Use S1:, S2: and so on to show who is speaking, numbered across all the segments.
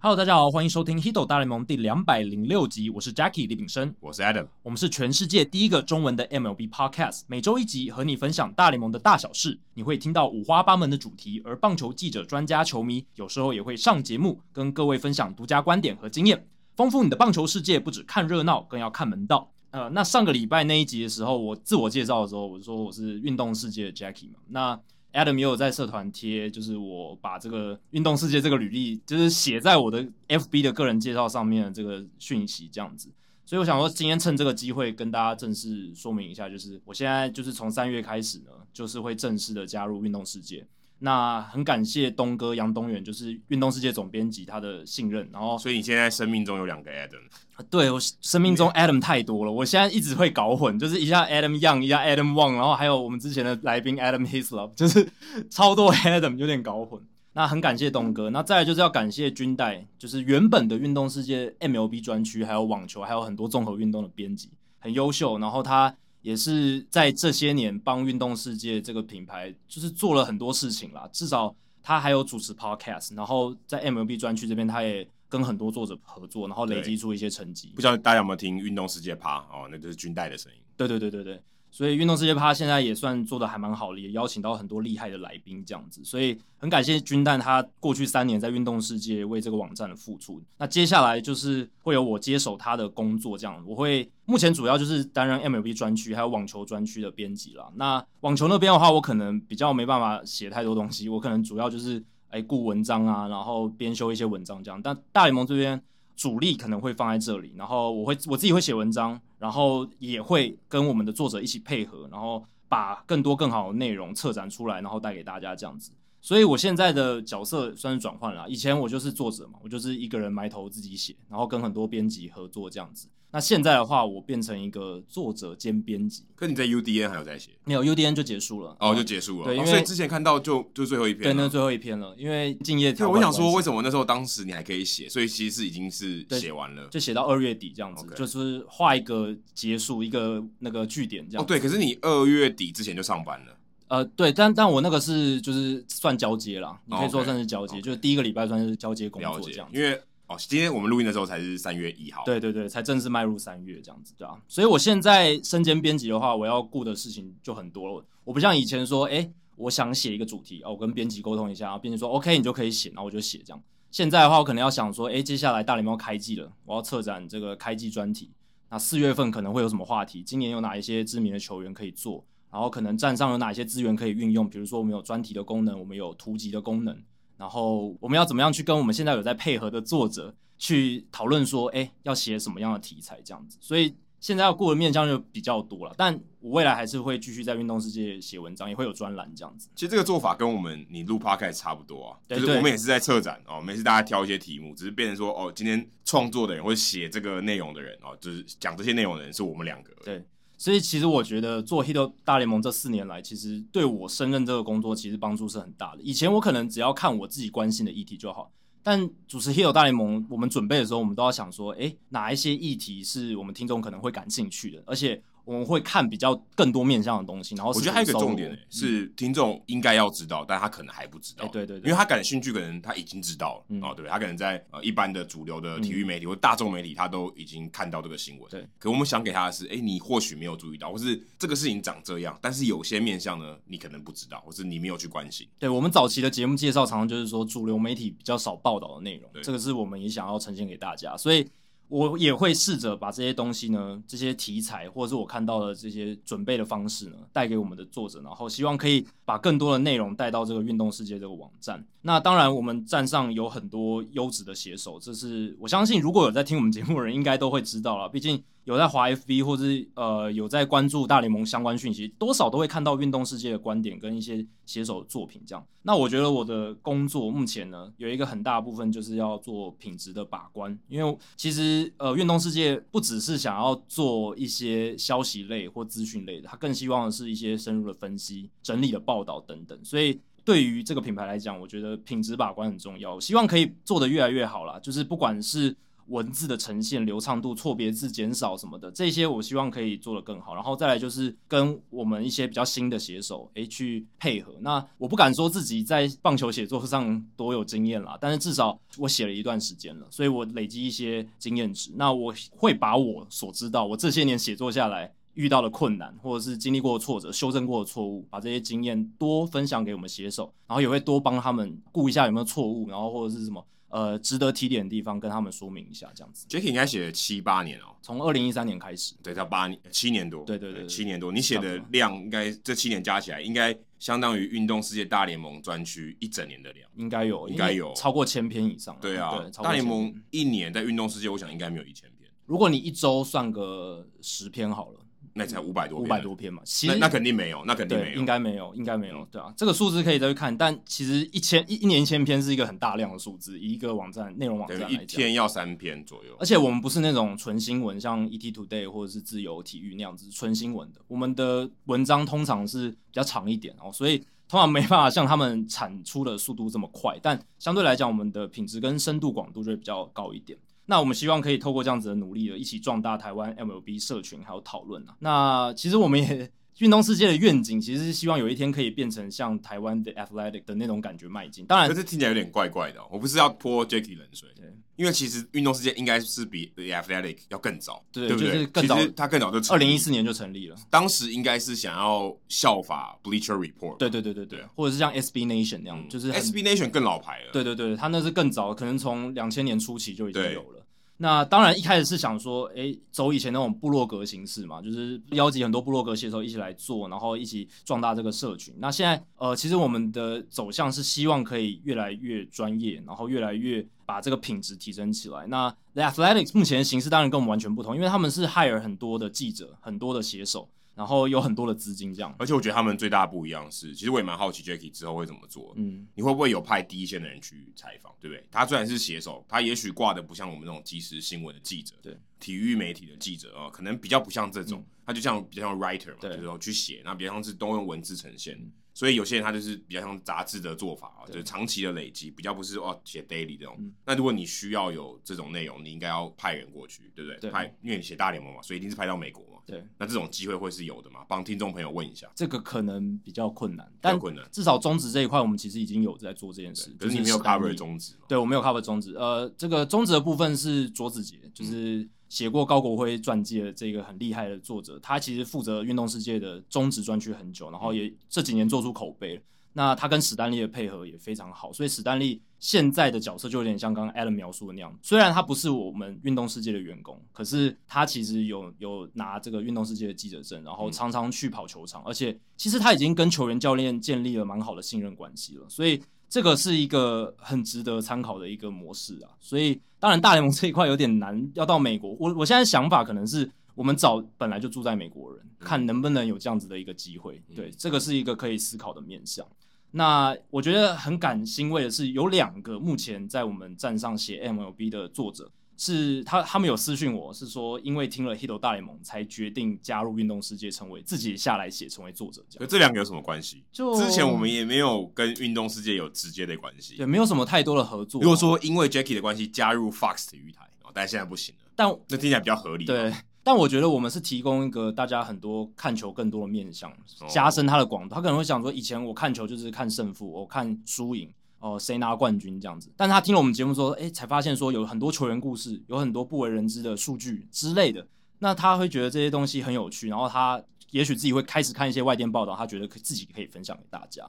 S1: Hello，大家好，欢迎收听《Hito 大联盟》第两百零六集，我是 Jackie 李炳生，
S2: 我是 Adam。
S1: 我们是全世界第一个中文的 MLB Podcast，每周一集和你分享大联盟的大小事，你会听到五花八门的主题，而棒球记者、专家、球迷有时候也会上节目，跟各位分享独家观点和经验，丰富你的棒球世界。不只看热闹，更要看门道。呃，那上个礼拜那一集的时候，我自我介绍的时候，我说我是运动世界的 Jackie 嘛，那。Adam 也有在社团贴，就是我把这个运动世界这个履历，就是写在我的 FB 的个人介绍上面的这个讯息，这样子。所以我想说，今天趁这个机会跟大家正式说明一下，就是我现在就是从三月开始呢，就是会正式的加入运动世界。那很感谢东哥杨东远，就是运动世界总编辑他的信任。然后，
S2: 所以你现在生命中有两个 Adam，
S1: 对我生命中 Adam 太多了，我现在一直会搞混，就是一下 Adam Young，一下 Adam Wang，然后还有我们之前的来宾 Adam Hislop，就是 超多 Adam，有点搞混。那很感谢东哥，那再来就是要感谢军代，就是原本的运动世界 MLB 专区，还有网球，还有很多综合运动的编辑，很优秀。然后他也是在这些年帮运动世界这个品牌，就是做了很多事情啦。至少他还有主持 podcast，然后在 MLB 专区这边，他也跟很多作者合作，然后累积出一些成绩
S2: 不。知道大家有没有听运动世界趴哦，那就是军代的声音。
S1: 对对对对对，所以运动世界趴现在也算做的还蛮好的，也邀请到很多厉害的来宾这样子，所以很感谢军蛋他过去三年在运动世界为这个网站的付出。那接下来就是会有我接手他的工作，这样我会目前主要就是担任 MLB 专区还有网球专区的编辑啦。那网球那边的话，我可能比较没办法写太多东西，我可能主要就是哎顾文章啊，然后编修一些文章这样。但大联盟这边主力可能会放在这里，然后我会我自己会写文章，然后也会跟我们的作者一起配合，然后把更多更好的内容策展出来，然后带给大家这样子。所以我现在的角色算是转换了，以前我就是作者嘛，我就是一个人埋头自己写，然后跟很多编辑合作这样子。那现在的话，我变成一个作者兼编辑，
S2: 可你在 UDN 还有在写
S1: 没有 UDN 就结束了，
S2: 哦，就结束了。
S1: 对
S2: 哦
S1: 因为
S2: 所以之前看到就就最后一篇
S1: 对，那
S2: 了。
S1: 是最后一篇了，因为敬业
S2: 对，
S1: 条
S2: 我
S1: 款
S2: 想说，
S1: 关系
S2: 为什么那时候当时你还可以写？所以其实是已经是
S1: 对
S2: 写完了。
S1: 就写到二月底这样子
S2: OK
S1: 就是画一个结束，一个那个据点这样
S2: 哦，
S1: 子。
S2: 对，可是你二月底之前就上班了。
S1: 呃，对，但但我那个是就是算交接啦，你可以说
S2: 哦 OK，
S1: 算是交接
S2: OK
S1: 就是第一个礼拜算是交接工
S2: 了
S1: 作
S2: 解
S1: 这样，子。
S2: 因为哦，今天我们录音的时候才是三月一号。，
S1: 对对对，才正式迈入三月这样子，对啊。所以我现在身兼编辑的话，我要顾的事情就很多了。我不像以前说，哎，我想写一个主题，哦，我跟编辑沟通一下，然后编辑说 OK，你就可以写，然后我就写这样。现在的话，我可能要想说，哎，接下来大联盟要开季了，我要策展这个开季专题。那四月份可能会有什么话题？今年有哪一些知名的球员可以做？然后可能站上有哪些资源可以运用？比如说我们有专题的功能，我们有图集的功能，然后我们要怎么样去跟我们现在有在配合的作者去讨论说，哎，要写什么样的题材这样子。所以现在要顾的面向就比较多了，但我未来还是会继续在运动世界写文章，也会有专栏这样子。
S2: 其实这个做法跟我们你录 podcast 差不多啊，
S1: 对
S2: 就是
S1: 对
S2: 我们也是在策展哦，每次大家挑一些题目，只是变成说哦，今天创作的人或者写这个内容的人哦，就是讲这些内容的人是我们两个。
S1: 对所以其实我觉得做 Hito 大联盟这四年来，其实对我胜任这个工作其实帮助是很大的。以前我可能只要看我自己关心的议题就好，但主持 Hito 大联盟，我们准备的时候，我们都要想说，诶，哪一些议题是我们听众可能会感兴趣的，而且我们会看比较更多面向的东西。然后
S2: 我觉得还有一
S1: 试
S2: 个
S1: 图
S2: 重
S1: 搜
S2: 点、
S1: 罗
S2: 欸、是听众应该要知道，但他可能还不知道。
S1: 嗯哎对对对
S2: 因为他感兴趣，可能他已经知道了、
S1: 嗯
S2: 哦，对不对？他可能在呃一般的主流的体育媒体、或大众媒体，他都已经看到这个新闻。
S1: 对，
S2: 可我们想给他的是，哎，你或许没有注意到，或是这个事情长这样，但是有些面向呢，你可能不知道，或是你没有去关心。
S1: 对我们早期的节目介绍，常常就是说主流媒体比较少报道的内容
S2: 对，
S1: 这个是我们也想要呈现给大家，所以我也会试着把这些东西呢，这些题材或者是我看到的这些准备的方式呢，带给我们的作者，然后希望可以把更多的内容带到这个运动世界这个网站。那当然，我们站上有很多优质的写手，这是我相信如果有在听我们节目的人，应该都会知道了，毕竟。有在华 FB 或是呃有在关注大联盟相关讯息，多少都会看到运动世界的观点跟一些写手的作品这样。那我觉得我的工作目前呢有一个很大部分就是要做品质的把关，因为其实呃运动世界不只是想要做一些消息类或资讯类的，它更希望的是一些深入的分析、整理的报道等等，所以。对于这个品牌来讲，我觉得品质把关很重要，希望可以做得越来越好啦。就是不管是文字的呈现流畅度、错别字减少什么的，这些我希望可以做得更好。然后再来就是跟我们一些比较新的写手，诶、去配合。那我不敢说自己在棒球写作上多有经验啦，但是至少我写了一段时间了，所以我累积一些经验值。那我会把我所知道，我这些年写作下来。遇到的困难，或者是经历过的挫折、修正过的错误，把这些经验多分享给我们写手，然后也会多帮他们顾一下有没有错误，然后或者是什么呃值得提点的地方，跟他们说明一下，这样子。
S2: Jacky 应该写了七八年哦，
S1: 从二零一三年开始，
S2: 对，到八年七年多，哎
S1: 对对对对
S2: 七年多，你写
S1: 差
S2: 的
S1: 不多
S2: 量应该这七年加起来，应该相当于运动世界大联盟专区一整年的量。
S1: 应该有，
S2: 应该有
S1: 超过千篇以上了。
S2: 对啊，
S1: 对，超过
S2: 大联
S1: 1000
S2: 盟
S1: 篇。
S2: 一年在运动世界，我想应该没有一千篇，
S1: 如果你一周算个十篇好了，
S2: 那才五百多
S1: 五
S2: 篇，
S1: 百多篇嘛，其
S2: 那
S1: 实
S2: 那肯定没有，那肯定没
S1: 对，
S2: 有，
S1: 应该没有，应该没有，对啊，这个数字可以再去看，但其实一千一一年一千篇是一个很大量的数字，以一个网站内容网站
S2: 等
S1: 来讲
S2: 于一，天要三篇左右
S1: 而。且我们不是那种纯新闻，像 ET Today 或者是自由体育那样子纯新闻的，我们的文章通常是比较长一点哦，所以通常没办法像他们产出的速度这么快，但相对来讲，我们的品质跟深度广度就会比较高一点。那我们希望可以透过这样子的努力，一起壮大台湾 MLB 社群还有讨论啊。那其实我们也运动世界的愿景，其实是希望有一天可以变成像台湾的 Athletic 的那种感觉迈进。当然
S2: 可，是听起来有点怪怪的哦、我不是要泼 Jacky 冷水
S1: 对，
S2: 因为其实运动世界应该是比 The Athletic 要更早，
S1: 对
S2: 不对？
S1: 就是更早
S2: 其实他更早就成
S1: 二
S2: 立
S1: 零一四年就成立了。
S2: 当时应该是想要效法 Bleacher Report，
S1: 对对对对
S2: 对
S1: 对
S2: 啊，
S1: 或者是像 SB Nation 那样，
S2: 嗯，
S1: 就是很
S2: SB Nation 更老牌了，
S1: 对对对，他那是更早，可能从两千年初期就已经
S2: 对
S1: 有了。那当然一开始是想说，诶，走以前那种部落格形式嘛，就是邀集很多部落格写手一起来做，然后一起壮大这个社群。那现在呃，其实我们的走向是希望可以越来越专业，然后越来越把这个品质提升起来。那 The Athletics 目前的形式当然跟我们完全不同，因为他们是 hire 很多的记者，很多的写手，然后有很多的资金这样。
S2: 而且我觉得他们最大的不一样是，其实我也蛮好奇 Jacky 之后会怎么做。
S1: 嗯，
S2: 你会不会有派第一线的人去采访，对不对？他虽然是写手，他也许挂的不像我们那种即时新闻的记者，
S1: 对，嗯
S2: 体育媒体的记者啊、呃可能比较不像这种，他就像比较像 writer 嘛，
S1: 对嗯
S2: 就是说去写，那比较像是都用文字呈现。所以有些人他就是比较像杂志的做法啊，就
S1: 对
S2: 是长期的累积，比较不是哦写 daily 这种。
S1: 嗯
S2: 那如果你需要有这种内容，你应该要派人过去，对不对？
S1: 对
S2: 派，因为你写大联盟嘛，所以一定是派到美国嘛。
S1: 对。
S2: 那这种机会会是有的嘛？帮听众朋友问一下，
S1: 这个可能比较困难，
S2: 比较
S1: 但
S2: 困难
S1: 至少中职这一块，我们其实已经有在做这件事。
S2: 可是你没有
S1: 就
S2: cover
S1: 是
S2: 中职嘛？
S1: 对我没有 cover 中职。呃，这个中职的部分是卓子杰，就是写过高国辉传记的这个很厉害的作者，他其实负责运动世界的中职专区很久，然后也这几年做出口碑了。那他跟史丹利的配合也非常好，所以史丹利现在的角色就有点像刚刚 Adam 描述的那样。虽然他不是我们运动世界的员工，可是他其实有有拿这个运动世界的记者证，然后常常去跑球场，而且其实他已经跟球员教练建立了蛮好的信任关系了，所以这个是一个很值得参考的一个模式啊。所以当然大联盟这一块有点难，要到美国，我我现在想法可能是。我们找本来就住在美国人，看能不能有这样子的一个机会。对，这个是一个可以思考的面向。那我觉得很感欣慰的是，有两个目前在我们站上写 MLB 的作者，是他他们有私讯我，是说因为听了《Hito 大联盟》才决定加入运动世界，成为自己下来写成为作者这
S2: 可
S1: 样。
S2: 这两个有什么关系？
S1: 就
S2: 之前我
S1: 哦
S2: 们也没有跟运动世界有直接的关系
S1: 也。没有什么太多的合作。
S2: 如果，说因为 Jackie 的关系加入 Fox 体育台，哦但现在不行了，
S1: 但
S2: 那听起来比较合理。，哦
S1: 对，但我觉得我们是提供一个大家很多看球更多的面向
S2: 哦，
S1: 加深他的广度。他可能会想说，以前我看球就是看胜负，我看输赢，哦、谁拿冠军这样子。但是他听了我们节目说，哎、才发现说有很多球员故事，有很多不为人知的数据之类的。那他会觉得这些东西很有趣，然后他也许自己会开始看一些外电报道，他觉得可自己可以分享给大家。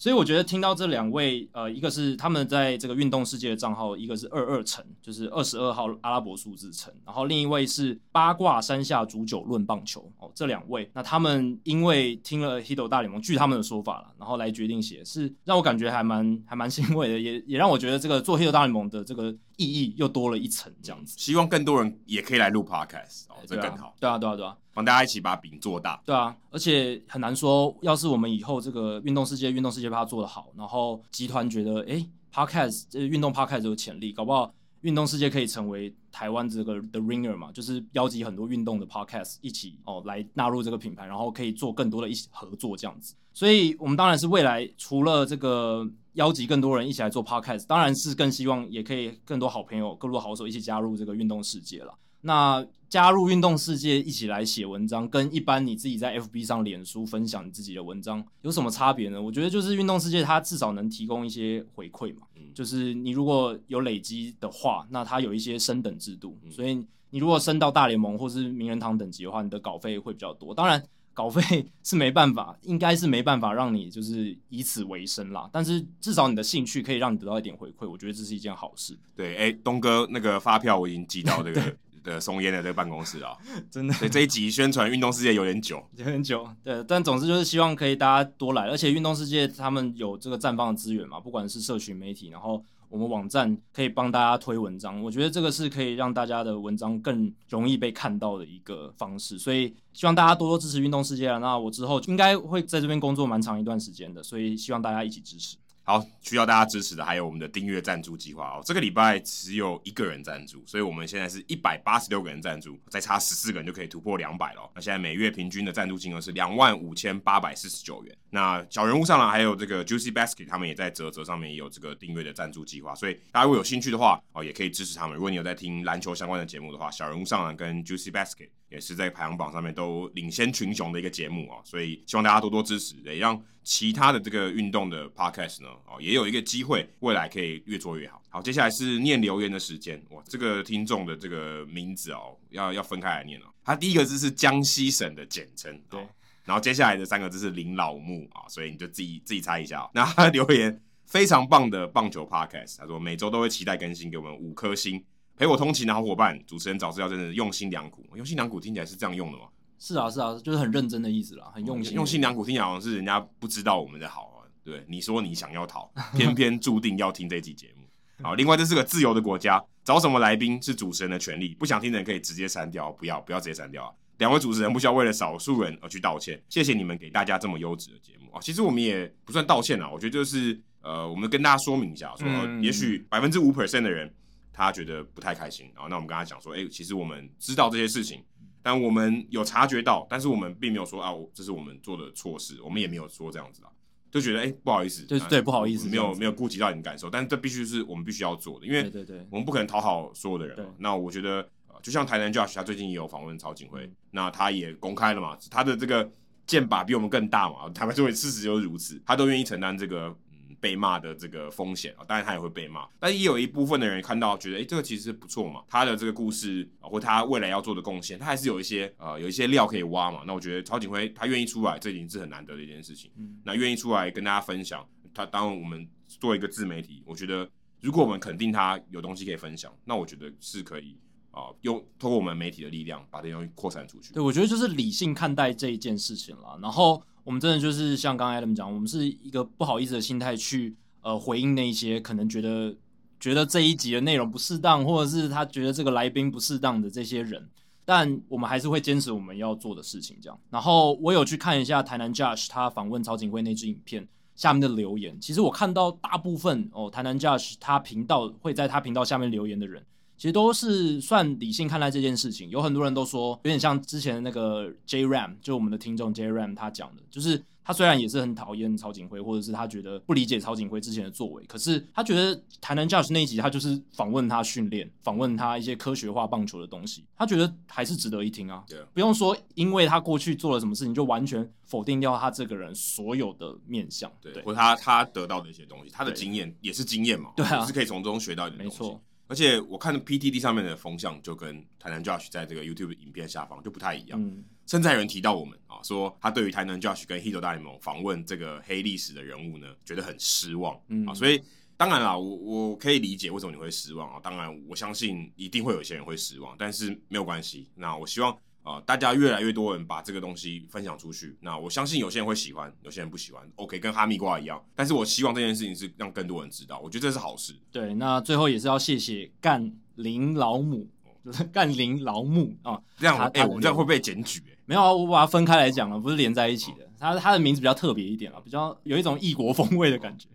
S1: 所以我觉得听到这两位，呃，一个是他们在这个运动世界的账号，一个是二二乘，就是二十二号阿拉伯数字乘，然后另一位是八卦山下煮酒论棒球哦，这两位，那他们因为听了《Hito 大联盟》，据他们的说法了，然后来决定写，是让我感觉还蛮还蛮欣慰的，也也让我觉得这个做《Hito 大联盟》的这个意义又多了一层这样子。
S2: 希望更多人也可以来录 Podcast，哦，这
S1: 对啊
S2: 更好，
S1: 对啊，对啊，对啊。
S2: 帮大家一起把饼做大。
S1: 对啊，而且很难说，要是我们以后这个运动世界、运动世界趴做得好，然后集团觉得，诶 p o d c a s t 这运动 podcast 有潜力，搞不好运动世界可以成为台湾这个 The Ringer 嘛，就是邀集很多运动的 podcast 一起哦来纳入这个品牌，然后可以做更多的一起合作这样子。所以我们当然是未来除了这个邀集更多人一起来做 podcast，当然是更希望也可以更多好朋友、更多好手一起加入这个运动世界了。那加入运动世界一起来写文章，跟一般你自己在 FB 上、脸书分享你自己的文章有什么差别呢？我觉得就是运动世界它至少能提供一些回馈嘛，
S2: 嗯
S1: 就是你如果有累积的话，那它有一些升等制度，
S2: 嗯
S1: 所以你如果升到大联盟或是名人堂等级的话，你的稿费会比较多。当然，稿费是没办法，应该是没办法让你就是以此为生啦。但是至少你的兴趣可以让你得到一点回馈，我觉得这是一件好事。
S2: 对，哎、东哥那个发票我已经寄到这 个的松烟的这个办公室了。
S1: 真的，
S2: 所以这一集宣传运动世界有点久，
S1: 有点久，对，但总之就是希望可以大家多来，而且运动世界他们有这个绽放的资源嘛，不管是社群媒体，然后我们网站可以帮大家推文章，我觉得这个是可以让大家的文章更容易被看到的一个方式，所以希望大家多多支持运动世界啊。那我之后应该会在这边工作蛮长一段时间的，所以希望大家一起支持。
S2: 好，需要大家支持的还有我们的订阅赞助计划哦。这个礼拜只有一个人赞助，所以我们现在是一百八十六个人赞助，再差十四个人就可以突破两百了。那现在每月平均的赞助金额是两万五千八百四十九元。那小人物上来还有这个 Juicy Basket，他们也在泽泽上面也有这个订阅的赞助计划，所以大家如果有兴趣的话哦，也可以支持他们。如果你有在听篮球相关的节目的话，小人物上来跟 Juicy Basket 也是在排行榜上面都领先群雄的一个节目哦，所以希望大家多多支持，也让其他的这个运动的 podcast 呢，哦，也有一个机会，未来可以越做越好。好，接下来是念留言的时间，哇，这个听众的这个名字哦，要要分开来念哦。他第一个字是江西省的简称，哦
S1: 对
S2: 然后接下来的三个字是林老木啊、所以你就自己自己猜一下、哦。那他留言非常棒的棒球 podcast，他说每周都会期待更新，给我们五颗星。陪我通勤的好伙伴，主持人早知道真的用心良苦，用心良苦听起来是这样用的吗？
S1: 是啊，是啊，就是很认真的意思啦，很用心，
S2: 用心良苦听起来好像是人家不知道我们的好啊。对，你说你想要 逃，偏偏注定要听这期节目。好，另外这是个自由的国家，找什么来宾是主持人的权利，不想听的人可以直接删掉，不要不要直接删掉啊。两位主持人不需要为了少数人而去道歉，谢谢你们给大家这么优质的节目啊。其实我们也不算道歉啦，我觉得就是呃，我们跟大家说明一下，说、呃
S1: 嗯
S2: 也许百分之五 percent 的人他觉得不太开心，然后那我们跟他讲说，哎、其实我们知道这些事情，但我们有察觉到，但是我们并没有说啊，我这是我们做的错事，我们也没有说这样子啊，就觉得哎、不好意思，
S1: 对
S2: 啊
S1: 对不好意思
S2: 没
S1: 这
S2: 有
S1: 样子
S2: 没有顾及到你的感受，但是这必须是我们必须要做的，因
S1: 对
S2: 为
S1: 对对，
S2: 我们不可能讨好所有的人嘛
S1: 对。
S2: 那我觉得，呃就像台南 Josh 他最近也有访问曹景辉
S1: 嗯，
S2: 那他也公开了嘛，他的这个剑拔比我们更大嘛，坦白说，事实就是如此，他都愿意承担这个。嗯被骂的这个风险啊，当然他也会被骂，但也有一部分的人看到觉得，哎、这个其实不错嘛，他的这个故事啊或他未来要做的贡献，他还是有一些呃有一些料可以挖嘛。那我觉得曹景辉他愿意出来，这已经是很难得的一件事情。
S1: 嗯，
S2: 那愿意出来跟大家分享，他当然我们做一个自媒体，我觉得如果我们肯定他有东西可以分享，那我觉得是可以啊、用通过我们媒体的力量把这些东西扩散出去。
S1: 对，我觉得就是理性看待这一件事情啦。然后我们真的就是像刚才 Adam 讲，我们是一个不好意思的心态去呃回应那一些可能觉得觉得这一集的内容不适当，或者是他觉得这个来宾不适当的这些人。但我们还是会坚持我们要做的事情，这样。然后我有去看一下台南 Josh 他访问曹景辉那支影片下面的留言，其实我看到大部分哦，台南 Josh 他频道会在他频道下面留言的人，其实都是算理性看待这件事情。有很多人都说，有点像之前的那个 J Ram，就我们的听众 J Ram 他讲的，就是他虽然也是很讨厌曹景辉，或者是他觉得不理解曹景辉之前的作为，可是他觉得台南 Judge 那一集，他就是访问他训练，访问他一些科学化棒球的东西，他觉得还是值得一听啊。
S2: 对啊
S1: 不用说，因为他过去做了什么事情，就完全否定掉他这个人所有的面相。
S2: 对，
S1: 对，
S2: 或他他得到的一些东西，他的
S1: 对
S2: 经验也是经验嘛，
S1: 对啊
S2: 也是可以从中学到一点
S1: 没
S2: 东西
S1: 错。，
S2: 而且我看 PTD 上面的风向就跟台南 Josh 在这个 YouTube 影片下方就不太一样，
S1: 嗯，
S2: 甚至还有人提到我们啊，说他对于台南 Josh 跟 Hito 大联盟访问这个黑历史的人物呢，觉得很失望、
S1: 嗯
S2: 啊。所以当然啦，我我可以理解为什么你会失望啊。当然，我相信一定会有一些人会失望，但是没有关系。那我希望啊、呃大家越来越多人把这个东西分享出去。那我相信有些人会喜欢，有些人不喜欢。OK，跟哈密瓜一样。但是我希望这件事情是让更多人知道，我觉得这是好事。
S1: 对，那最后也是要谢谢干林老母，就是干林老母啊。
S2: 这样我，
S1: 他
S2: 哎、
S1: 他的
S2: 我们这样会被检举、哎
S1: 没有啊，我把它分开来讲了，不是连在一起的。他他的名字比较特别一点啊，比较有一种异国风味的感觉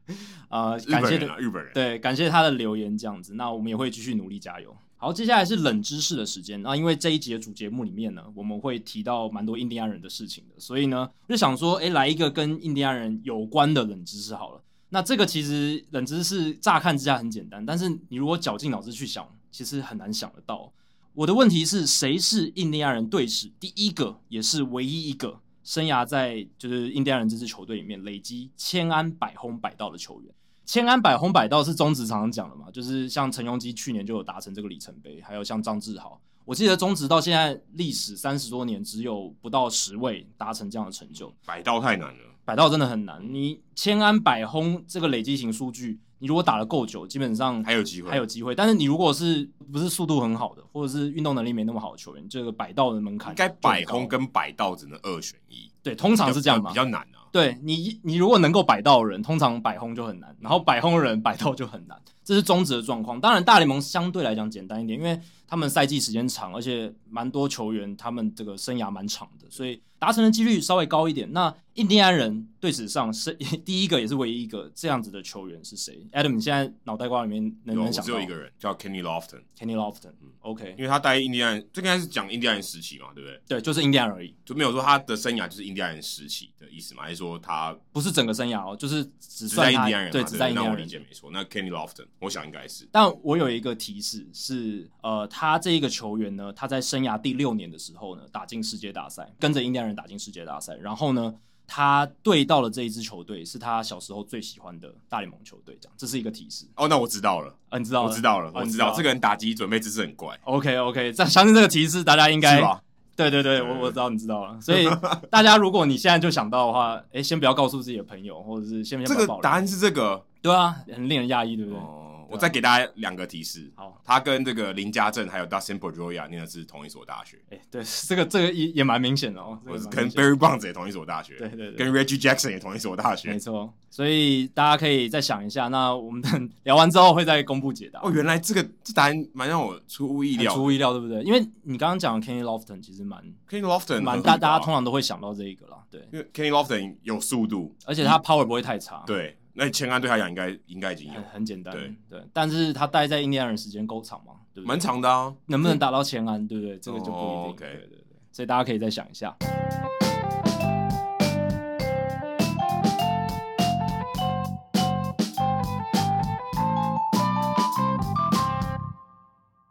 S1: 啊、呃
S2: 日
S1: 感谢
S2: 本
S1: 的
S2: 人啊，日本人，
S1: 对，感谢他的留言，这样子，那我们也会继续努力加油。好，接下来是冷知识的时间。那因为这一节主节目里面呢，我们会提到蛮多印第安人的事情的，所以呢，我就想说，诶，来一个跟印第安人有关的冷知识好了。那这个其实冷知识乍看之下很简单，但是你如果绞尽脑汁去想，其实很难想得到。我的问题是，谁是印第安人队史第一个，也是唯一一个生涯在就是印第安人这支球队里面累积千安百轰百盗的球员？千安百轰百盗是中职常常讲的嘛，就是像陈庸基去年就有达成这个里程碑，还有像张志豪，我记得中职到现在历史三十多年，只有不到十位达成这样的成就。
S2: 百刀太难了，
S1: 百道真的很难，你千安百轰这个累积型数据，你如果打得够久，基本上
S2: 还有机会，
S1: 还有机会。但是你如果是不是速度很好的，或者是运动能力没那么好的球员，这个百道的门槛
S2: 应该
S1: 就很高
S2: 百轰跟百道只能二选一，
S1: 对，通常是这样
S2: 比
S1: 嘛。
S2: 较难啊。
S1: 对你，你如果能够摆到人，通常摆轰就很难，然后摆轰人摆到就很难，这是中职的状况。当然，大联盟相对来讲简单一点，因为他们赛季时间长，而且蛮多球员他们这个生涯蛮长的，所以达成的几率稍微高一点。那印第安人队史上是 第一个也是唯一一个这样子的球员是谁？Adam，你现在脑袋瓜里面能不
S2: 有，我
S1: 能想
S2: 只
S1: 到
S2: 有一个人叫 Kenny Lofton，
S1: Kenny Lofton？OK，、
S2: 嗯
S1: OK
S2: 因为他待印第安，这应该是讲印第安时期嘛，对不对？
S1: 对，就是印第安人而已，
S2: 就没有说他的生涯就是印第安人时期的意思嘛，还是说他
S1: 不是整个生涯哦，就是只
S2: 只
S1: 算
S2: 在
S1: 他
S2: 印第安人嘛？
S1: 对，
S2: 不
S1: 只在印第
S2: 那我
S1: 安
S2: 理
S1: 人
S2: 解没错。那 Kenny Lofton，我想应该是
S1: 但我有一个提示是，呃，他这一个球员呢，他在生涯第六年的时候呢，打进世界大赛，跟着印第安人打进世界大赛，然后呢，他对到了这一支球队，是他小时候最喜欢的大联盟球队，这样，这是一个提示。
S2: 哦，那我知道了，
S1: 啊，你知道了？
S2: 我知道了，
S1: 哦
S2: 我
S1: 你
S2: 知
S1: 知
S2: 道
S1: 道
S2: 这个人打击准备姿势很怪，
S1: OK OK，这相信这个提示大家应该
S2: 是吧？
S1: 对对对，我我知道你知道了， 所以大家如果你现在就想到的话，哎，先不要告诉自己的朋友，或者是先先
S2: 这
S1: 不要
S2: 个
S1: 爆雷
S2: 答案是这个
S1: 对啊，很令人讶异，对不对？对
S2: 哦。
S1: 啊
S2: 我再给大家两个提示，
S1: 好，
S2: 他跟这个林家正还有 Dustin Pedroia 念的是同一所大学，
S1: 哎，对，这个这个也也蛮明显的哦，这个
S2: 或者
S1: 蛮
S2: 跟
S1: 明显
S2: Barry Bonds 也同一所大学，
S1: 对对对。
S2: 跟 Reggie Jackson 也同一所大
S1: 没
S2: 学。
S1: 错，所以大家可以再想一下。那我们 等聊完之后会再公布解答。
S2: 哦，原来这个这答案蛮让我出乎意
S1: 很
S2: 料
S1: 出
S2: 的。
S1: 乎意料，对不对？因为你刚刚讲的 Kenny Lofton 其实蛮
S2: Kenny Lofton
S1: 蛮
S2: 很
S1: 大，
S2: 很高
S1: 大
S2: 啊
S1: 家通常都会想到这一个啦。对，
S2: 因为 Kenny Lofton 有速度，
S1: 而且他 power 不会太差，，
S2: 对，那千安对他讲应该应该已经
S1: 很
S2: 有
S1: 很简单，
S2: 对
S1: 对。但是他待在印第安人时间够长嘛，对不对
S2: 蛮？长的啊。
S1: 能不能达到前安，对不对？这个就不一
S2: 哦
S1: 定。
S2: ，OK
S1: 对对对，所以大家可以再想一下。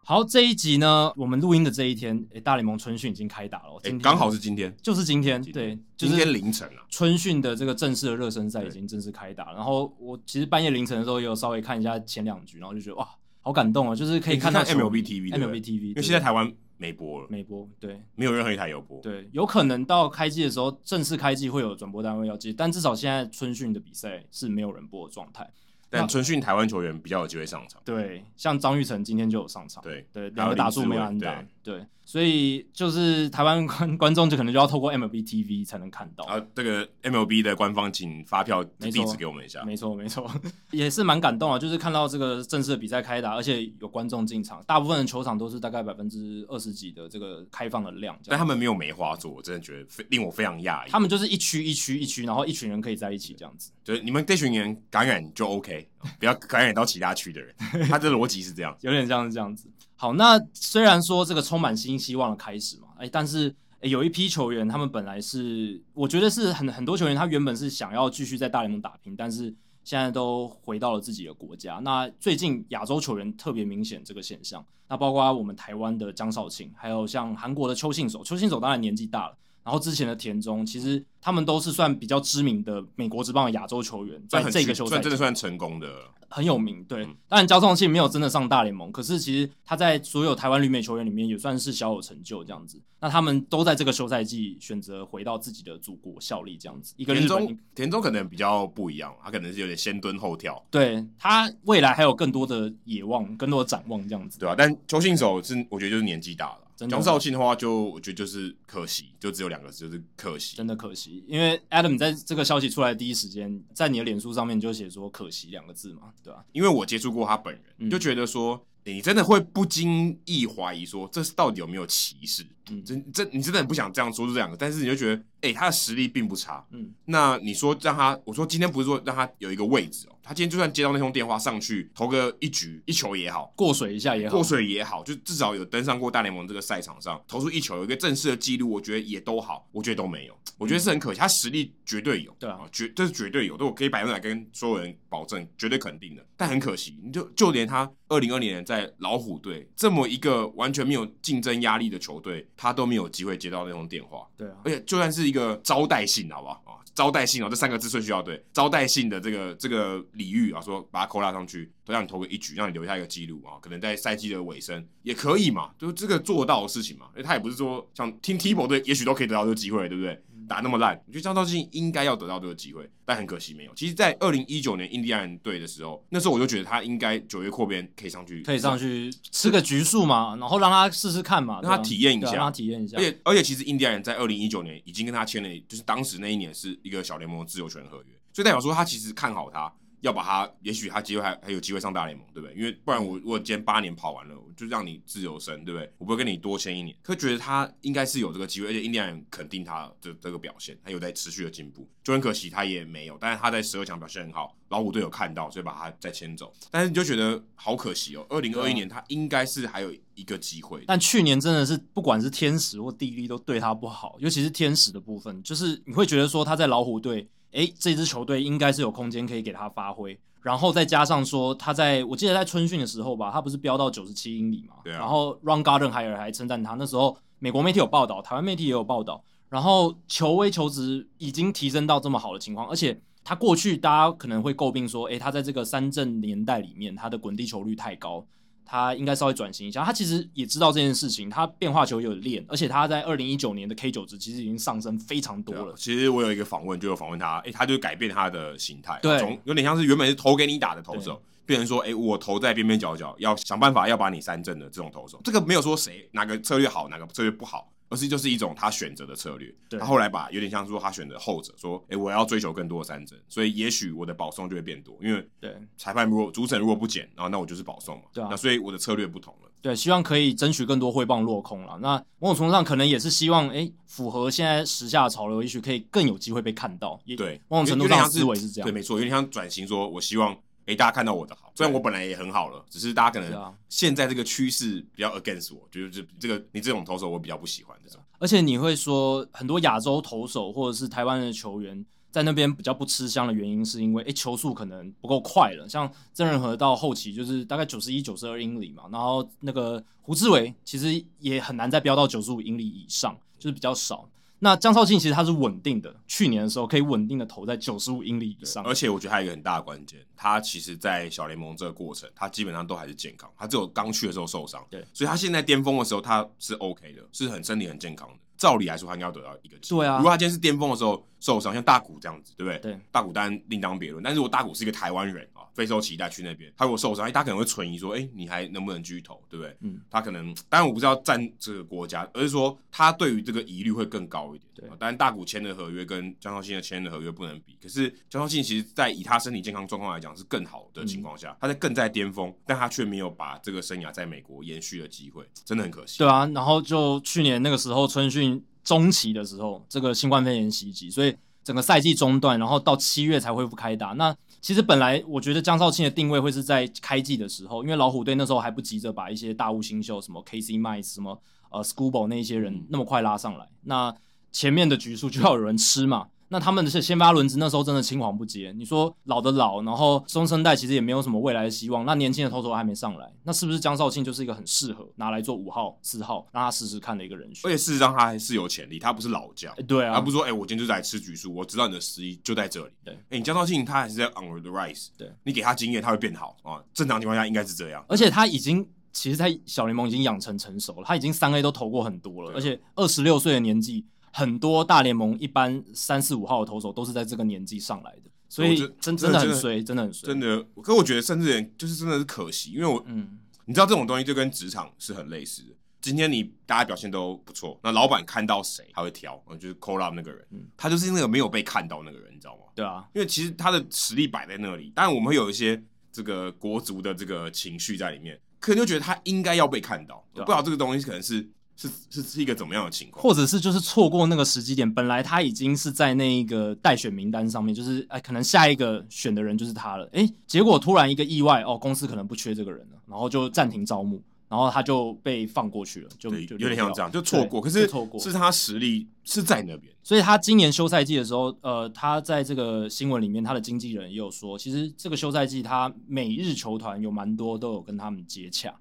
S1: 好，这一集呢，我们录音的这一天，诶，大联盟春训已经开打了。哦
S2: 哎
S1: 今，天
S2: 刚好是今天，
S1: 就是今天，
S2: 今
S1: 对，就
S2: 今
S1: 是
S2: 天凌晨啊，
S1: 春训的这个正式的热身赛已
S2: 对
S1: 经正式开打，然后我其实半夜凌晨的时候也有稍微看一下前两局，然后就觉得哇，好感动啊！就是可以
S2: 你是
S1: 看到
S2: 看
S1: 球迷
S2: MLB TV 对不
S1: MLB
S2: 对
S1: TV，
S2: 因为现在台湾没播了，
S1: 美播对
S2: 没有任何一台有播。
S1: 对，有可能到开季的时候正式开季会有转播单位要接，但至少现在春训的比赛是没有人播的状态。
S2: 但
S1: 那
S2: 春训台湾球员比较有机会上场。
S1: 对，像张玉成今天就有上场，
S2: 对，
S1: 对，
S2: 还
S1: 两
S2: 有
S1: 个打
S2: 林志
S1: 数没有
S2: 伟
S1: 安打，对，所以就是台湾观 观众就可能就要透过 MLB TV 才能看到。
S2: 然后这个 MLB 的官方请发票
S1: 没
S2: 地
S1: 错啊
S2: 址给我们一下。
S1: 没错，没错， 也是蛮感动啊！就是看到这个正式的比赛开打，而且有观众进场，大部分的球场都是大概百分之二十几的这个开放的量，这样
S2: 但他们没有梅花座，我真的觉得非令我非常讶异。
S1: 他们就是一区一区一区，然后一群人可以在一起这样子，
S2: 就是你们这群人感染就 OK，不要感染到其他区的 人。他的逻辑是这样。
S1: 有点像是这样子。好，那虽然说这个充满新希望的开始嘛，哎、但是。哎有一批球员，他们本来是，我觉得是很很多球员，他原本是想要继续在大联盟打拼，但是现在都回到了自己的国家。那最近亚洲球员特别明显这个现象，那包括我们台湾的江少庆，还有像韩国的邱信守，邱信守当然年纪大了，然后之前的田中，其实他们都是算比较知名的美国职棒的亚洲球员，在
S2: 算很
S1: 这个
S2: 成
S1: 休赛
S2: 算
S1: 季
S2: 真的算成功的，
S1: 很有名。对
S2: 嗯，
S1: 当然江少庆没有真的上大联盟，可是其实他在所有台湾旅美球员里面也算是小有成就这样子。那他们都在这个休赛季选择回到自己的祖国效力，这样子一个
S2: 田
S1: 日本。一
S2: 中田中可能比较不一样，他可能是有点先蹲后跳，
S1: 对他未来还有更多的野望，更多的展望，这样子。
S2: 对吧、但邱信手是我觉得就是年纪大了，
S1: 真的
S2: 江少庆的话就我觉得就是可惜，就只有两个字就是可惜。
S1: 真的可惜，因为 Adam 在这个消息出来的第一时间，在你的脸书上面就写说“可惜”两个字嘛，对吧、
S2: 因为我接触过他本人，
S1: 嗯
S2: 就觉得说你真的会不经意怀疑说，这是到底有没有歧视？
S1: 嗯
S2: 真真你真的很不想这样说出这两个，但是你就觉得，哎、他的实力并不差。
S1: 嗯，
S2: 那你说让他，我说今天不是说让他有一个位置哦，他今天就算接到那通电话上去投个一局一球也好，
S1: 过水一下也好，
S2: 过水也好，就至少有登上过大联盟这个赛场上投出一球有一个正式的记录，我觉得也都好，我觉得都没有，我觉得是很可惜，他实力绝对有，
S1: 对啊
S2: 绝这是绝对有，这我可以百分之百跟所有人保证，绝对肯定的。但很可惜，你就就连他二零二零年在老虎队这么一个完全没有竞争压力的球队，他都没有机会接到那通电话，
S1: 对啊
S2: 而，且就算是一个招待性，好不好？啊，招待性哦，这三个字顺序要对，招待性的这个这个礼遇啊，说把它扣拉上去，都让你投个一局，让你留下一个记录啊，可能在赛季的尾声也可以嘛，就这个做到的事情嘛。因为他也不是说像听 Tibo 队，也许都可以得到这个机会，对不对？
S1: 嗯
S2: 打那么烂，我觉得张兆信应该要得到这个机会，但很可惜没有。其实，在二零一九年印第安人队的时候，那时候我就觉得他应该九月扩编可以上去，
S1: 可以上去吃个局数嘛，然后让他试试看嘛，
S2: 让他
S1: 对啊
S2: 体验一
S1: 对啊
S2: 下
S1: 让他体验一下
S2: 而。且而且，其实印第安人在二零一九年已经跟他签了，就是当时那一年是一个小联盟的自由权合约，所以代表说他其实看好他，要把他，也许他机会还还有机会上大联盟，对不对？因为不然我我今天八年跑完了，我就让你自由生，对不对？我不会跟你多签一年，可觉得他应该是有这个机会，而且印第安人肯定他的这个表现，他有在持续的进步，就很可惜他也没有，但是他在十二强表现很好，老虎队有看到，所以把他再签走，但是你就觉得好可惜哦，二零二一年他应该是还有一个机会的，
S1: 但去年真的是不管是天使或地利都对他不好，尤其是天使的部分，就是你会觉得说他在老虎队，诶、这支球队应该是有空间可以给他发挥。然后再加上说他在我记得在春训的时候吧，他不是飙到九十七英里嘛，
S2: 对啊
S1: 然后 Ron Gardenhire 还称赞他，那时候美国媒体有报道，台湾媒体也有报道，然后球威球值已经提升到这么好的情况，而且他过去大家可能会诟病说，诶，他在这个三振年代里面，他的滚地球率太高，他应该稍微转型一下。他其实也知道这件事情，他变化球也有练，而且他在二零一九年的 K 九值其实已经上升非常多
S2: 对啊
S1: 了。
S2: 其实我有一个访问，就有访问他，诶，他就改变他的形态，
S1: 对
S2: 从有点像是原本是投给你打的投手，变成说，诶，我投在边边角角，要想办法要把你三振的这种投手。这个没有说谁哪个策略好，哪个策略不好。而是就是一种他选择的策略，
S1: 对
S2: 他后来把有点像说他选择后者，说，诶，我要追求更多的三振，所以也许我的保送就会变多，因为
S1: 对
S2: 裁判如果主审如果不捡，然后那我就是保送嘛，
S1: 对啊
S2: 那所以我的策略不同了。
S1: 对，希望可以争取更多挥棒落空了。那某种程度上可能也是希望，诶，符合现在时下的潮流，也许可以更有机会被看到。也
S2: 对，
S1: 某种程度上思维是这
S2: 对，
S1: 样。
S2: 没错，有点像转型说，我希望诶、大家看到我的好，虽然我本来也很好了，只是大家可
S1: 对
S2: 能
S1: 啊
S2: 现在这个趋势比较 against 我，就是这这个你这种投手我比较不喜欢这种。
S1: 而且你会说，很多亚洲投手或者是台湾的球员在那边比较不吃香的原因，是因为诶、球速可能不够快了。像郑仁和到后期就是大概九十一、九十二英里嘛，然后那个胡志伟其实也很难再飙到九十五英里以上，就是比较少。那江少庆其实他是稳定的，去年的时候可以稳定的投在九十五英里以上，
S2: 而且我觉得还有一个很大的关键，他其实，在小联盟这个过程，他基本上都还是健康，他只有刚去的时候受伤，
S1: 对，
S2: 所以他现在巅峰的时候他是 OK 的，是很身体很健康的。照理来说，他应该要得到一个机会
S1: 对啊
S2: 如果他今天是巅峰的时候受伤，像大谷这样子，对不对？
S1: 对，
S2: 大谷当然另当别论。但是如果大谷是一个台湾人啊，备受期待去那边，他如果受伤，哎大家可能会存疑说，哎、你还能不能继续投，对不对？
S1: 嗯，
S2: 他可能当然我不是要站这个国家，而是说他对于这个疑虑会更高一点。
S1: 对
S2: 啊当然大谷签的合约跟江少信的签的合约不能比，可是江少信其实在以他身体健康状况来讲是更好的情况下，
S1: 嗯
S2: 他在更在巅峰，但他却没有把这个生涯在美国延续的机会，真的很可惜。
S1: 对啊，然后就去年那个时候春训中期的时候，这个新冠肺炎袭击，所以整个赛季中断，然后到七月才恢复开打。那其实本来我觉得江少庆的定位会是在开季的时候，因为老虎队那时候还不急着把一些大物新秀什么 KC m i c e 什么呃 Scubo 那一些人
S2: 嗯
S1: 那么快拉上来，那前面的局数就要有人吃嘛。那他们的先发轮值那时候真的青黄不接，你说老的老，然后中生代其实也没有什么未来的希望，那年轻的投手还没上来，那是不是江少庆就是一个很适合拿来做五号、四号让他试试看的一个人
S2: 而
S1: 选？
S2: 且事实上他还是有潜力，他不是老将。
S1: 哎对啊，
S2: 哎他不是说，哎、我今天就是来吃橘树，我知道你的实力就在这里。
S1: 对
S2: 哎、你江道信他还是在 on the rise，
S1: 对
S2: 你给他经验，他会变好啊。正常情况下应该是这样。
S1: 而且他已经其实，在小联盟已经养成成熟了，他已经三 A 都投过很多了，
S2: 对啊
S1: 而且二十六岁的年纪，很多大联盟一般三四五号的投手都是在这个年纪上来的，所以
S2: 我觉得
S1: 真
S2: 真
S1: 的
S2: 的
S1: 很
S2: 真的
S1: 衰，真的很衰，
S2: 真的，可我觉得甚至连就是真的是可惜，因为我
S1: 嗯，
S2: 你知道这种东西就跟职场是很类似的。今天你大家表现都不错，那老板看到谁他会挑，嗯就是 call up 那个人，
S1: 嗯
S2: 他就是那个没有被看到那个人，你知道吗？
S1: 对啊，
S2: 因为其实他的实力摆在那里，当然我们会有一些这个国足的这个情绪在里面。可能就觉得他应该要被看到，
S1: 对啊
S2: 不知道这个东西可能是是是是一个怎么样的情况。
S1: 或者是就是错过那个时机点，本来他已经是在那一个待选名单上面，就是哎，可能下一个选的人就是他了，哎，结果突然一个意外，哦，公司可能不缺这个人了，然后就暂停招募，然后他就被放过去了，就
S2: 对，
S1: 就
S2: 有点像这样，就
S1: 对
S2: 错过。可是
S1: 就错过，
S2: 是他实力是在那边，
S1: 所以他今年休赛季的时候，呃，他在这个新闻里面，他的经纪人也有说，其实这个休赛季他美日球团有蛮多都有跟他们接洽。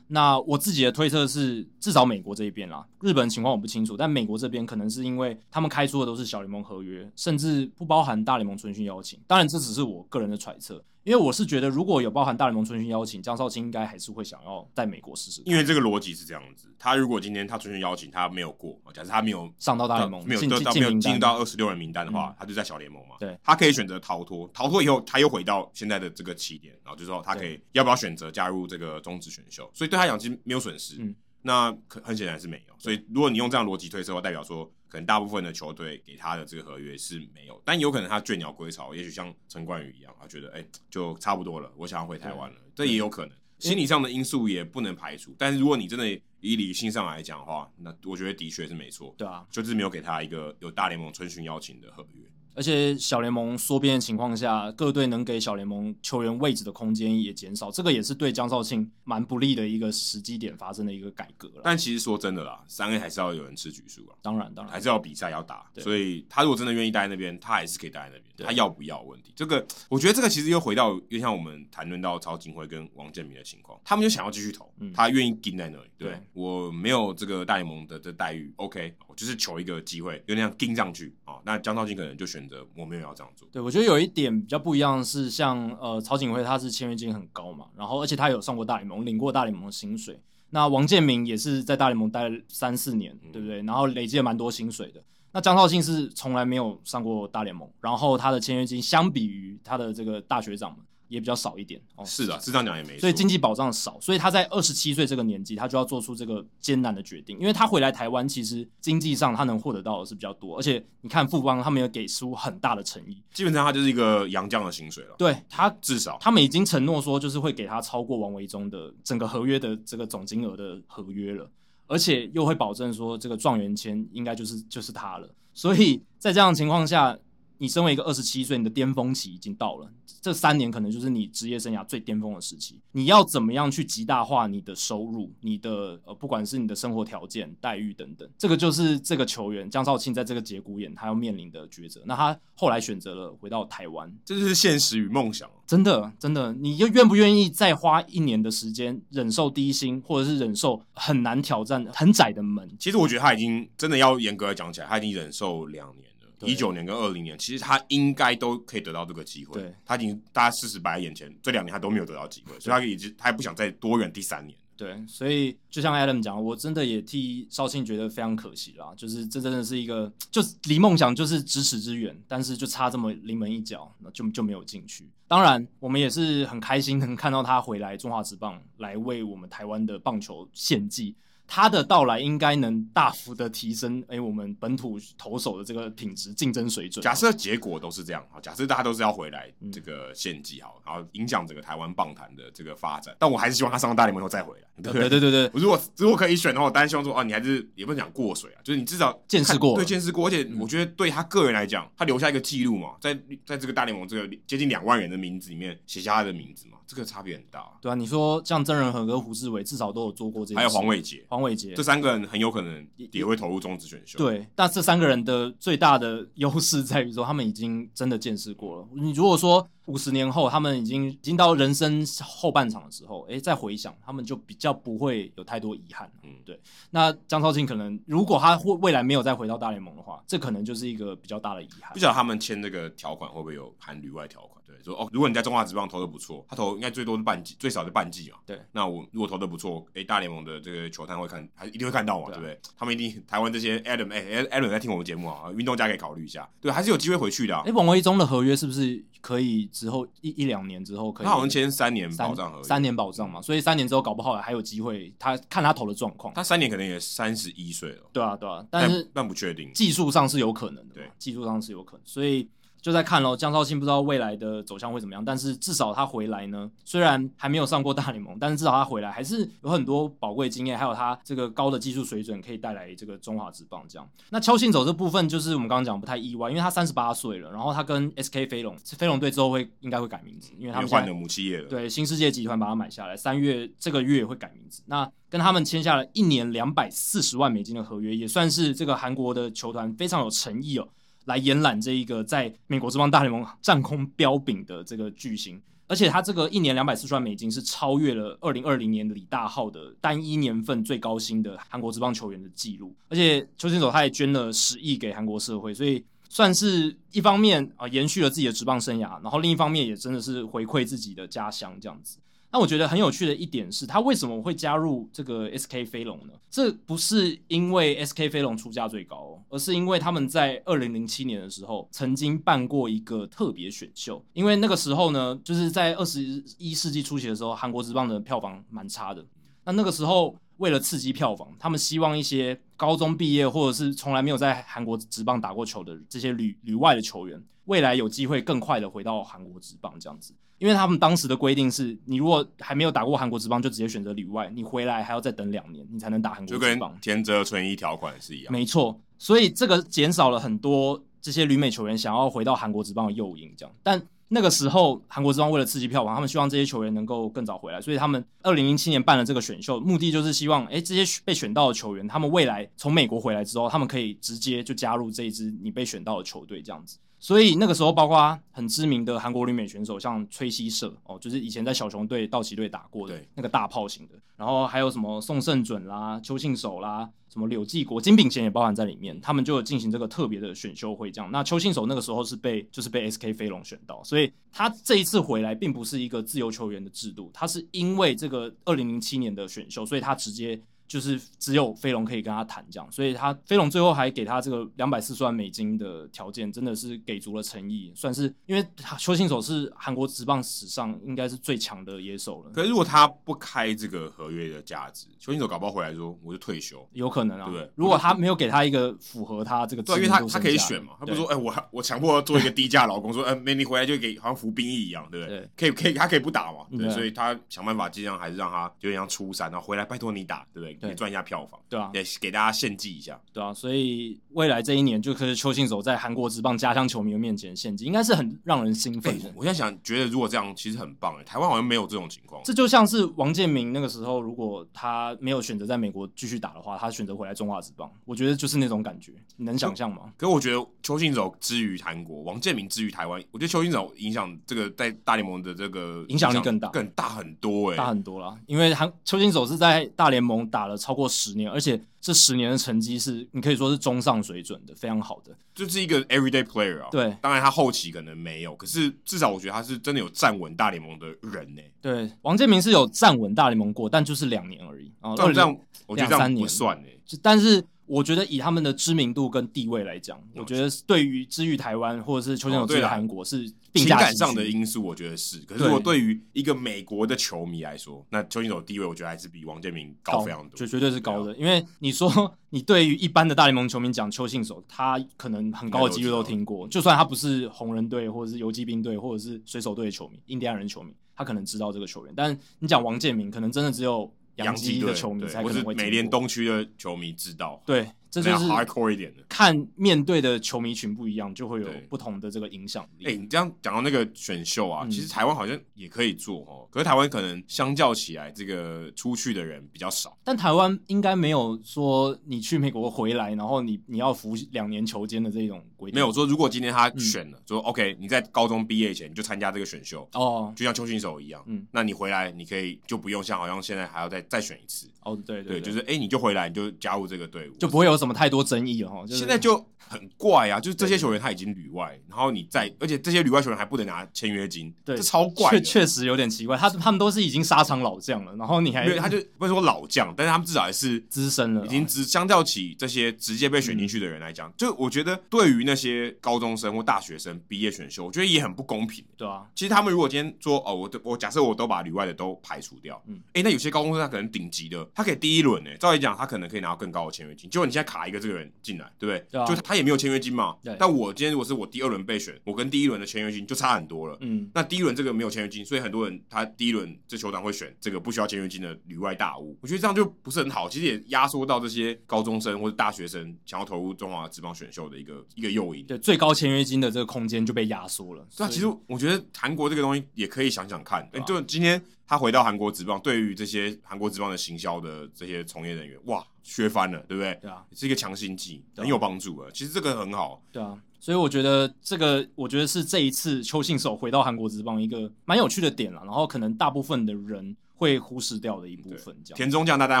S1: 那我自己的推测是，至少美国这一边啦，日本情况我不清楚，但美国这边可能是因为他们开出的都是小联盟合约，甚至不包含大联盟春训邀请。当然，这只是我个人的揣测，因为我是觉得如果有包含大联盟春训邀请，江少卿应该还是会想要在美国试试看，
S2: 因为这个逻辑是这样子。他如果今天他出去邀请，他没有过，哦假设他没有
S1: 上到大联盟，
S2: 呃没有
S1: 进
S2: 得
S1: 进
S2: 到没
S1: 进
S2: 有
S1: 名
S2: 进
S1: 单嗯
S2: 到二十六人名单的话，他就在小联盟嘛。
S1: 对，
S2: 他可以选择逃脱，逃脱以后他又回到现在的这个起点，然后就说他可以要不要选择加入这个中职选秀，所以对他讲其实没有损失。
S1: 嗯
S2: 那可很显然是没有，所以如果你用这样的逻辑推测的话，代表说可能大部分的球队给他的这个合约是没有，但有可能他倦鸟归巢，也许像陈冠宇一样，他觉得哎、就差不多了，我想要回台湾了，这也有可能。心理上的因素也不能排除，但是如果你真的以理性上来讲的话，那我觉得的确是没错。
S1: 对啊，
S2: 就是没有给他一个有大联盟春训邀请的合约。
S1: 而且小联盟缩编的情况下，各队能给小联盟球员位置的空间也减少，这个也是对江少庆蛮不利的一个时机点发生的一个改革了。
S2: 但其实说真的啦，三 A 还是要有人吃局数啊，
S1: 当然，当然
S2: 还，是要比赛要打。
S1: 嗯对
S2: 所以他如果真的愿意待在那边，他还是可以待在那边。
S1: 对
S2: 他要不要的问题，这个我觉得这个其实又回到，又像我们谈论到曹金辉跟王建民的情况，他们就想要继续投，
S1: 嗯
S2: 他愿意盯在那里。对
S1: 对
S2: 我没有这个大联盟的这待遇，OK，我就是求一个机会，有点像盯上去啊、那江少庆可能就选择我没有要这样做。
S1: 对我觉得有一点比较不一样的是像，呃曹景辉他是签约金很高嘛，然后而且他有上过大联盟，领过大联盟的薪水。那王建民也是在大联盟待了三四年，
S2: 嗯
S1: 对不对？然后累积了蛮多薪水的。那江少庆是从来没有上过大联盟，然后他的签约金相比于他的这个大学长们也比较少一点哦，
S2: 是啊的，是这样讲也没错。
S1: 所以经济保障少，所以他在二十七岁这个年纪，他就要做出这个艰难的决定，因为他回来台湾，其实经济上他能获得到的是比较多，而且你看富邦他们有给出很大的诚意，
S2: 基本上他就是一个洋将的薪水了，
S1: 对他
S2: 至少。
S1: 他们已经承诺说，就是会给他超过王维忠的整个合约的这个总金额的合约了，而且又会保证说这个状元签应该就是就是他了。所以在这样的情况下，你身为一个二十七岁，你的巅峰期已经到了，这三年可能就是你职业生涯最巅峰的时期。你要怎么样去极大化你的收入，你的呃，不管是你的生活条件、待遇等等，这个就是这个球员江少庆在这个节骨眼他要面临的抉择。那他后来选择了回到台湾，
S2: 这就是现实与梦想。
S1: 真的，真的，你又愿不愿意再花一年的时间忍受低薪，或者是忍受很难挑战、很窄的门？
S2: 其实我觉得他已经真的要严格地讲起来，他已经忍受两年了，
S1: 对
S2: 一九年跟二零年，其实他应该都可以得到这个机会
S1: 对。
S2: 他已经大家事实摆在眼前，这两年他都没有得到机会，所以他已经他也不想再多忍第三年。
S1: 对，所以就像 Adam 讲，我真的也替绍兴觉得非常可惜啦，就是这真的是一个，就是离梦想就是咫尺之远，但是就差这么临门一脚，那就就没有进去。当然，我们也是很开心能看到他回来中华职棒，来为我们台湾的棒球献祭。他的到来应该能大幅的提升，哎、我们本土投手的这个品质竞争水准。
S2: 假设结果都是这样，好，假设大家都是要回来
S1: 嗯
S2: 这个献祭，好，然后影响整个台湾棒坛的这个发展。但我还是希望他上到大联盟以后再回来，对不
S1: 对对对对，
S2: 我如果如果可以选的话，我当然希望说，哦，你还是也不能讲过水啊，就是你至少
S1: 见识过了嗯
S2: 看对，见识过，而且我觉得对他个人来讲，他留下一个记录嘛，在在这个大联盟这个接近两万人的名字里面写下他的名字嘛，这个差别很大啊。
S1: 对啊，你说像曾仁和跟胡志伟至少都有做过这些事，
S2: 还有黄伟杰，
S1: 黄伟杰
S2: 这，三个人很有可能也会投入中职选秀。，
S1: 对，但这三个人的最大的优势在于说，他们已经真的见识过了。你如果说五十年后，他们已经已经到人生后半场的时候，诶，再回想，他们就比较不会有太多遗憾。
S2: 嗯，
S1: 对那江超庆可能，如果他会未来没有再回到大联盟的话，这可能就是一个比较大的遗憾
S2: 不。晓得他们签这个条款会不会有含旅外条款？对，说哦，如果你在中华职棒投的不错，他投应该最多是半季，最少是半季嘛。
S1: 对，
S2: 那我如果投的不错，诶，大联盟的这个球探会看，还一定会看到嘛，对
S1: 对啊
S2: 不对？他们一定台湾这些 Adam，哎、a d a m 在听我们节目啊，运动家可以考虑一下，对，还是有机会回去的、啊。
S1: 诶，王维忠的合约是不是可以之后一一两年之后可以？
S2: 他好像签三年保障合约，
S1: 三年保障嘛，所以三年之后搞不好还有机会，他看他投的状况。
S2: 他三年可能也三十一岁了，
S1: 对啊，对啊，但是
S2: 但不确定。
S1: 技术上是有可能的嘛，
S2: 对
S1: 技术上是有可能，所以就在看喽。江少庆不知道未来的走向会怎么样，但是至少他回来呢，虽然还没有上过大联盟，但是至少他回来还是有很多宝贵经验，还有他这个高的技术水准可以带来这个中华职棒这样。那邱信走这部分就是我们刚刚讲不太意外，因为他三十八岁了，然后他跟 SK 飞龙飞龙队之后会应该会改名字，因为他
S2: 因为
S1: 们现
S2: 换
S1: 在
S2: 了母企业了。
S1: 对，新世界集团把它买下来，三月这个月会改名字。那跟他们签下了一年两百四十万美金的合约，也算是这个韩国的球团非常有诚意哦，来延揽这一个在美国这帮大联盟战空标炳的这个巨星。而且他这个一年两百四十万美金是超越了二零二零年李大浩的单一年份最高薪的韩国职棒球员的记录。而且邱信手他也捐了十亿给韩国社会，所以算是一方面啊、呃延续了自己的职棒生涯，然后另一方面也真的是回馈自己的家乡这样子。那我觉得很有趣的一点是，他为什么会加入这个 SK 飞龙呢？这不是因为 SK 飞龙出价最高、哦，而是因为他们在二零零七年的时候曾经办过一个特别选秀，因为那个时候呢，就是在二十一世纪初期的时候，韩国职棒的票房蛮差的，那那个时候为了刺激票房，他们希望一些高中毕业或者是从来没有在韩国职棒打过球的这些旅旅外的球员，未来有机会更快的回到韩国职棒这样子。因为他们当时的规定是，你如果还没有打过韩国职棒，就直接选择旅外，你回来还要再等两年，你才能打韩国
S2: 就
S1: 职
S2: 跟
S1: 棒。
S2: 田泽纯一条款是一样。
S1: 没错，所以这个减少了很多这些旅美球员想要回到韩国职棒的诱因，这样。但那个时候，韩国职棒为了刺激票房，他们希望这些球员能够更早回来，所以他们二零零七年办了这个选秀，目的就是希望，诶，这些被选到的球员，他们未来从美国回来之后，他们可以直接就加入这一支你被选到的球队这样子。所以那个时候，包括很知名的韩国旅美选手，像崔西社哦，就是以前在小熊队、道奇队打过的
S2: 对
S1: 那个大炮型的，然后还有什么宋胜准啦、邱信守啦、什么柳继国、金炳贤也包含在里面，他们就有进行这个特别的选秀会这样。那邱信守那个时候是被就是被 SK 飞龙选到，所以他这一次回来并不是一个自由球员的制度，他是因为这个二零零七年的选秀，所以他直接就是只有飞龙可以跟他谈这样，所以他飞龙最后还给他这个两百四十万美金的条件，真的是给足了诚意，算是因为邱信手是韩国职棒史上应该是最强的野手了，
S2: 可是如果他不开这个合约的价值，邱信手搞不好回来说我就退休。
S1: 有可能啊。
S2: 对不对
S1: 如果他没有给他一个符合他这个知
S2: 对啊，
S1: 名
S2: 因
S1: 度身
S2: 为
S1: 价
S2: 他
S1: 的，
S2: 他可以选嘛，他不是说哎、我我强迫做一个低价劳工，说哎、没你回来就给好像服兵役一样，对不对？可以可以他可以不打嘛，对，
S1: 对啊
S2: 所以他想办法尽量还是让他有点像初三，然后回来拜托你打，对不
S1: 对
S2: 对？可以赚一下票房，
S1: 对对啊，
S2: 也给大家献祭一下。
S1: 对啊，所以未来这一年就可是邱信手在韩国职棒家乡球迷的面前献祭，应该是很让人兴
S2: 哎、
S1: 奋的。
S2: 我现在想觉得如果这样其实很棒哎，台湾好像没有这种情况。
S1: 这就像是王建民那个时候，如果他没有选择在美国继续打的话，他选择回来中华职棒，我觉得就是那种感觉，你能想象吗？
S2: 可我觉得邱信走之于韩国，王建民之于台湾，我觉得邱信走影响这个在大联盟的这个
S1: 影响力更大
S2: 更大很多哎、
S1: 大很多啦，因为韩邱金手是在大联盟打了超过十年，而且这十年的成绩是你可以说是中上水准的，非常好的。
S2: 就是一个 everyday player 啊。
S1: 对
S2: 当然他后期可能没有，可是至少我觉得他是真的有站稳大联盟的人欸呢、
S1: 对，王建民是有站稳大联盟过，但就是两年而已啊。
S2: 这样这
S1: 20
S2: 样，我觉得
S1: 两
S2: 这
S1: 三
S2: 样
S1: 年
S2: 不算欸呢、
S1: 就但是我觉得以他们的知名度跟地位来讲，我觉得对于之于台湾或者是邱金手
S2: 哦
S1: 之
S2: 对
S1: 于
S2: 啦
S1: 韩国是并
S2: 情
S1: 驾
S2: 感
S1: 齐
S2: 上的
S1: 驱
S2: 因素，我觉得是。可是
S1: 对
S2: 如果对于一个美国的球迷来说，那邱信走地位，我觉得还是比王建民高非常多。啊
S1: 绝绝对是高的。因为你说 你对于一般的大联盟球迷讲邱信手，他可能很高的几率都听过，就算他不是红人队或者是游击兵队或者是水手队的球迷、印第安人球迷，他可能知道这个球员。但你讲王建民，可能真的只有洋基的
S2: 队
S1: 球迷
S2: 对
S1: 才
S2: 或
S1: 可
S2: 是
S1: 能会
S2: 美
S1: 听
S2: 联
S1: 过
S2: 东区的球迷知道，
S1: 对，这就
S2: 那
S1: 是
S2: 样 hardcore 一点的。
S1: 看面对的球迷群不一样，就会有
S2: 对
S1: 不同的这个影响力。
S2: 哎、你这样讲到那个选秀啊，
S1: 嗯
S2: 其实台湾好像也可以做哦，可是台湾可能相较起来，这个出去的人比较少。
S1: 但台湾应该没有说你去美国回来，然后你你要服两年囚监的这种规定。
S2: 没有说，如果今天他选
S1: 嗯
S2: 了，说 OK，你在高中毕业前你就参加这个选秀，
S1: 哦
S2: 就像邱信手一样，
S1: 嗯
S2: 那你回来你可以就不用像好像现在还要再再选一次，
S1: 哦，对对，
S2: 对，就是哎、你就回来你就加入这个队伍，
S1: 就不会有什么太多争议了哈。就是
S2: 现在就很怪啊，就是这些球员他已经旅外，然后你再，而且这些旅外球员还不能拿签约金，
S1: 对
S2: 这超怪
S1: 确
S2: 的。
S1: 确实有点奇怪，他他们都是已经沙场老将了，然后你还
S2: 因为他就不是说老将，但是他们至少还是
S1: 资深了啦，哦
S2: 已经只相较起这些直接被选进去的人来
S1: 嗯
S2: 讲，就我觉得对于那些高中生或大学生毕业选秀，我觉得也很不公平。
S1: 对啊，
S2: 其实他们如果今天说哦，我都我假设我都把里外的都排除掉，嗯
S1: 嗯，
S2: 哎、那有些高中生他可能顶级的，他可以第一轮呢、照理讲他可能可以拿到更高的签约金，结果你现在卡一个这个人进来，对不
S1: 对
S2: 对？
S1: 啊
S2: 就他也没有签约金嘛
S1: 对。
S2: 但我今天如果是我第二轮备选，我跟第一轮的签约金就差很多了。
S1: 嗯，
S2: 那第一轮这个没有签约金，所以很多人他第一轮这球团会选这个不需要签约金的旅外大物，我觉得这样就不是很好，其实也压缩到这些高中生或者大学生想要投入中华职棒选秀的一个一个诱因。
S1: 对，最高签约金的这个空间就被压缩了。
S2: 对
S1: 所
S2: 啊，
S1: 以
S2: 其实我觉得韩国这个东西也可以想想看。
S1: 对啊
S2: 就今天他回到韩国职棒，对于这些韩国职棒的行销的这些从业人员，哇，削翻了，对不对？
S1: 对啊，
S2: 是一个强心剂，
S1: 对啊
S2: 很有帮助啊。其实这个很好，
S1: 对啊，所以我觉得这个，我觉得是这一次邱信手回到韩国职棒一个蛮有趣的点了，然后可能大部分的人会忽视掉的一部分，这样。
S2: 田中将大家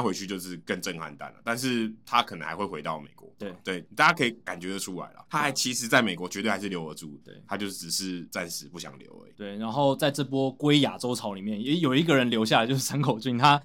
S2: 回去就是更震撼弹了，但是他可能还会回到美国。
S1: 对啊
S2: 对，大家可以感觉得出来了，他还其实在美国绝对还是留得住，
S1: 对
S2: 他就只是暂时不想留而已。
S1: 对，然后在这波归亚洲潮里面，也有一个人留下来，就是山口俊，他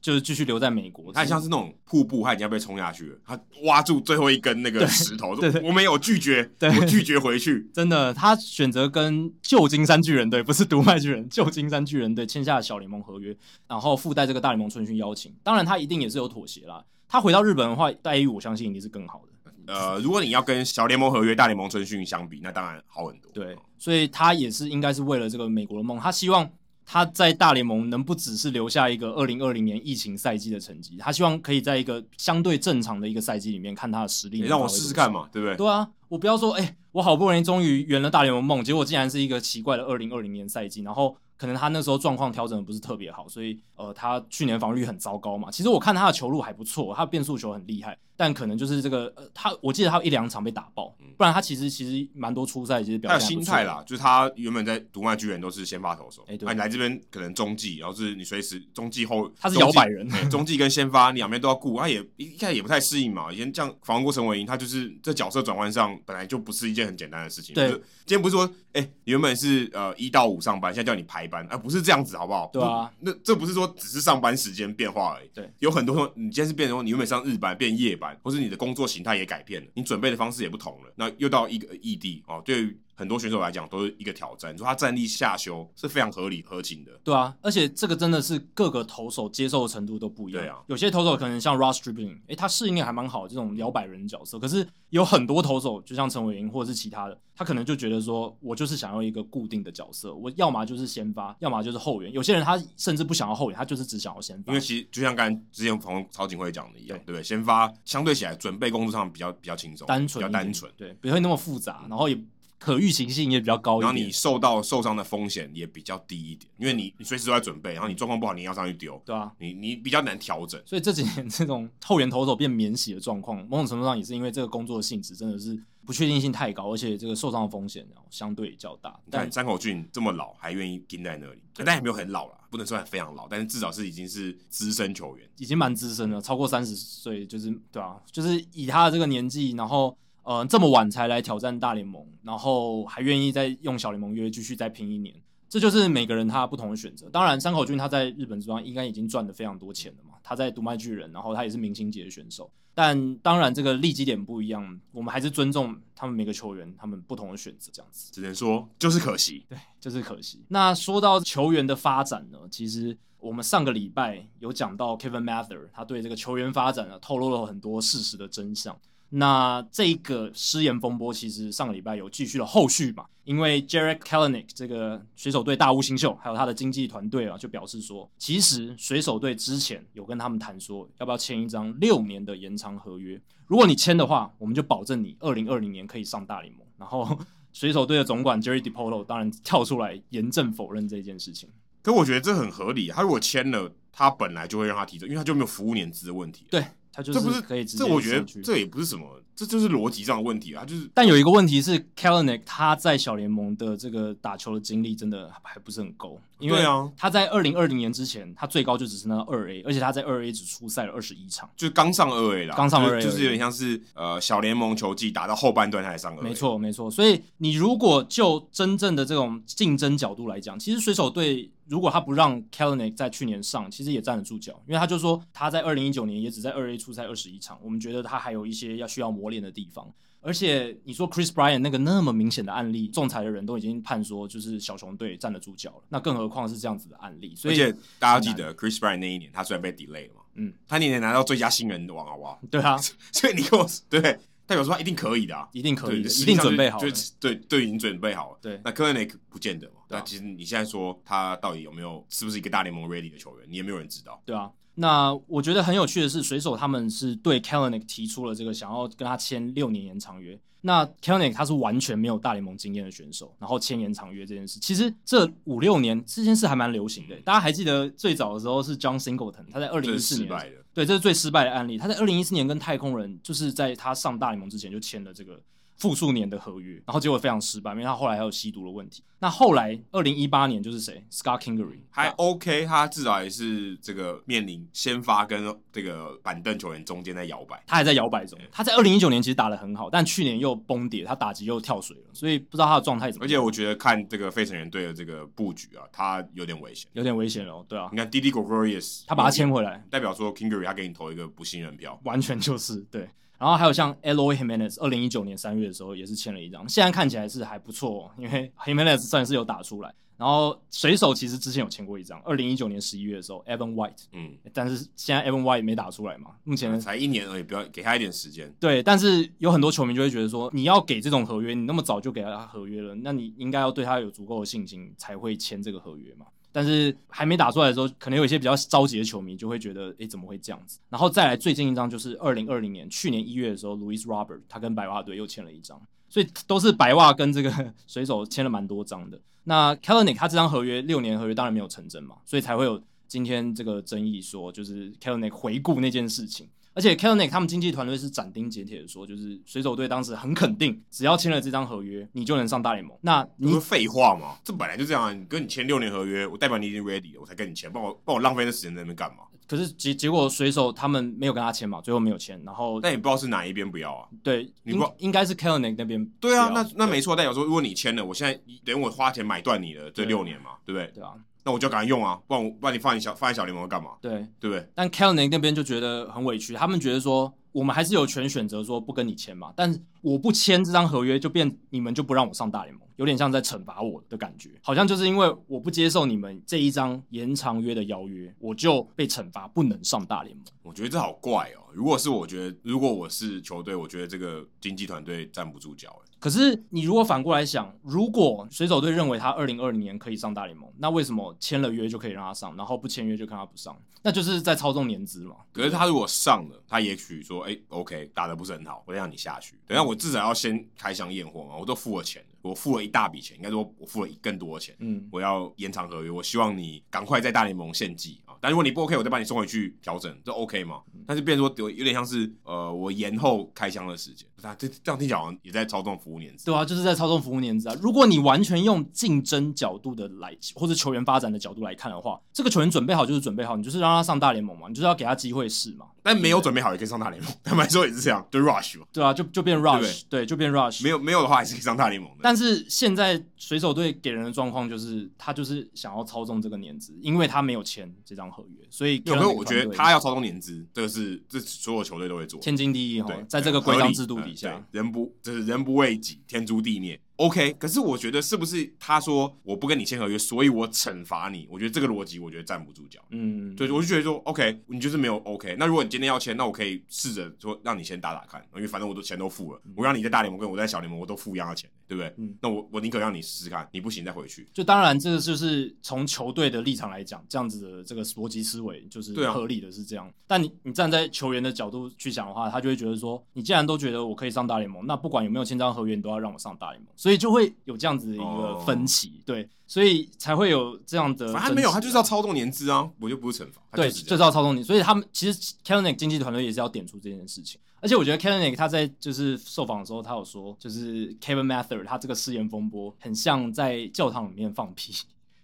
S1: 就是继续留在美国。
S2: 他很像是那种瀑布，他已经要被冲下去了，他挖住最后一根那个石头，
S1: 对
S2: 说
S1: 对
S2: 我没有拒绝，
S1: 对
S2: 我拒绝回去。
S1: 真的，他选择跟旧金山巨人队，不是独卖巨人，旧金山巨人队签下小联盟合约，然后附带这个大联盟春训邀请。当然，他一定也是有妥协啦。他回到日本的话，待遇我相信一定是更好的。
S2: 呃，如果你要跟小联盟合约、大联盟春训相比，那当然好很多。
S1: 对，所以他也是应该是为了这个美国的梦，他希望他在大联盟能不只是留下一个二零二零年疫情赛季的成绩，他希望可以在一个相对正常的一个赛季里面看他的实力。
S2: 你让我试试看。嘛，对不对？
S1: 对啊，我不要说，哎、我好不容易终于圆了大联盟梦，结果竟然是一个奇怪的二零二零年赛季，然后可能他那时候状况调整的不是特别好，所以呃，他去年防御率很糟糕嘛。其实我看他的球路还不错，他的变速球很厉害，但可能就是这个，呃、他我记得他有一两场被打爆，不然他其实其实蛮多初赛其实表
S2: 嗯他
S1: 现
S2: 有
S1: 还不
S2: 心
S1: 错
S2: 态啦，就是他原本在独卖巨人都是先发投手，
S1: 哎对
S2: 那你来这边可能中继，然后是你随时中继后，
S1: 他是
S2: 中
S1: 摇
S2: 继
S1: 摆人，
S2: 哎中继跟先发你两边都要顾，他也一开始也不太适应嘛。以前像访问过陈伟霆，他就是这角色转换上本来就不是一件很简单的事情。
S1: 对
S2: 就是今天不是说，哎、你原本是呃一到五上班，现在叫你排班，啊、不是这样子好不好？
S1: 对啊
S2: 不，那这不是说只是上班时间变化而已。
S1: 对，
S2: 有很多你今天是变成说你原本上日班变夜班，或是你的工作形态也改变了，你准备的方式也不同了，那又到一个异地哦，对于很多选手来讲都是一个挑战。你说他战力下修是非常合理合情的，
S1: 对啊，而且这个真的是各个投手接受的程度都不一样。
S2: 对啊
S1: 有些投手可能像 Ross Stripling，诶、他适应力还蛮好，这种摇摆人角色。可是有很多投手，就像陈伟霆或者是其他的，他可能就觉得说，我就是想要一个固定的角色，我要么就是先发，要么就是后援。有些人他甚至不想要后援，他就是只想要先发
S2: 因为。其实就像刚才之前访问曹景辉讲的一样，
S1: 啊对
S2: 对不对？先发相对起来准备工作上比较比较轻松，
S1: 单纯一
S2: 比较
S1: 点
S2: 单纯，
S1: 对，不会那么复杂，然后也可预期性也比较高一
S2: 然
S1: 点。
S2: 后你受到受伤的风险也比较低一点，因为你你随时都在准备，然后你状况不好你要上去丢，
S1: 对啊，
S2: 你你比较难调整。
S1: 所以这几年这种后援投手变免洗的状况， 某种程度上也是因为这个工作的性质真的是不确定性太高，而且这个受伤的风险然后相对较大。
S2: 你
S1: 但
S2: 看山口俊这么老还愿意盯在那里，但也没有很老啦，不能算非常老，但是至少是已经是资深球员。
S1: 已经蛮资深了，超过三十岁，就是对啊，就是以他的这个年纪，然后呃这么晚才来挑战大联盟，然后还愿意再用小联盟约继续再拼一年，这就是每个人他不同的选择。当然，山口俊他在日本职棒应该已经赚的非常多钱了嘛，他在独卖巨人，然后他也是明星级的选手。但当然，这个利基点不一样，我们还是尊重他们每个球员他们不同的选择，这样子。
S2: 只能说就是可惜，
S1: 就是可惜。那说到球员的发展呢，其实我们上个礼拜有讲到 Kevin Mather，他对这个球员发展呢啊透露了很多事实的真相。那这个失言风波其实上个礼拜有继续了后续嘛，因为 Jarek Kalanick 这个水手队大屋新秀，还有他的经纪团队啊，就表示说，其实水手队之前有跟他们谈说，要不要签一张六年的延长合约，如果你签的话，我们就保证你二零二零年可以上大联盟。然后 水手队的总管 Jerry DiPolo 当然跳出来严正否认这件事情。
S2: 可我觉得这很合理。啊他如果签了，他本来就会让他提升，因为他就没有服务年资的问题。
S1: 对他就
S2: 这不是
S1: 可以直接
S2: 这我觉得
S1: 上去
S2: 这也不是什么，这就是逻辑上的问题啊，就是
S1: 但有一个问题是 k a l i n i k 他在小联盟的这个打球的经历真的还不是很够，因为
S2: 对啊
S1: 他在二零二零年之前，他最高就只是那二 A，而且他在二 A 只出赛了二十一场。
S2: 就是刚上二 A 啦，
S1: 刚上
S2: 就是
S1: 2A
S2: 就是有点像是呃小联盟球季打到后半段才上二 A，
S1: 没，错，没错。所以你如果就真正的这种竞争角度来讲，其实水手队如果他不让 Kalanick 在去年上，其实也站得住脚，因为他就说他在二零一九年也只在二 A 出赛二十一场，我们觉得他还有一些要需要磨练的地方。而且你说 Chris Bryan 那个那么明显的案例，仲裁的人都已经判说就是小熊队站得住脚了，那更何况是这样子的案例。所
S2: 而
S1: 以
S2: 且大家记得 Chris Bryant 那一年，他虽然被 delay 了嘛，
S1: 嗯，
S2: 他年年拿到最佳新人王，好不好？
S1: 对啊，
S2: 所以你跟我对，代表说他一定可以的、啊，
S1: 一定可以的，
S2: 对
S1: 一定准备好
S2: 就
S1: 了。
S2: 是对对，已经准备好了。
S1: 对
S2: 那科 e 内不见得嘛。
S1: 对
S2: 那
S1: 啊
S2: 其实你现在说他到底有没有是不是一个大联盟 ready 的球员，你也没有人知道。
S1: 对啊，那我觉得很有趣的是，水手他们是对 Kalanick 提出了这个想要跟他签六年延长约。那 Kalanick 他是完全没有大联盟经验的选手，然后签延长约这件事，其实这五六年这件事还蛮流行的。大家还记得最早的时候是 John Singleton，他在二零
S2: 这
S1: 一
S2: 是
S1: 四
S2: 失
S1: 年
S2: 败的，
S1: 对，这是最失败的案例。他在二零一四年跟太空人，就是在他上大联盟之前就签了这个复数年的合约，然后结果非常失败，因为他后来还有吸毒的问题。那后来二零一八年就是谁，Scott Kingery，
S2: 还 OK，他至少也是这个面临先发跟这个板凳球员中间在摇摆。
S1: 他还在摇摆中。他在二零一九年其实打得很好，但去年又崩跌，他打击又跳水了，所以不知道他的状态怎么
S2: 而
S1: 样，
S2: 且我觉得看这个费城人队的这个布局啊，他有点危险。
S1: 有点危险了哦。对啊
S2: 你，看 d d Gregorius，
S1: 他把他签回来，
S2: 代表说 Kingery 他给你投一个不信任票，
S1: 完全就是对。然后还有像 Eloy Jimenez，二零一九年三月的时候也是签了一张，现在看起来是还不错、哦，因为 Jimenez 算是有打出来。然后水手其实之前有签过一张，二零一九年十一月的时候 Evan White，
S2: 嗯，
S1: 但是现在 Evan White 没打出来嘛，目前的
S2: 才一年而已，不要给他一点时间。
S1: 对，但是有很多球迷就会觉得说，你要给这种合约，你那么早就给他合约了，那你应该要对他有足够的信心才会签这个合约嘛。但是还没打出来的时候，可能有一些比较着急的球迷就会觉得，诶，怎么会这样子？然后再来最近一张就是二零二零年去年一月的时候，Louis Robert 他跟白袜队又签了一张，所以都是白袜跟这个水手签了蛮多张的。那 Kalanick 他这张合约六年合约当然没有成真嘛，所以才会有今天这个争议说，就是 Kalanick 回顾那件事情。而且 Kalanick 他们经纪团队是斩钉截铁的说，就是水手队当时很肯定，只要签了这张合约，你就能上大联盟。那
S2: 你
S1: 你
S2: 说废话嘛？这本来就这样、啊，你跟你签六年合约，我代表你已经 ready 了，我才跟你签，帮我帮我浪费那时间在那边干嘛？
S1: 可是结结果水手他们没有跟他签嘛，最后没有签。然后
S2: 但也不知道是哪一边不要啊。
S1: 对，
S2: 你
S1: 应
S2: 不
S1: 应该是 Kalanick 那边不
S2: 对
S1: 要
S2: 啊，那那没错，代表说如果你签了，我现在等于我花钱买断你了这
S1: 对
S2: 六年嘛，对不对？
S1: 对啊，
S2: 那我就要赶快用啊，不然我不然你放你小放在小联盟干嘛？
S1: 对。
S2: 对不对？
S1: 但 Kalanick 那边就觉得很委屈，他们觉得说我们还是有权选择说不跟你签嘛，但是我不签这张合约就变你们就不让我上大联盟，有点像在惩罚我的感觉，好像就是因为我不接受你们这一张延长约的邀约，我就被惩罚不能上大联盟。
S2: 我觉得这好怪哦。如果是我觉得，如果我是球队，我觉得这个经纪团队站不住脚、欸。
S1: 可是你如果反过来想，如果水手队认为他二零二零年可以上大联盟，那为什么签了约就可以让他上，然后不签约就看他不上？那就是在操纵年资嘛。
S2: 可是他如果上了，他也许说，哎、o k 打的不是很好，我再让你下去。等一下我至少要先开箱验货嘛，我都付了钱了，我付了一大笔钱，应该说我付了更多的钱。
S1: 嗯，
S2: 我要延长合约，我希望你赶快在大联盟献祭啊！但如果你不 OK，我再把你送回去调整，这 OK 吗？但是变成说有有点像是呃，我延后开箱的时间，那这这样听起来好像也在操纵服务年资。
S1: 对啊，就是在操纵服务年资啊。如果你完全用竞争角度的来，或者球员发展的角度来看的话，这个球员准备好就是准备好，你就是让他上大联盟嘛，你就是要给他机会试嘛，
S2: 但没有准备好也可以上大联盟， 坦白说也是这样，就 rush 嘛，
S1: 对啊，就就变 rush，对就变 rush，
S2: 没有没有的话还是可以上大联盟的。
S1: 但是现在水手队给人的状况就是，他就是想要操纵这个年资，因为他没有签这张合约，所以
S2: 有没有？我觉得他
S1: 要
S2: 要操纵年资，这个是这是所有球队都会做的。
S1: 天经地义哈
S2: 对，，
S1: 哦在这个规章制度底
S2: 嗯合理
S1: 下
S2: 嗯，对人不就是人不为己，天诛地灭。OK，可是我觉得是不是他说我不跟你签合约，所以我惩罚你？我觉得这个逻辑，我觉得站不住脚。
S1: 嗯，
S2: 对，我就觉得说，OK，你就是没有 OK。那如果你今天要签，那我可以试着说让你先打打看，因为反正我都钱都付了，我让你在大联盟跟我在小联盟我都付一样的钱，对不对？
S1: 嗯
S2: 那我我宁可让你试试看，你不行再回去。
S1: 就当然这个就是从球队的立场来讲，这样子的这个逻辑思维就是
S2: 对啊
S1: 合理的，是这样。但你你站在球员的角度去想的话，他就会觉得说，你既然都觉得我可以上大联盟，那不管有没有签张合约，你都要让我上大联盟，所以就会有这样子的一个
S2: 哦
S1: 分歧，对，所以才会有这样的争执啊。
S2: 反正他没有，他就是要操纵年资啊，我就不是惩罚。他
S1: 对，
S2: 是
S1: 就
S2: 这
S1: 是
S2: 样
S1: 要操纵你。所以他们其实 Kalanick 经纪团队也是要点出这件事情。而且我觉得 Kalanick 他在就是受访的时候，他有说，就是 Kevin Mather 他这个誓言风波很像在教堂里面放屁，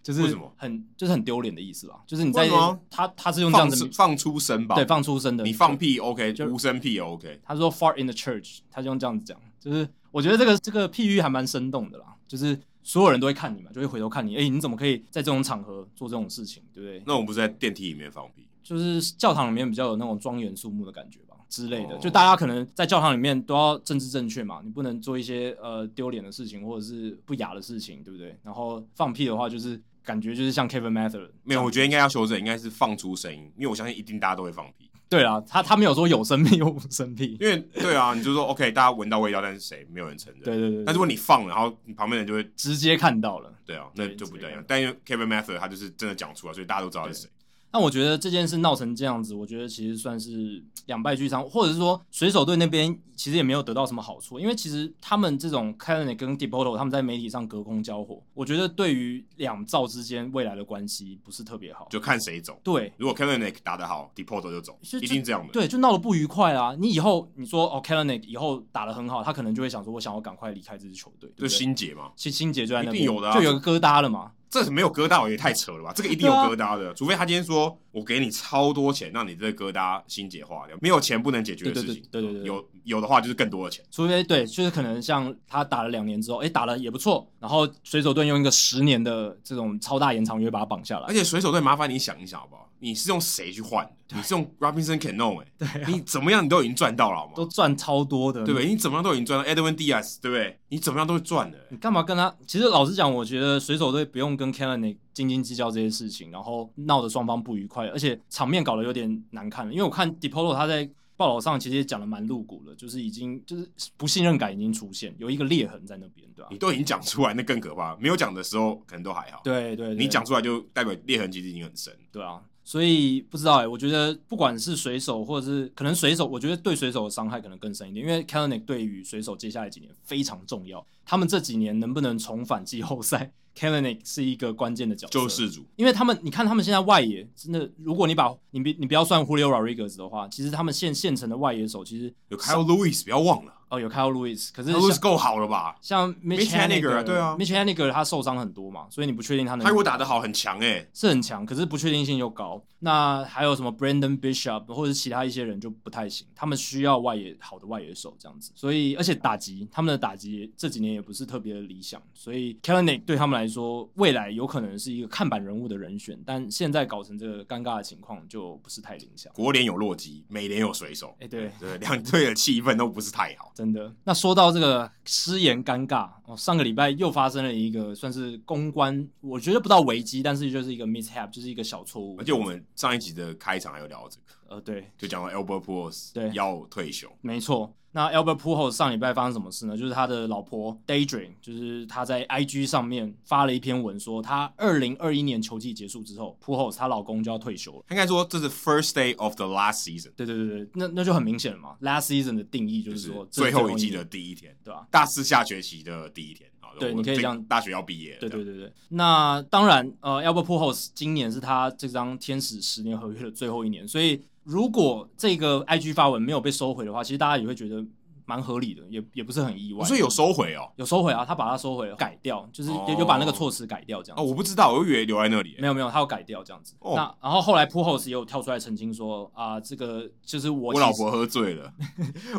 S1: 就是
S2: 为什么
S1: 很就是很丢脸的意思吧？就是你在
S2: 为什么
S1: 他他是用这样
S2: 放
S1: 子
S2: 出放出声吧，
S1: 对放出声的，
S2: 你放屁 OK，
S1: 就
S2: 无声屁也 OK。
S1: 他说 “far in the church”，他就用这样子讲，就是我觉得这个这个譬喻还蛮生动的啦，就是所有人都会看你嘛，就会回头看你，哎、你怎么可以在这种场合做这种事情，对不对？
S2: 那我们不是在电梯里面放屁？
S1: 就是教堂里面比较有那种庄严肃穆的感觉吧之类的。
S2: 哦
S1: 就大家可能在教堂里面都要政治正确嘛，你不能做一些呃丢脸的事情或者是不雅的事情，对不对？然后放屁的话，就是感觉就是像 Kevin Mather
S2: 没有，我觉得应该要修正，应该是放出声音，因为我相信一定大家都会放屁。
S1: 对啦，他他没有说有生命又无生命，
S2: 因为对啊，你就说 OK，大家闻到味道，但是谁没有人承认？
S1: 对对对
S2: 但
S1: 对，
S2: 如果你放了，然后你旁边人就会
S1: 直接看到了。
S2: 对啊，那就不对
S1: 对
S2: 啊。但因为 Kevin Mather 他就是真的讲出来，所以大家都知道是谁。
S1: 那我觉得这件事闹成这样子，我觉得其实算是两败俱伤，或者是说水手队那边其实也没有得到什么好处，因为其实他们这种 k a l n i 跟 Depoto 他们在媒体上隔空交火，我觉得对于两造之间未来的关系不是特别好。
S2: 就看谁走。
S1: 对
S2: 如果 Kevin Nick 打得好，Deport 就走，
S1: 是
S2: 一定这样的。
S1: 对，就闹得不愉快啦。你以后你说哦 k a l n i 以后打得很好，他可能就会想说，我想要赶快离开这支球队，对
S2: 就
S1: 不对？
S2: 心结嘛，
S1: 其实心结就在那
S2: 一
S1: 边，
S2: 定有的啊
S1: 就有个疙瘩了嘛。
S2: 这没有疙瘩也太扯了吧？这个一定
S1: 啊
S2: 有疙瘩的，除非他今天说我给你超多钱，让你这个疙瘩心结化掉。没有钱不能解决的
S1: 对
S2: 事
S1: 对
S2: 情，
S1: 对对对对
S2: 有有的话就是更多的钱。
S1: 除非对，就是可能像他打了两年之后，哎，打了也不错，然后水手队用一个十年的这种超大延长约把他绑下来
S2: 而。且水手队，麻烦你想一想好不好？你是用谁去换的？你是用 Robinson Cano 哎、你怎么样你都已经赚到了好吗？
S1: 啊都赚超多的，
S2: 对不对？你怎么样都已经赚到 Edwin Diaz，对不对？你怎么样都会赚的、欸
S1: 你干嘛跟他？其实老实讲，我觉得水手队不用跟 k e l l n y 斤斤计较这些事情，然后闹得双方不愉快，而且场面搞得有点难看了。因为我看 Depolo 他在报道上其实也讲的蛮露骨了，就是已经就是不信任感已经出现，有一个裂痕在那边，对吧、
S2: 你都已经讲出来，那更可怕。没有讲的时候可能都还好，
S1: 对对对，
S2: 你讲出来就代表裂痕其实已经很深。
S1: 对啊，所以不知道哎、我觉得不管是水手或者是可能水手，我觉得对水手的伤害可能更深一点，因为 k a l n i c 对于水手接下来几年非常重要，他们这几年能不能重返季后赛 k a l n i c 是一个关键的角色。
S2: 救世主，
S1: 因为他们，你看他们现在外野真的，如果你把你别你不要算 Julio Rodriguez 的话，其实他们现现成的外野手其实
S2: 有 Kyle Lewis，不要忘了
S1: 哦有 Kyle Lewis，可是
S2: ，Kyle
S1: 像
S2: Lewis 够好了吧？
S1: 像 Mitch
S2: Mitch Haniger 啊对啊
S1: ，Mitch Haniger 他受伤很多嘛，所以你不确定他能
S2: 他如果打得好，很强哎、
S1: 是很强，可是不确定性又高。那还有什么 Brandon Bishop 或者是其他一些人就不太行，他们需要外野好的外野手这样子。所以，而且打击他们的打击也这几年也不是特别的理想，所以 k e l n i c 对他们来说未来有可能是一个看板人物的人选，但现在搞成这个尴尬的情况就不是太理想。
S2: 国联有洛基，美联有水手，
S1: 哎对
S2: 对，两队的气氛都不是太好。
S1: 真的。那说到这个失言尴尬哦，上个礼拜又发生了一个算是公关，我觉得不到危机，但是就是一个 mishap，就是一个小错误。
S2: 而且我们上一集的开场还有聊到这个，
S1: 呃，对，
S2: 就讲到 Albert Pujols
S1: 对
S2: 要退休，
S1: 没错。那 Albert Pujols 上礼拜发生什么事呢？就是他的老婆 Daydream，就是他在 IG 上面发了一篇文说，他二零二一年球季结束之后，Pujols 她老公就要退休了。
S2: 他应该说这是 first day of the last season，
S1: 对对对对，那那就很明显了嘛。Last season 的定义就
S2: 就是是
S1: 说这
S2: 最
S1: 是
S2: 后一季
S1: 年
S2: 的第一天，
S1: 对吧、
S2: 大四下学期的第一天啊。
S1: 对
S2: 我
S1: 你可以
S2: 这
S1: 这样
S2: 大学要毕业了，
S1: 对
S2: 这样
S1: 对对对，那当然，呃，Albert Pujols 今年是他这张天使十年合约的最后一年，所以如果这个 IG 发文没有被收回的话，其实大家也会觉得蛮合理的，也也不是很意外。
S2: 哦所以有收回哦。
S1: 有收回啊，他把它收回，改掉，就是
S2: 哦
S1: 有有把那个措辞改掉这样
S2: 哦，
S1: 子。
S2: 我不知道，我以为留在那里。
S1: 没有没有，他有改掉这样子。
S2: 哦
S1: 那然后后来 p u h o s 也有跳出来澄清说啊、这个就是我
S2: 我
S1: 其实
S2: 老婆喝醉了，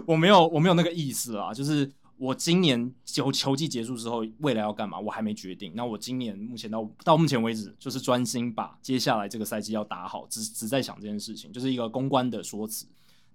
S1: 我没有我没有那个意思啊，就是我今年球球季结束之后，未来要干嘛我还没决定。那我今年目前到到目前为止，就是专心把接下来这个赛季要打好，只只在想这件事情，就是一个公关的说辞。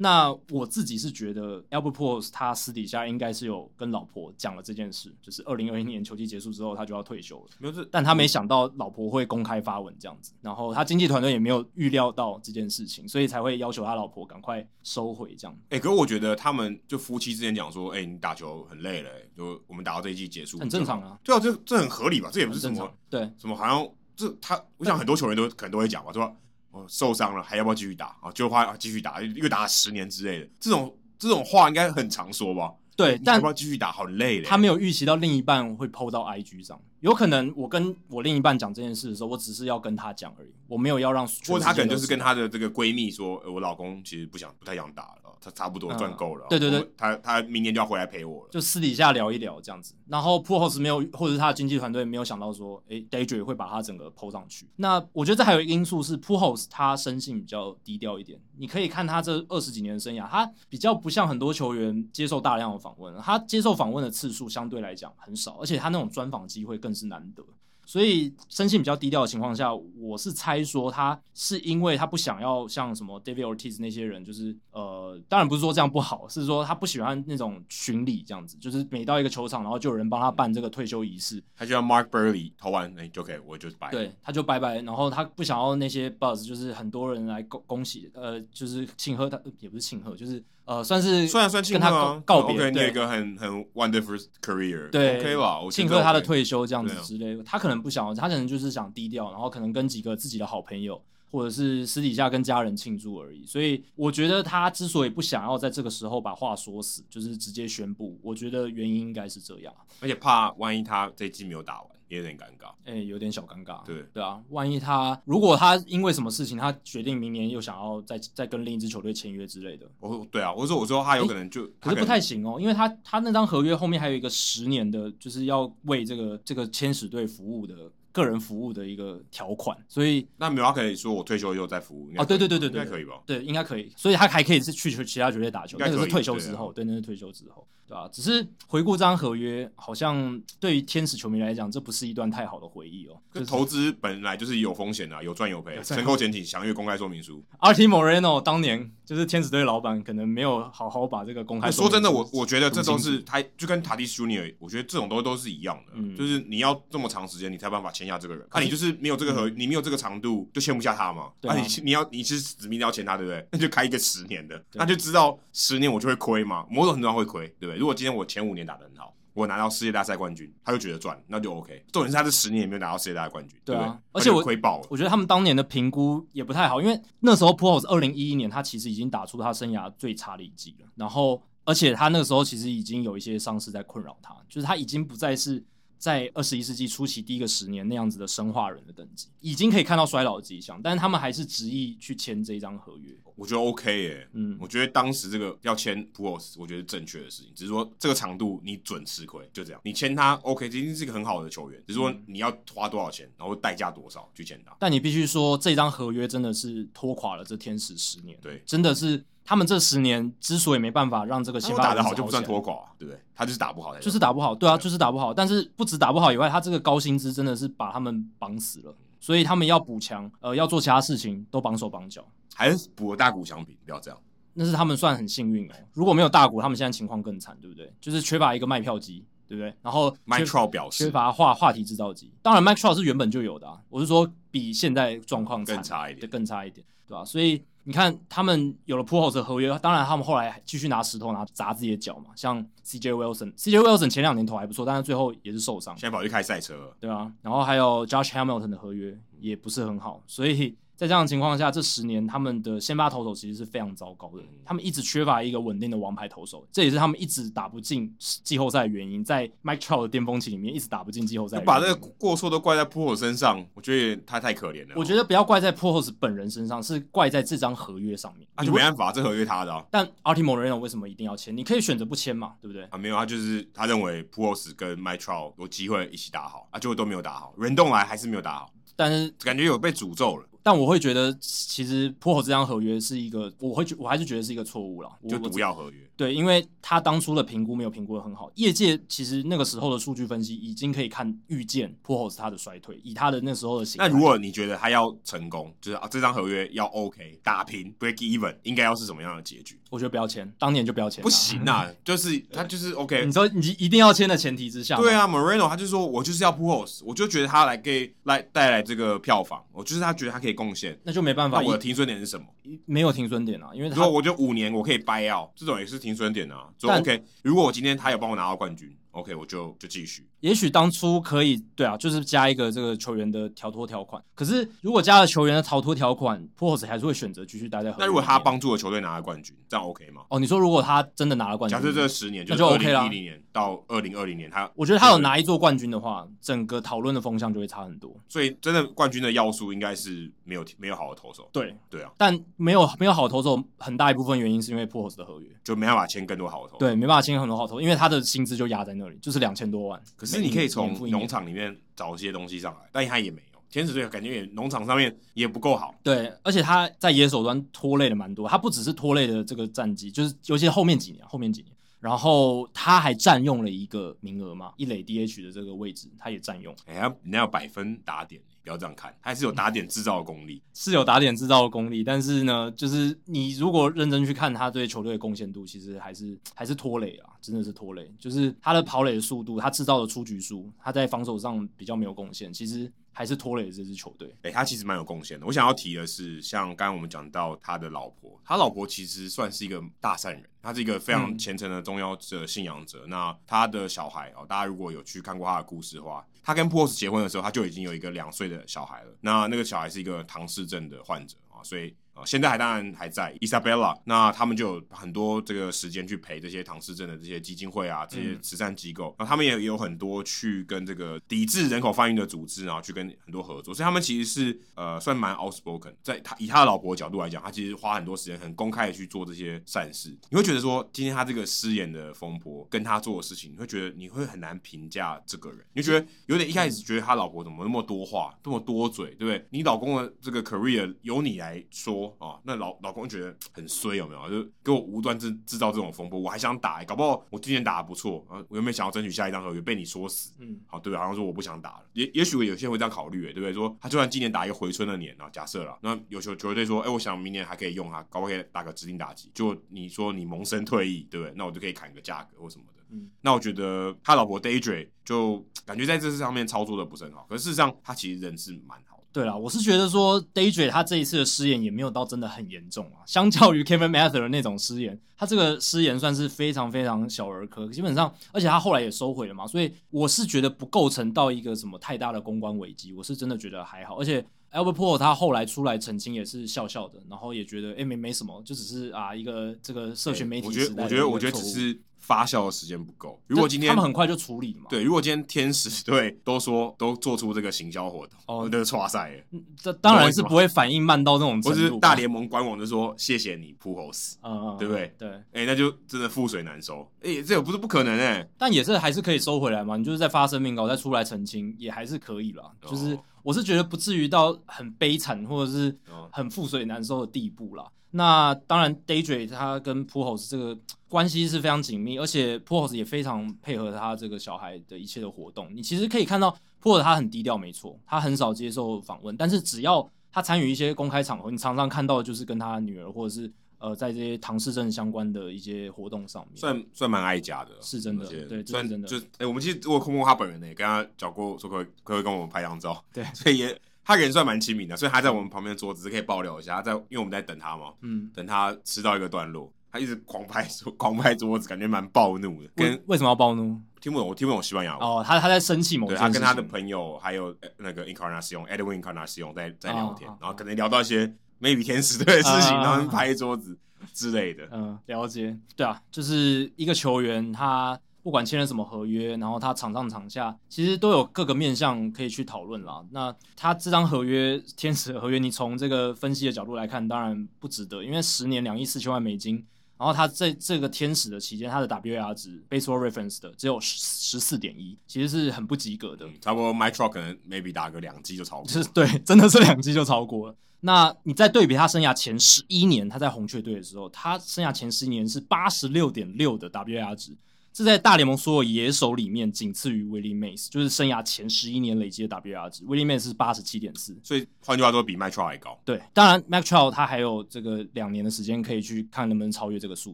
S1: 那我自己是觉得 Albert Pujols 他私底下应该是有跟老婆讲了这件事，就是二零二一年球季结束之后他就要退休了，
S2: 没有这
S1: 但 他没想到老婆会公开发文这样子，然后他经纪团队也没有预料到这件事情，所以才会要求他老婆赶快收回这样。
S2: 哎、可是我觉得他们就夫妻之间讲说，哎、你打球很累了、就我们打到这一季结束，
S1: 很正常啊。
S2: 对啊，这这很合理吧？这也不是什
S1: 很正
S2: 么
S1: 常，对，
S2: 什么，好像这他，我想很多球员都可能都会讲吧，说我受伤了，还要不要继续打啊？就话啊继续打，又打了十年之类的，这种这种话应该很常说吧？
S1: 对，
S2: 你要
S1: 但
S2: 不要继续打？好累嘞。
S1: 他没有预期到另一半会 PO 到 IG 上，有可能我跟我另一半讲这件事的时候，我只是要跟他讲而已，我没有要让全世界都
S2: 或者
S1: 知道，
S2: 他可能就是跟他的这个闺蜜说，呃我老公其实不想不太想打了，哦他差不多
S1: 嗯
S2: 赚够了，
S1: 对对对
S2: 我们，他他明年就要回来陪我了。
S1: 就私底下聊一聊这样子。然后 p u o s 没有，或者是他的经纪团队没有想到说，诶 d a y d r e 会把他整个 PO 上去。那我觉得这还有一个因素是 p u o s 他生性比较低调一点，你可以看他这二十几年的生涯，他比较不像很多球员接受大量的访问，他接受访问的次数相对来讲很少，而且他那种专访机会更是难得。所以生性比较低调的情况下，我是猜说他是因为他不想要像什么 David Ortiz 那些人，就是呃，当然不是说这样不好，是说他不喜欢那种巡礼这样子，就是每到一个球场，然后就有人帮他办这个退休仪式，
S2: 他就像 Mark Burley 投完，哎、就可以，我就摆。
S1: 对，他就拜拜，然后他不想要那些 buzz，就是很多人来恭恭喜，呃，就是庆贺他，呃也不是庆贺，就是呃，算是
S2: 虽然算庆
S1: 跟
S2: 贺
S1: 他
S2: 啊，
S1: 告告别
S2: OK，你有一
S1: 对
S2: 个很很 wonderful career，
S1: 对
S2: ，OK 啦，我觉
S1: 庆
S2: 得
S1: 贺他的
S2: OK
S1: 退休这样子
S2: 对啊
S1: 之类的。他可能不想要，他可能就是想低调，然后可能跟几个自己的好朋友，或者是私底下跟家人庆祝而已。所以我觉得他之所以不想要在这个时候把话说死，就是直接宣布，我觉得原因应该是这样。
S2: 而且怕万一他这一季没有打完，也有点尴尬。
S1: 哎、有点小尴尬。
S2: 对
S1: 对啊，万一他如果他因为什么事情，他决定明年又想要再再跟另一支球队签约之类的，
S2: 我对啊，我说我说他有可能就，
S1: 可
S2: 他
S1: 是不
S2: 能
S1: 太行哦，因为他他那张合约后面还有一个十年的，就是要为这个这个牵使队服务的个人服务的一个条款，所以
S2: 那没有，他可以说我退休以后再服务。应该
S1: 哦对
S2: 可以
S1: 对对
S2: 吧
S1: 对
S2: 应该
S1: 对
S2: 可以吧？
S1: 对应该可以，所以他还可以是去球其他球队打球，
S2: 应
S1: 那
S2: 该
S1: 个
S2: 可
S1: 是
S2: 以
S1: 退休
S2: 对啊
S1: 之后，对，那是退休之后，对吧、只是回顾这张合约，好像对于天使球迷来讲，这不是一段太好的回忆哦。
S2: 可是投资本来就是有风险的啊，有赚有赔。
S1: 赚
S2: 申购前请详阅公开说明书。
S1: RT Moreno 当年就是天使队老板，可能没有好好把这个公开说
S2: 我哎说
S1: 明书。
S2: 真的，我我觉得这
S1: 很清
S2: 都是
S1: 楚
S2: 他就跟塔蒂 Junior，我觉得这种都都是一样的，
S1: 嗯
S2: 就是你要这么长时间，你才有办法签下这个人。那、你就是没有这个合，你没有这个长度，就签不下他嘛。
S1: 嗯对
S2: 那、
S1: 啊
S2: 你你要你是指明要签他，对不对？那就开一个十年的，那就知道十年我就会亏嘛，某种程度上会亏，对不对？如果今天我前五年打得很好。我拿到世界大赛冠军，他就觉得赚，那就 OK。重点是他这十年也没有拿到世界大赛冠军，
S1: 对啊而
S2: 不对？
S1: 且我
S2: 他就亏爆了。
S1: 我觉得他们当年的评估也不太好，因为那时候 p u o l s 二零一一年他其实已经打出他生涯最差的一季了，然后而且他那个时候其实已经有一些伤势在困扰他，就是他已经不再是在二十一世纪初期第一个十年那样子的生化人的等级，已经可以看到衰老的迹象，但是他们还是执意去签这一张合约。
S2: 我觉得 OK 耶、
S1: 嗯
S2: 我觉得当时这个要签 p u o s 我觉得是正确的事情，只是说这个长度你准吃亏，就这样。你签他 OK，这一定是一个很好的球员，只是说你要花多少钱，然后代价多少去签他。
S1: 但你必须说，这张合约真的是拖垮了这天使十年。
S2: 对
S1: 真的是他们这十年之所以没办法让这个
S2: 他
S1: 先
S2: 如
S1: 发
S2: 果打得
S1: 轮
S2: 好
S1: 子
S2: 就不
S1: 起
S2: 算
S1: 来
S2: 拖垮啊、对不对？他就是打不好才
S1: 就是打不好，对啊，
S2: 对
S1: 就是打不好。但是不止打不好以外，他这个高薪资真的是把他们绑死了，所以他们要补强，呃，要做其他事情都绑手绑脚。
S2: 还是补了大股强品，不要这样。
S1: 那是他们算很幸运哦。如果没有大股，他们现在情况更惨，对不对？就是缺乏一个卖票机，对不对？然后
S2: Mike
S1: 缺
S2: Trout 表
S1: 缺
S2: 示
S1: 乏话话题制造机。当然，Mike Trout 是原本就有的、啊，我是说比现在状况惨
S2: 更差一点
S1: 对更差一点，对吧、所以你看，他们有了 p u o l s 的合约，当然他们后来还继续拿石头拿砸自己的脚嘛，像 CJ Wilson，CJ Wilson 前两年投还不错，但是最后也是受伤
S2: 现。在跑去开赛车了，
S1: 对啊，然后还有 Josh Hamilton 的合约也不是很好，所以在这样的情况下，这十年他们的先发投手其实是非常糟糕的
S2: 嗯，
S1: 他们一直缺乏一个稳定的王牌投手，这也是他们一直打不进季后赛的原因，在 Mike Trout 的巅峰期里面一直打不进季后赛的
S2: 就
S1: 原因。
S2: 把这个过错都怪在 p u o s 身上，我觉得他太可怜了。哦
S1: 我觉得不要怪在 p o h o s 本人身上，是怪在这张合约上面。
S2: 那啊就没办法，这合约他的啊。
S1: 但 a r t i m o r e n o 为什么一定要签？你可以选择不签嘛，对不对？
S2: 啊，没有，他就是他认为 p u o s 跟 m y t r o 有机会一起打好，啊，结果都没有打好，人动来还是没有打好，
S1: 但是
S2: 感觉有被诅咒了，
S1: 但我会觉得，其实 p o h o s 这张合约是一个，我会觉我还是觉得是一个错误了，我
S2: 就
S1: 我
S2: 毒药合约。
S1: 对，因为他当初的评估没有评估的很好，业界其实那个时候的数据分析已经可以看预见 p u o l s 他的衰退，以他的那时候的形态。
S2: 那如果你觉得他要成功，就是啊这张合约要 OK 打平 break even，应该要是什么样的结局？
S1: 我觉得不要签，当年就不要签，
S2: 不，行啊，就是他就是 OK，
S1: 嗯你说你一定要签的前提之下，
S2: 对，啊，Moreno 他就说我就是要 p u o s 我就觉得他来给来带来这个票房，我就是他觉得他可以贡献。
S1: 那就没办
S2: 那
S1: 法，
S2: 我的停损点是什么？
S1: 一没有停损点啊，因为
S2: 如果
S1: 他
S2: 我就五年我可以 buy out，这种也是停损点啊。说
S1: 但
S2: OK，如果我今天他有帮我拿到冠军，OK 我就就继续。
S1: 也许当初可以，对啊，就是加一个这个球员的逃脱条款。可是如果加了球员的逃脱条款 p u o l s 还是会选择继续待在合约里面。
S2: 那如果他帮助了球队拿了冠军，这样 OK 吗？
S1: 哦，你说如果他真的拿了冠军，
S2: 假设这十年
S1: 嗯那
S2: 就是
S1: 就
S2: 二
S1: OK
S2: 零
S1: 啦
S2: 一零年到二零二零年，他
S1: 我觉得他有拿一座冠军的话，整个讨论的风向就会差很多。
S2: 所以真的冠军的要素应该是没有没有好的投手，
S1: 对，
S2: 对啊，
S1: 但没有没有好投手，很大一部分原因是因为 p o s 的合约，
S2: 就没办法签更多好的投手。，
S1: 对，没办法签很多好投，因为他的薪资就压在那里，就是两千多万。
S2: 可是你可以从
S1: 年复一年
S2: 农场里面找一些东西上来，但他也没有。天使队感觉也农场上面也不够好，
S1: 对，而且他在野手端拖累了蛮多，他不只是拖累了这个战绩，就是尤其是后面几年，后面几年，然后他还占用了一个名额嘛，一垒 DH 的这个位置他也占用，
S2: 哎、他人家有百分打点，不要这样看，他还是有打点制造的功力。
S1: 是有打点制造的功力，但是呢，就是你如果认真去看他对球队的贡献度，其实还是还是拖累啊，真的是拖累。就是他的跑垒的速度，他制造的出局数，他在防守上比较没有贡献，其实还是拖累了这支球队。
S2: 哎、他其实蛮有贡献的。我想要提的是，像刚刚我们讲到他的老婆，他老婆其实算是一个大善人，他是一个非常
S1: 嗯
S2: 虔诚的宗教者信仰者。那他的小孩哦，大家如果有去看过他的故事的话，他跟 p o s 结婚的时候，他就已经有一个两岁的小孩了。那那个小孩是一个唐氏症的患者啊，所以。啊，现在还当然还在 Isabella，那他们就有很多这个时间去陪这些唐氏症的这些基金会啊，这些
S1: 嗯
S2: 慈善机构，那、他们也有很多去跟这个抵制人口贩运的组织，然后去跟很多合作，所以他们其实是呃算蛮 outspoken，在他以他的老婆的角度来讲，他其实花很多时间很公开的去做这些善事。你会觉得说，今天他这个失言的风波跟他做的事情，你会觉得你会很难评价这个人，你会觉得有点一开始觉得他老婆怎么那么多话，这么多嘴，对不对？你老公的这个 career 由你来说啊、那老老公觉得很衰，有没有？就给我无端制制造这种风波，我还想打、搞不好我今年打的不错，啊，我原本想要争取下一张合约，被你说死，
S1: 嗯，
S2: 好，对，好像说我不想打了，也也许有些人会这样考虑，欸对不对？说他就算今年打一个回春的年啊，假设了，那有球球队说，哎、我想明年还可以用他，啊搞不好可以打个指定打击，就你说你萌生退役，对不对？那我就可以砍个价格或什么的。
S1: 嗯
S2: 那我觉得他老婆 Daydre 就感觉在这上面操作的不是很好，可是事实上他其实人是蛮好的。
S1: 对啦，我是觉得说 Daydre 他这一次的失言也没有到真的很严重啊，相较于 Kevin Mather 的那种失言，他这个失言算是非常非常小儿科，基本上，而且他后来也收回了嘛，所以我是觉得不构成到一个什么太大的公关危机，我是真的觉得还好，而且 Albert p o o 他后来出来澄清也是笑笑的，然后也觉得哎、诶没没什么，就只是啊一个这个社群媒体
S2: 我觉
S1: 时
S2: 得
S1: 代
S2: 我
S1: 的
S2: 觉
S1: 一个错
S2: 得
S1: 误、
S2: 我觉得只是发酵的时间不够。如果
S1: 就
S2: 今天
S1: 他们很快就处理了嘛，
S2: 对，如果今天天使 队都说都做出这个行销活动，
S1: 哦
S2: 哦，那个错赛了。
S1: 嗯，这当然是不会反应慢到那种程度
S2: 或者
S1: 吧，
S2: 是大联盟官网就说谢谢你扑猴死，
S1: 嗯，嗯，
S2: 对不对
S1: 对。
S2: 哎、那就真的覆水难收，哎、这也不是不可能哎、
S1: 但也是还是可以收回来嘛，你就是再发声明稿再出来澄清，也还是可以啦。
S2: 哦
S1: 就是我是觉得不至于到很悲惨或者是
S2: 哦
S1: 很覆水难收的地步啦。那当然，Daydre 他跟 p u h o s 这个关系是非常紧密，而且 p u h o s 也非常配合他这个小孩的一切的活动。你其实可以看到 p u h o s 他很低调，没错，他很少接受访问，但是只要他参与一些公开场合，你常常看到的就是跟他女儿或者是呃在这些唐氏症相关的一些活动上面。
S2: 算算蛮爱家的，
S1: 是真的
S2: 而且
S1: 对这是
S2: 算
S1: 真的
S2: 就哎、我们其实我有碰过他本人呢、哎跟他讲过说可不可以可不可以跟我们拍张照，
S1: 对
S2: 所以也他人算蛮亲民的，所以他在我们旁边的桌子是可以爆料一下，他在因为我们在等他嘛，
S1: 嗯，
S2: 等他吃到一个段落，他一直狂拍桌狂拍桌子，感觉蛮暴怒的，跟
S1: 为为什么要暴怒？
S2: 听不懂我听不懂西班牙文。
S1: 哦，他他在生气某
S2: 对
S1: 件
S2: 他跟他的
S1: 事情
S2: 朋友还有呃那个 Incarnation Edwin Incarnation 在在聊天
S1: 啊啊，
S2: 然后可能聊到一些 maybe 天使队的事情，
S1: 啊啊啊
S2: 然后拍桌子之类的。
S1: 嗯，了解，对啊，就是一个球员，他不管签了什么合约，然后他场上场下其实都有各个面向可以去讨论啦。那他这张合约，天使合约，你从这个分析的角度来看，当然不值得，因为十年两亿四千万美金，然后他在这个天使的期间，他的 WAR 值 （Baseball Reference） 的只有十十四点一，其实是很不及格的。
S2: 嗯，差不多 My Truck 可能 maybe 打个两季就超过
S1: 就是对，真的是两季就超过了。那你再对比他生涯前十一年，他在红雀队的时候，他生涯前十一年是八十六点六的 WAR 值，这在大联盟所有野手里面仅次于 Willie Mays，就是生涯前十一年累积的 WAR 值。Willie Mays 是八十七点四，
S2: 所以换句话说，比 My Truck 还高。
S1: 对，当然 Mac Trout 他还有这个两年的时间可以去看能不能超越这个数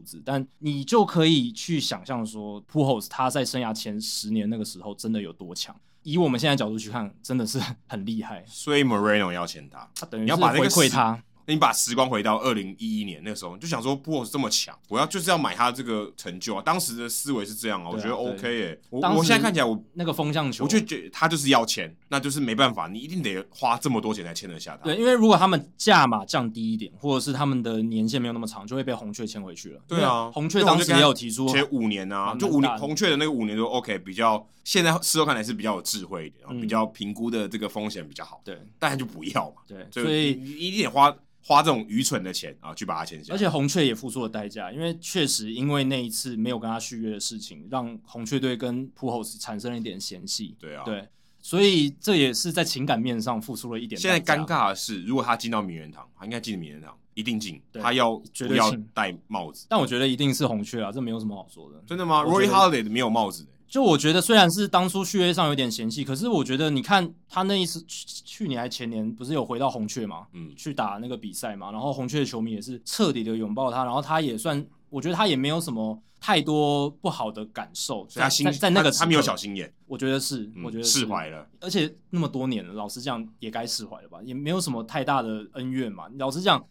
S1: 字，但你就可以去想象说 p u h o s 他在生涯前十年那个时候真的有多强。以我们现在角度去看，真的是很厉害。
S2: 所以 Moreno 要签他，
S1: 他等于
S2: 你要
S1: 是
S2: 把那
S1: 回
S2: 个
S1: 馈
S2: 时
S1: 他，
S2: 那你把时光回到二零一一年那时候，你就想说 p o s 这么强，我要就是要买他这个成就啊。当时的思维是这样啊，我
S1: 对啊
S2: 觉得
S1: 对
S2: OK 耶、我
S1: 当时
S2: 我现在看起来我。
S1: 那个风向球，
S2: 我就觉得他就是要签，那就是没办法，你一定得花这么多钱才签得下他。
S1: 对，因为如果他们价码降低一点，或者是他们的年限没有那么长，就会被红雀签回去了。
S2: 对啊
S1: 因为红雀当时也有提出，
S2: 且五年啊，
S1: 蛮
S2: 就五
S1: 蛮大
S2: 年
S1: 的
S2: 红雀的那个五年就 OK，比较现在事后看来是比较有智慧一点，啊
S1: 嗯
S2: 比较评估的这个风险比较好，
S1: 对
S2: 但他就不要嘛，
S1: 对，
S2: 所
S1: 所以
S2: 你你一定得花花这种愚蠢的钱啊去把它签下来，
S1: 而且红雀也付出了代价，因为确实因为那一次没有跟他续约的事情，让红雀队跟 p u h o s 产生了一点嫌隙。
S2: 对啊，。
S1: 对，所以这也是在情感面上付出了一点代
S2: 现
S1: 价。
S2: 在尴尬的是，如果他进到名人堂，他应该进名人堂，一定进，
S1: 对
S2: 他要
S1: 绝
S2: 不
S1: 对
S2: 要
S1: 进
S2: 戴帽子？
S1: 但我觉得一定是红雀啊，这没有什么好说的。
S2: 真的吗
S1: 我
S2: ？Roy
S1: 觉得
S2: Holiday 没有帽子、
S1: 就我觉得，虽然是当初续约上有点嫌弃，可是我觉得你看他那一次去去年还前年不是有回到红雀嘛，
S2: 嗯
S1: 去打那个比赛嘛，然后红雀的球迷也是彻底的拥抱他，然后他也算，我觉得他也没有什么太多不好的感受，
S2: 所以他
S1: 在
S2: 心
S1: 在在那个
S2: 他他没有
S1: 时刻
S2: 小，心眼，
S1: 我觉得是，
S2: 嗯
S1: 我觉得是
S2: 释怀了。
S1: 而且那么多年了，老实讲也该释怀了吧，也没有什么太大的恩怨嘛。老实讲，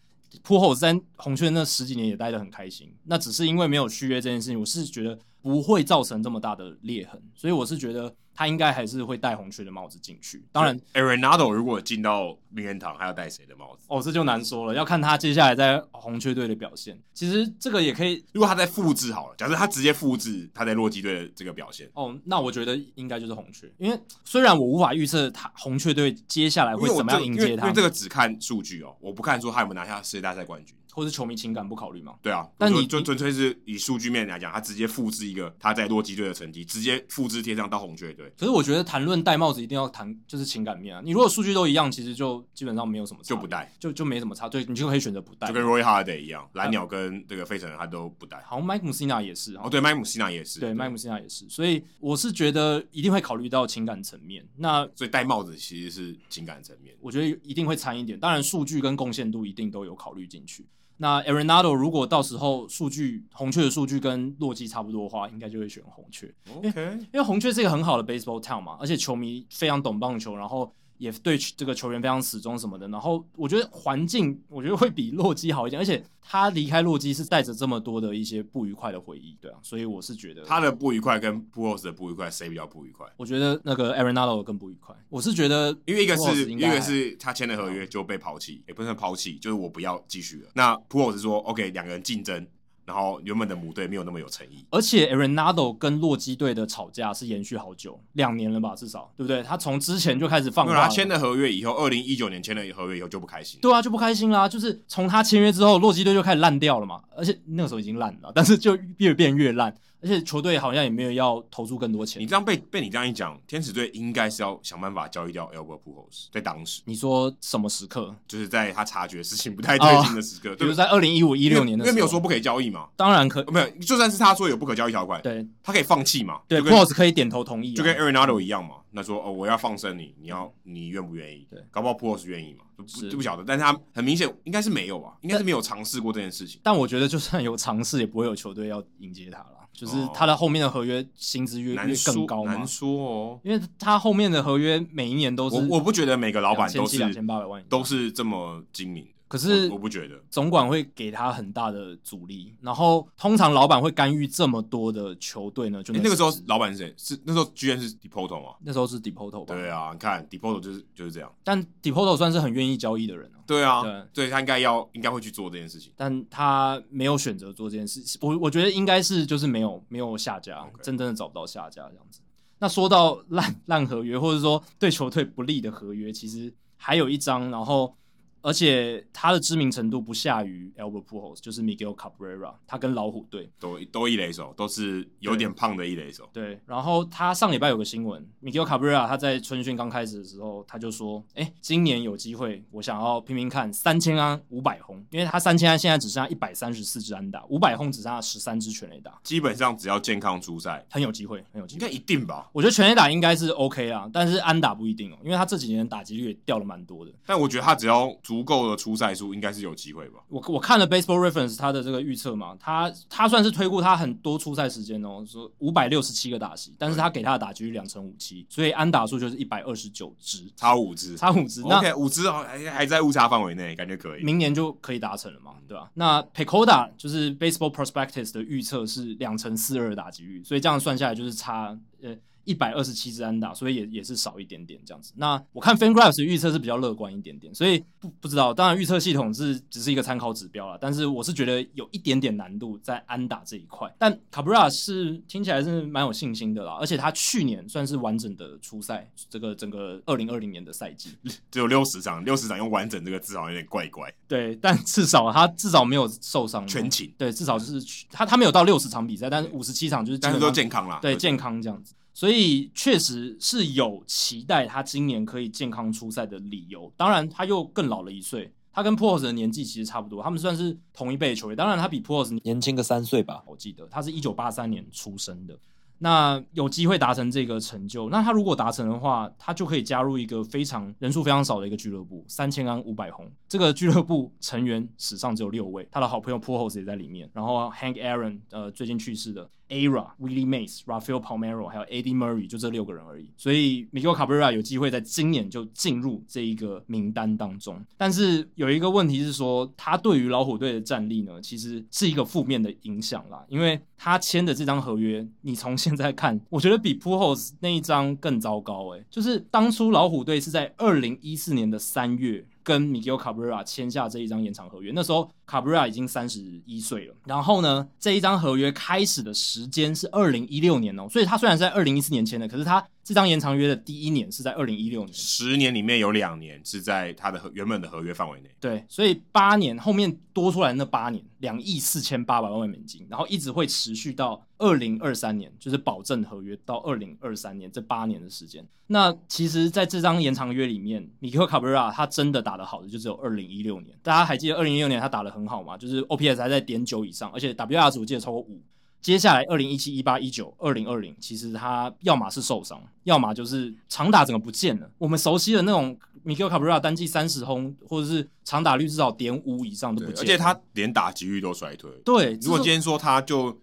S1: 浦口山红雀那十几年也待得很开心，那只是因为没有续约这件事情，我是觉得不会造成这么大的裂痕，所以我是觉得他应该还是会戴红雀的帽子进去。当然，
S2: ，Arenado 哎如果进到名人堂，还要戴谁的帽子？
S1: 哦，这就难说了，要看他接下来在红雀队的表现。其实这个也可以。
S2: 如果他在复制好了，假设他直接复制他在洛基队的这个表现，
S1: 哦，那我觉得应该就是红雀，因为虽然我无法预测他红雀队接下来
S2: 因
S1: 会
S2: 为我
S1: 怎么
S2: 这
S1: 样
S2: 个
S1: 迎
S2: 因为
S1: 接
S2: 因
S1: 他
S2: 为
S1: 们，
S2: 这个只看数据哦，我不看说他有没有拿下世界大赛冠军。
S1: 或是球迷情感不考虑嘛。
S2: 对啊，
S1: 但
S2: 我说
S1: 你
S2: 纯
S1: 你
S2: 纯粹是以数据面来讲，他直接复制一个他在洛基队的成绩，直接复制贴上到红雀队，
S1: 可是我觉得谈论戴帽子一定要谈就是情感面啊。你如果数据都一样，其实就基本上没有什么差
S2: 就
S1: 别
S2: 不戴，
S1: 就就没什么差，对你就可以选择不戴。
S2: 就跟 Roy Holiday 一样，蓝鸟跟这个费城人他都不戴。
S1: 好像麦姆西娜也是
S2: 哦，对，麦姆西纳也是，
S1: 对麦姆西娜也是，所以我是觉得一定会考虑到情感层面。那
S2: 所以戴帽子其实是情感层面。
S1: 我觉得一定会掺一点，当然数据跟贡献度一定都有考虑进去。那 Arenado 如果到时候数据红雀的数据跟洛基差不多的话，应该就会选红雀。
S2: OK，
S1: 因为红雀是一个很好的 baseball town 嘛，而且球迷非常懂棒球，然后也对这个球员非常始终什么的。然后我觉得环境，我觉得会比洛基好一点，而且他离开洛基是带着这么多的一些不愉快的回忆，对啊，所以我是觉得
S2: 他的不愉快跟 p u o s 的不愉快，谁比较不愉快？
S1: 我觉得那个 Arenado 更不愉快，我是觉得
S2: 因为一个
S1: Pujols
S2: 是
S1: 应
S2: 一
S1: 该
S2: 个是他签了合约就被抛弃，也不是抛弃，就是我不要继续了。那 p u o s 说 OK，两个人竞争，然后原本的母队没有那么有诚意，
S1: 而且 Arenado 跟洛基队的吵架是延续好久，两年了吧，至少对不对？他从之前就开始放
S2: 因
S1: 话
S2: 为
S1: 了，
S2: 他签了合约以后，二零一九年签了合约以后就不开心。
S1: 对啊，就不开心啦。就是从他签约之后，洛基队就开始烂掉了嘛，而且那个时候已经烂了，但是就越变越烂，而且球队好像也没有要投注更多钱。
S2: 你
S1: 你
S2: 这样被被你这样一讲，天使队应该是要想办法交易掉 Albert Pujols，在当时
S1: 说什么时刻？
S2: 就是在他察觉事情不太对劲的时刻，
S1: 比
S2: 对
S1: 如
S2: 不对？
S1: 在二零一五一
S2: 一
S1: 六年
S2: 因
S1: 的
S2: 为
S1: 时候，
S2: 没有说不可以交易嘛，
S1: 当然可
S2: 没有，就算是他说有不可交易条款，
S1: 对
S2: 他可以放弃嘛，
S1: 对
S2: 就跟
S1: ，Boss 可以点头同意、啊，
S2: 就跟 Arenado 一样嘛，那说哦，我要放生你，你要你愿不愿意？
S1: 对
S2: 搞不好 p o s 愿意嘛，就不
S1: 是
S2: 就不晓得，但是他很明显应该是没有吧，应该是没有尝试过这件事情。
S1: 但我觉得就算有尝试，也不会有球队要迎接他了。就是他的后面的合约薪资越
S2: 难
S1: 越更高
S2: 说
S1: 嘛
S2: 哦难，说哦，
S1: 因为他后面的合约每一年都是
S2: 我我不觉得每个老板都
S1: 两千
S2: 是
S1: 八百万以上
S2: 都是这么精明的，
S1: 可是
S2: 我我不觉得。
S1: 总管会给他很大的阻力，然后通常老板会干预这么多的球队呢，就
S2: 诶
S1: 能
S2: 那个时候
S1: 阻止
S2: 老板是谁？是那时候居然是 Depoto 嘛？
S1: 那时候是 Depoto 吧？
S2: 对啊，你看 Depoto 就是就是这样。
S1: 但 Depoto 算是很愿意交易的人、啊、
S2: 对啊，
S1: 对
S2: 对他应该要应该会去做这件事情。
S1: 但他没有选择做这件事，我我觉得应该是就是没有没有下家
S2: OK
S1: 真正的找不到下家这样子。那说到烂 烂合约，或者说对球队不利的合约，其实还有一张，然后而且他的知名程度不下于 Albert Pujols，就是 Miguel Cabrera，他跟老虎队。
S2: 都都一垒手，都是有点胖的一垒手。
S1: 对，然后他上礼拜有个新闻，Miguel Cabrera 他在春训刚开始的时候，他就说，哎，今年有机会，我想要拼拼看三千安五百轰，因为他三千安现在只剩下一百三十四支安打，五百轰只剩下十三支全垒打，
S2: 基本上只要健康出赛，
S1: 很有机会，很有
S2: 应
S1: 机
S2: 该
S1: 会。
S2: 一定吧？
S1: 我觉得全垒打应该是 OK 啦，但是安打不一定哦，因为他这几年打击率也掉了蛮多的。
S2: 但我觉得他只要足够的出赛数，应该是有机会吧。
S1: 我我看了 Baseball Reference 他的这个预测嘛，他他算是推估他很多出赛时间哦，说五百六十七个打席，但是他给他的打击率两成五七，所以安打数就是一百二十九支，
S2: 差五支
S1: 差五支。那
S2: ，OK，五支好像还还在误差范围内，感觉可以。
S1: 明年就可以达成了嘛，对吧、那 Pecoda 就是 Baseball Prospectus 的预测是两成四二的打击率，所以这样算下来就是差呃一百二十七支安打，所以也也是少一点点这样子。那我看 FanGraphs 的预测是比较乐观一点点，所以不不知道，当然预测系统是只是一个参考指标啦，但是我是觉得有一点点难度在安打这一块。但 Cabrera 是听起来是蛮有信心的啦，而且他去年算是完整的出赛，这个整个二零二零年的赛季。
S2: 只有六十场，六十场用完整这个字好像有点怪怪。
S1: 对，但 至少他至少没有受伤嘛，
S2: 全勤
S1: 对，至少就是去他他没有到六十场比赛，但是五十七场就是基
S2: 但是
S1: 本
S2: 都
S1: 上
S2: 健康啊啦，
S1: 对健康这样子，所以确实是有期待他今年可以健康出赛的理由。当然，他又更老了一岁，他跟 p o s 的年纪其实差不多，他们算是同一辈的球员。当然，他比 p o s
S3: 年轻个三岁吧。
S1: 我记得他是一九八三年出生的。那有机会达成这个成就，那他如果达成的话，他就可以加入一个非常人数非常少的一个俱乐部，三千安五百红。这个俱乐部成员史上只有六位，他的好朋友 p u o l s 也在里面，然后 Hank Aaron 呃最近去世的 Ara、Willie Mays、Rafael Palmero 还有 Eddie Murray 就这六个人而已。所以 Miguel Cabrera 有机会在今年就进入这一个名单当中，但是有一个问题是说，他对于老虎队的战力呢，其实是一个负面的影响啦，因为他签的这张合约，你从现在看， 我觉得比 p u h o s 那一张更糟糕、欸。诶，就是当初老虎队是在二零一四年的三月跟 Miguel Cabrera 签下这一张延长合约，那时候 Cabrera 已经三十一岁了。然后呢，这一张合约开始的时间是二零一六年哦，所以他虽然是在二零一四年签的，可是他这张延长约的第一年是在二零一六年。
S2: 十年里面有两年是在他的合原本的合约范围内。
S1: 对，所以八年后面多出来那八年，两亿四千八百万美金，然后一直会持续到二零二三年，就是保证合约到二零二三年这八年的时间。那其实，在这张延长约里面，米克卡布拉他真的打得好的就只有二零一六年。大家还记得二零一六年他打得很好嘛？就是 OPS 还在点九以上，而且 WR 值我记得超过五。接下来二零一七、一八、一九、二零二零，其实他要么是受伤，要么就是长打整个不见了。我们熟悉的那种 Miguel Cabrera 单季三十轰，或者是长打率至少点五以上都
S2: 对
S1: 不见了。
S2: 而且他连打击率都衰退。
S1: 对，
S2: 如
S1: 这
S2: 果
S1: 是
S2: 今天说他就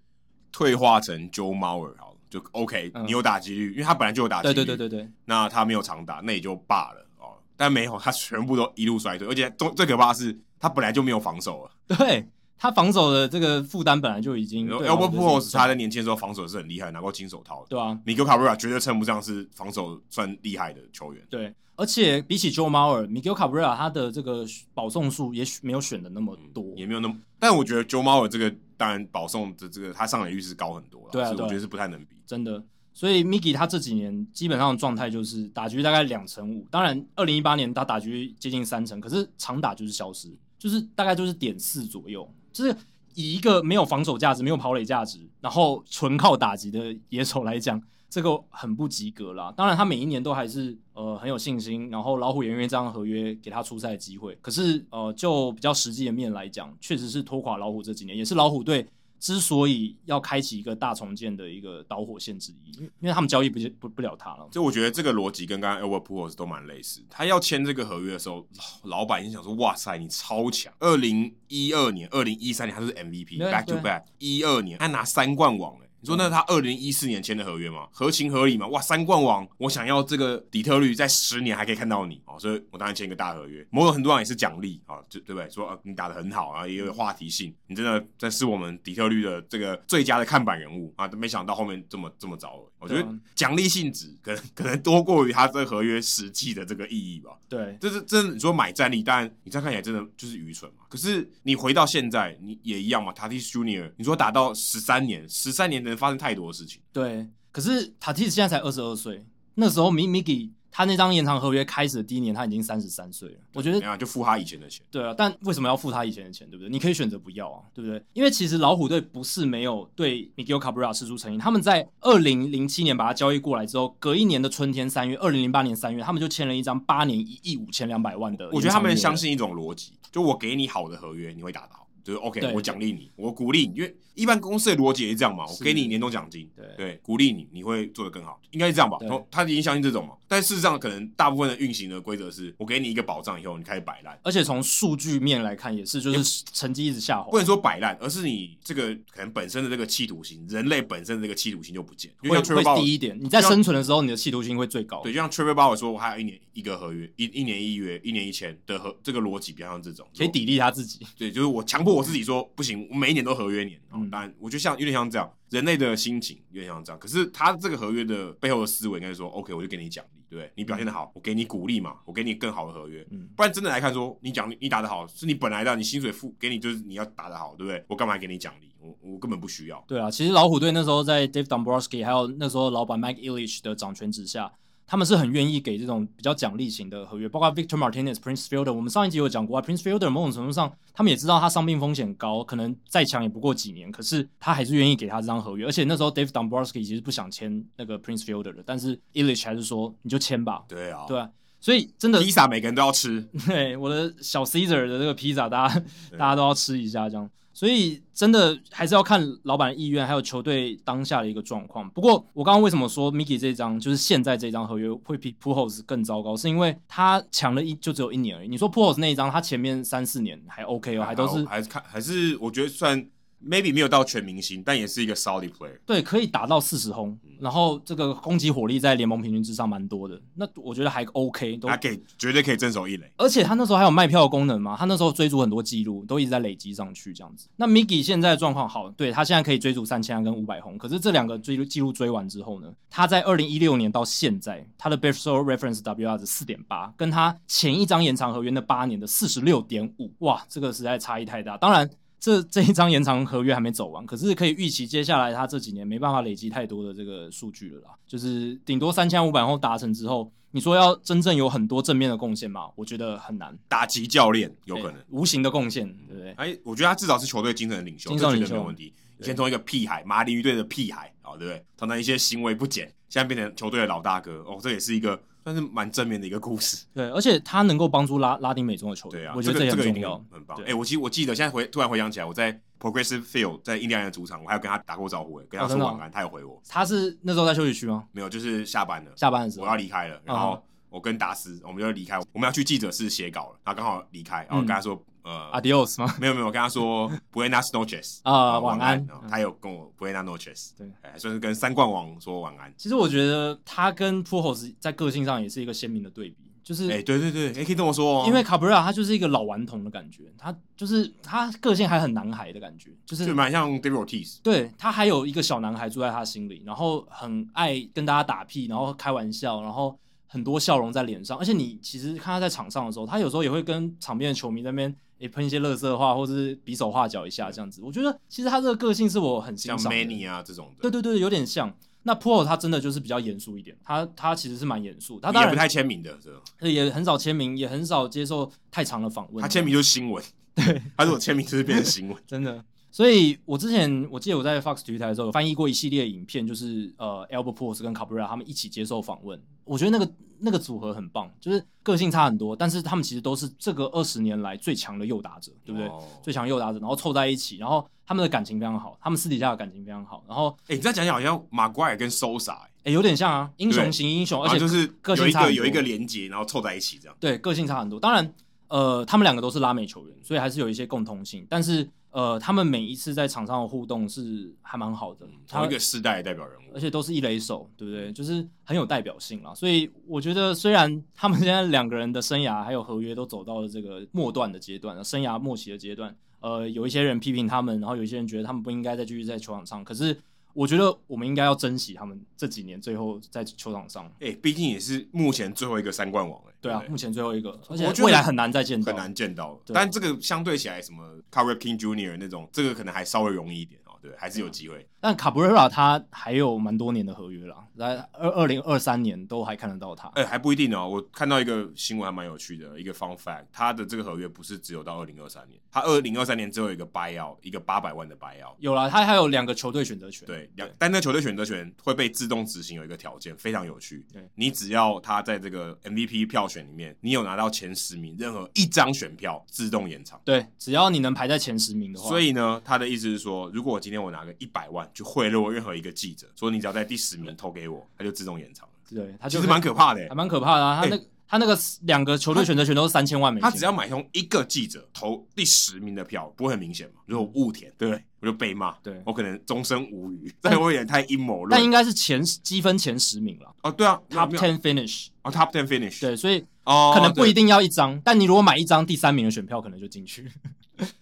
S2: 退化成 Joe Mauer 好了，就 OK，、
S1: 嗯
S2: 你有打击率，因为他本来就有打击
S1: 对
S2: 率，
S1: 对对对对，
S2: 那他没有长打，那也就罢了哦。但没有，他全部都一路衰退，而且最最可怕的是，他本来就没有防守了。啊
S1: 对他防守的这个负担本来就已经对
S2: Albert
S1: 然后
S2: Pujols 他在年轻的时候防守是很厉害，拿过金手套的。
S1: 对啊，
S2: Miguel Cabrera 绝对称不上是防守算厉害的球员。
S1: 对，而且比起 Joe Mauer，Miguel Cabrera 他的这个保送数也许没有选的那么多，
S2: 嗯也没有那么，但我觉得 Joe Mauer 这个当然保送的这个他上垒率是高很多了，
S1: 对啊
S2: 所以
S1: 对啊
S2: 我觉得是不太能比。
S1: 真的。所以 Miki 他这几年基本上的状态就是打局大概两成五，当然二零一八年他打局接近三成，可是长打就是消失，就是大概就是点四左右，就是以一个没有防守价值、没有跑垒价值，然后纯靠打击的野手来讲，这个很不及格啦。当然他每一年都还是呃很有信心，然后老虎也因为这张合约给他出赛的机会，可是呃就比较实际的面来讲，确实是拖垮老虎这几年，也是老虎队之所以要开启一个大重建的一个导火线之一，因为因为他们交易不不不了他了。
S2: 就我觉得这个逻辑跟刚刚 Albert Pujols 都蛮类似。他要签这个合约的时候，老老板已经想说：“哇塞，你超强！”二零一二年、二零一三年他是 MVP
S1: 对啊
S2: back to
S1: 对
S2: back，一二年他拿三冠王、欸，你说那是他二零一四年签的合约吗？合情合理吗？哇，三冠王，我想要这个底特律在十年还可以看到你哦，所以我当然签一个大合约。某种很多人也是奖励啊，就对不对？说、呃、你打的很好啊，也有话题性，你真的这是我们底特律的这个最佳的看板人物啊，都没想到后面这么这么糟了。我觉
S1: 对
S2: 得
S1: 啊
S2: 奖励性质可能可能多过于他这个合约实际的这个意义吧。
S1: 对，
S2: 这是真的，你说买战力，当然你这样看起来真的就是愚蠢嘛。可是你回到现在，你也一样嘛。Tatis Junior，你说打到十三年，十三年能发生太多的事情。
S1: 对，可是塔蒂斯现在才二十二岁，那时候米米给他那张延长合约开始的第一年，他已经三十三岁了。我觉得
S2: 怎哎样就付他以前的钱。
S1: 对啊，但为什么要付他以前的钱，对不对？你可以选择不要啊，对不对？因为其实老虎队不是没有对 Miguel Cabrera 施出诚意，他们在二零零七年把他交易过来之后，隔一年的春天三月，二零零八年三月，他们就签了一张八年一亿五千两百万的。
S2: 我觉得他们相。信一种逻辑，就我给你好的合约，你会打得好，就是 OK，
S1: 对
S2: 我奖励你，我鼓励你，因为一般公司的逻辑也是这样嘛，我
S1: 是
S2: 给你年终奖金，
S1: 对
S2: 对，鼓励你，你会做得更好，应该是这样吧
S1: 对？
S2: 他已经相信这种嘛，但事实上可能大部分的运行的规则是，我给你一个保障以后，你开始摆烂。
S1: 而且从数据面来看，也是就是成绩一直下滑
S2: 不。能说摆烂，而是你这个可能本身的这个企图心，人类本身的这个企图心就不见，就
S1: 会
S2: 像 Trevor
S1: 会
S2: Bauer
S1: 低一点，你在生存的时候，你的企图心会最高。
S2: 对，就像 Trevor Bauer 说，我还有一年一个合约，一一年一约，一年一签的合，这个逻辑比较像这种，
S1: 可以砥砺他自己。
S2: 对，就是我强迫我自己说不行，我每一年都合约年。哦
S1: 嗯
S2: 当然，我觉得像有点像这样，人类的心情有点像这样。可是他这个合约的背后的思维应该是说，OK，我就给你奖励，对不对？你表现的好，我给你鼓励嘛，我给你更好的合约。
S1: 嗯
S2: 不然真的来看说，你奖励你打得好，是你本来的，你薪水付给你就是你要打得好，对不对？我干嘛给你奖励？我我根本不需要。
S1: 对啊，其实老虎队那时候在 Dave Dombrowski 还有那时候老板 Mike Ilitch 的掌权之下，他们是很愿意给这种比较奖励型的合约，包括 Victor Martinez、Prince Fielder。我们上一集有讲过啊，Prince Fielder 某种程度上他们也知道他伤病风险高，可能再强也不过几年，可是他还是愿意给他这张合约。而且那时候 Dave Dombrowski 其实不想签那个 Prince Fielder 的，但是 Ilitch 还是说你就签吧，
S2: 对啊，
S1: 对啊，嗯所以真的
S2: 披萨每个人都要吃，
S1: 对我的小 Caesar 的这个披萨，大家
S2: 对
S1: 大家都要吃一下这样。所以真的还是要看老板的意愿，还有球队当下的一个状况。不过我刚刚为什么说 Mickey 这张就是现在这张合约会比 Pujols 更糟糕，是因为他抢了一就只有一年而已。你说 Pujols 那一张，他前面三四年还 OK 哦，还都是
S2: 还是看还是我觉得虽然 maybe 没有到全明星，但也是一个 solid player。
S1: 对，可以打到四十轰，然后这个攻击火力在联盟平均之上蛮多的，那我觉得还 OK 都
S2: 他。给绝对可以镇守一垒，
S1: 而且他那时候还有卖票的功能嘛，他那时候追逐很多记录，都一直在累积上去这样子。那 Miki 现在的状况好，对他现在可以追逐三千跟五百轰，可是这两个追记录追完之后呢，他在二零一六年到现在，他的 Best Show Reference WR 是四点八，跟他前一张延长合约那八年的四十六点五，哇，这个实在差异太大。当然，这这一张延长合约还没走完，可是可以预期接下来他这几年没办法累积太多的这个数据了啦，就是顶多三千五百后达成之后，你说要真正有很多正面的贡献嘛，我觉得很难，
S2: 打击教练有可能
S1: 对。无形的贡献，对不对？
S2: 哎，我觉得他至少是球队精神的领袖，
S1: 精
S2: 这
S1: 神
S2: 绝
S1: 领
S2: 对
S1: 袖
S2: 没有问题。以前从一个屁孩，马林鱼队的屁孩，哦，对不对？常常一些行为不检，现在变成球队的老大哥，哦，这也是一个算是蛮正面的一个故事。
S1: 对，而且他能够帮助拉拉丁美洲的球队，
S2: 对啊，
S1: 我觉得
S2: 这个
S1: 也
S2: 这
S1: 很
S2: 个一
S1: 重
S2: 定
S1: 要。
S2: 很棒。
S1: 对
S2: 哎、我其实我记得现在回突然回想起来，我在 Progressive Field 在印第安人的主场，我还有跟他打过招呼，哎跟他
S1: 哦
S2: 说
S1: 真的哦
S2: 晚安，他有回我，
S1: 他是那时候在休息区吗？
S2: 没有，就是下班了，
S1: 下班的时候
S2: 我要离开了，然
S1: 啊
S2: 后我跟达斯我们就离开，我们要去记者室写稿了，然后刚好离开，然后跟他
S1: 嗯
S2: 说，呃，
S1: ，Adios 吗？
S2: 没有没有，我跟 他说 Buenas noches
S1: 啊
S2: 呃
S1: 晚
S2: 晚
S1: 安
S2: 哦他有跟我 Buenas noches，
S1: 对
S2: 哎，算是跟三冠王说晚安。
S1: 其实我觉得他跟 Pujols 在个性上也是一个鲜明的对比，就是
S2: 哎，对对对，哎，可以这么说哦，
S1: 因为卡布瑞拉他就是一个老顽童的感觉，他就是他个性还很男孩的感觉，就是
S2: 就蛮像 David Ortiz，
S1: 对他还有一个小男孩住在他心里，然后很爱跟大家打屁，然后开玩笑，然后很多笑容在脸上。而且你其实看他在场上的时候，他有时候也会跟场边的球迷在那边诶喷一些乐色话，或是比手画脚一下这样子。我觉得其实他这个个性是我很欣
S2: 像
S1: 赏的。
S2: Many 啊这种的，
S1: 对对对，有点像。那 p o 他真的就是比较严肃一点，他他其实是蛮严肃，他当
S2: 也
S1: 然呃
S2: 不太签名的，这种
S1: 也很少签名，也很少接受太长的访问。，
S2: 他签名就是新闻，对，他说我签名就是变成新闻
S1: 真的。所以我之前我记得我在 Fox 体育台的时候，有翻译过一系列影片，就是呃 Albert p o r s 跟 Cabrera 他们一起接受访问。我觉得那个那个组合很棒，就是个性差很多，但是他们其实都是这个二十年来最强的右打者， 对不对？
S2: 哦
S1: 最强右打者，然后凑在一起，然后他们的感情非常好，他们私底下的感情非常好，然后
S2: 哎，你这样讲讲好像马圭尔跟 Sosa，哎
S1: 诶有点像啊，英雄型英雄，而
S2: 然后
S1: 且
S2: 就是
S1: 个
S2: 有
S1: 性
S2: 一
S1: 差很
S2: 个
S1: 多
S2: 有一个连接，然后凑在一起这样。
S1: 对，个性差很多。当然，呃，他们两个都是拉美球员，所以还是有一些共通性。但是，呃，他们每一次在场上的互动是还蛮好的，他
S2: 嗯同一个世代的代表人物
S1: 而，且都是一垒手，对不对？就是很有代表性啦。所以我觉得，虽然他们现在两个人的生涯还有合约都走到了这个末段的阶段了，生涯末期的阶段，呃，有一些人批评他们，然后有一些人觉得他们不应该再继续在球场上，可是。我觉得我们应该要珍惜他们这几年最后在球场上，
S2: 哎，毕竟也是目前最后一个三冠王，哎，
S1: 对啊
S2: 不，
S1: 目前最后一个，而
S2: 我
S1: 且
S2: 觉得
S1: 未来很难再见到，
S2: 很难见到。
S1: 对
S2: 但这个相对起来，什么 c a r r King Jr. 那种，这个可能还稍微容易一点哦，对，还是有机会。
S1: 但卡布瑞拉他还有蛮多年的合约啦，在二二零二三年都还看得到他。
S2: 哎、还不一定哦。我看到一个新闻还蛮有趣的，一个 fun fact，他的这个合约不是只有到二零二三年，他二零二三年只有一个 buyout，一个八百万的 buyout。
S1: 有啦，他还有两个球队选择权。
S2: 对，两但那球队选择权会被自动执行，有一个条件非常有趣
S1: 对。
S2: 你只要他在这个 MVP 票选里面，你有拿到前十名，任何一张选票自动延长。
S1: 对，只要你能排在前十名的话，
S2: 所以呢，他的意思是说，如果我今天我拿个一百万去贿赂任何一个记者，说你只要在第十名投给我，他就自动延长了。
S1: 对他
S2: 其
S1: 就
S2: 实蛮可怕的、欸
S1: 还，蛮可怕的、啊。他那个、他那个两个球队选择权都是三千万美金，
S2: 他只要买通一个记者投第十名的票，不会很明显嘛？如果我误填，对不对？我就被骂，
S1: 对，
S2: 我可能终身无语，但我有点太阴谋
S1: 但
S2: 论
S1: 应。该是前积分前十名了
S2: 哦，对啊
S1: ，Top
S2: 没有
S1: Ten finish。
S2: 哦，Top Ten finish，，
S1: 对，所以
S2: 哦，
S1: 可能不一
S2: 定，
S1: 定要一张，但你如果买一张第三名的选票，可能就进 去。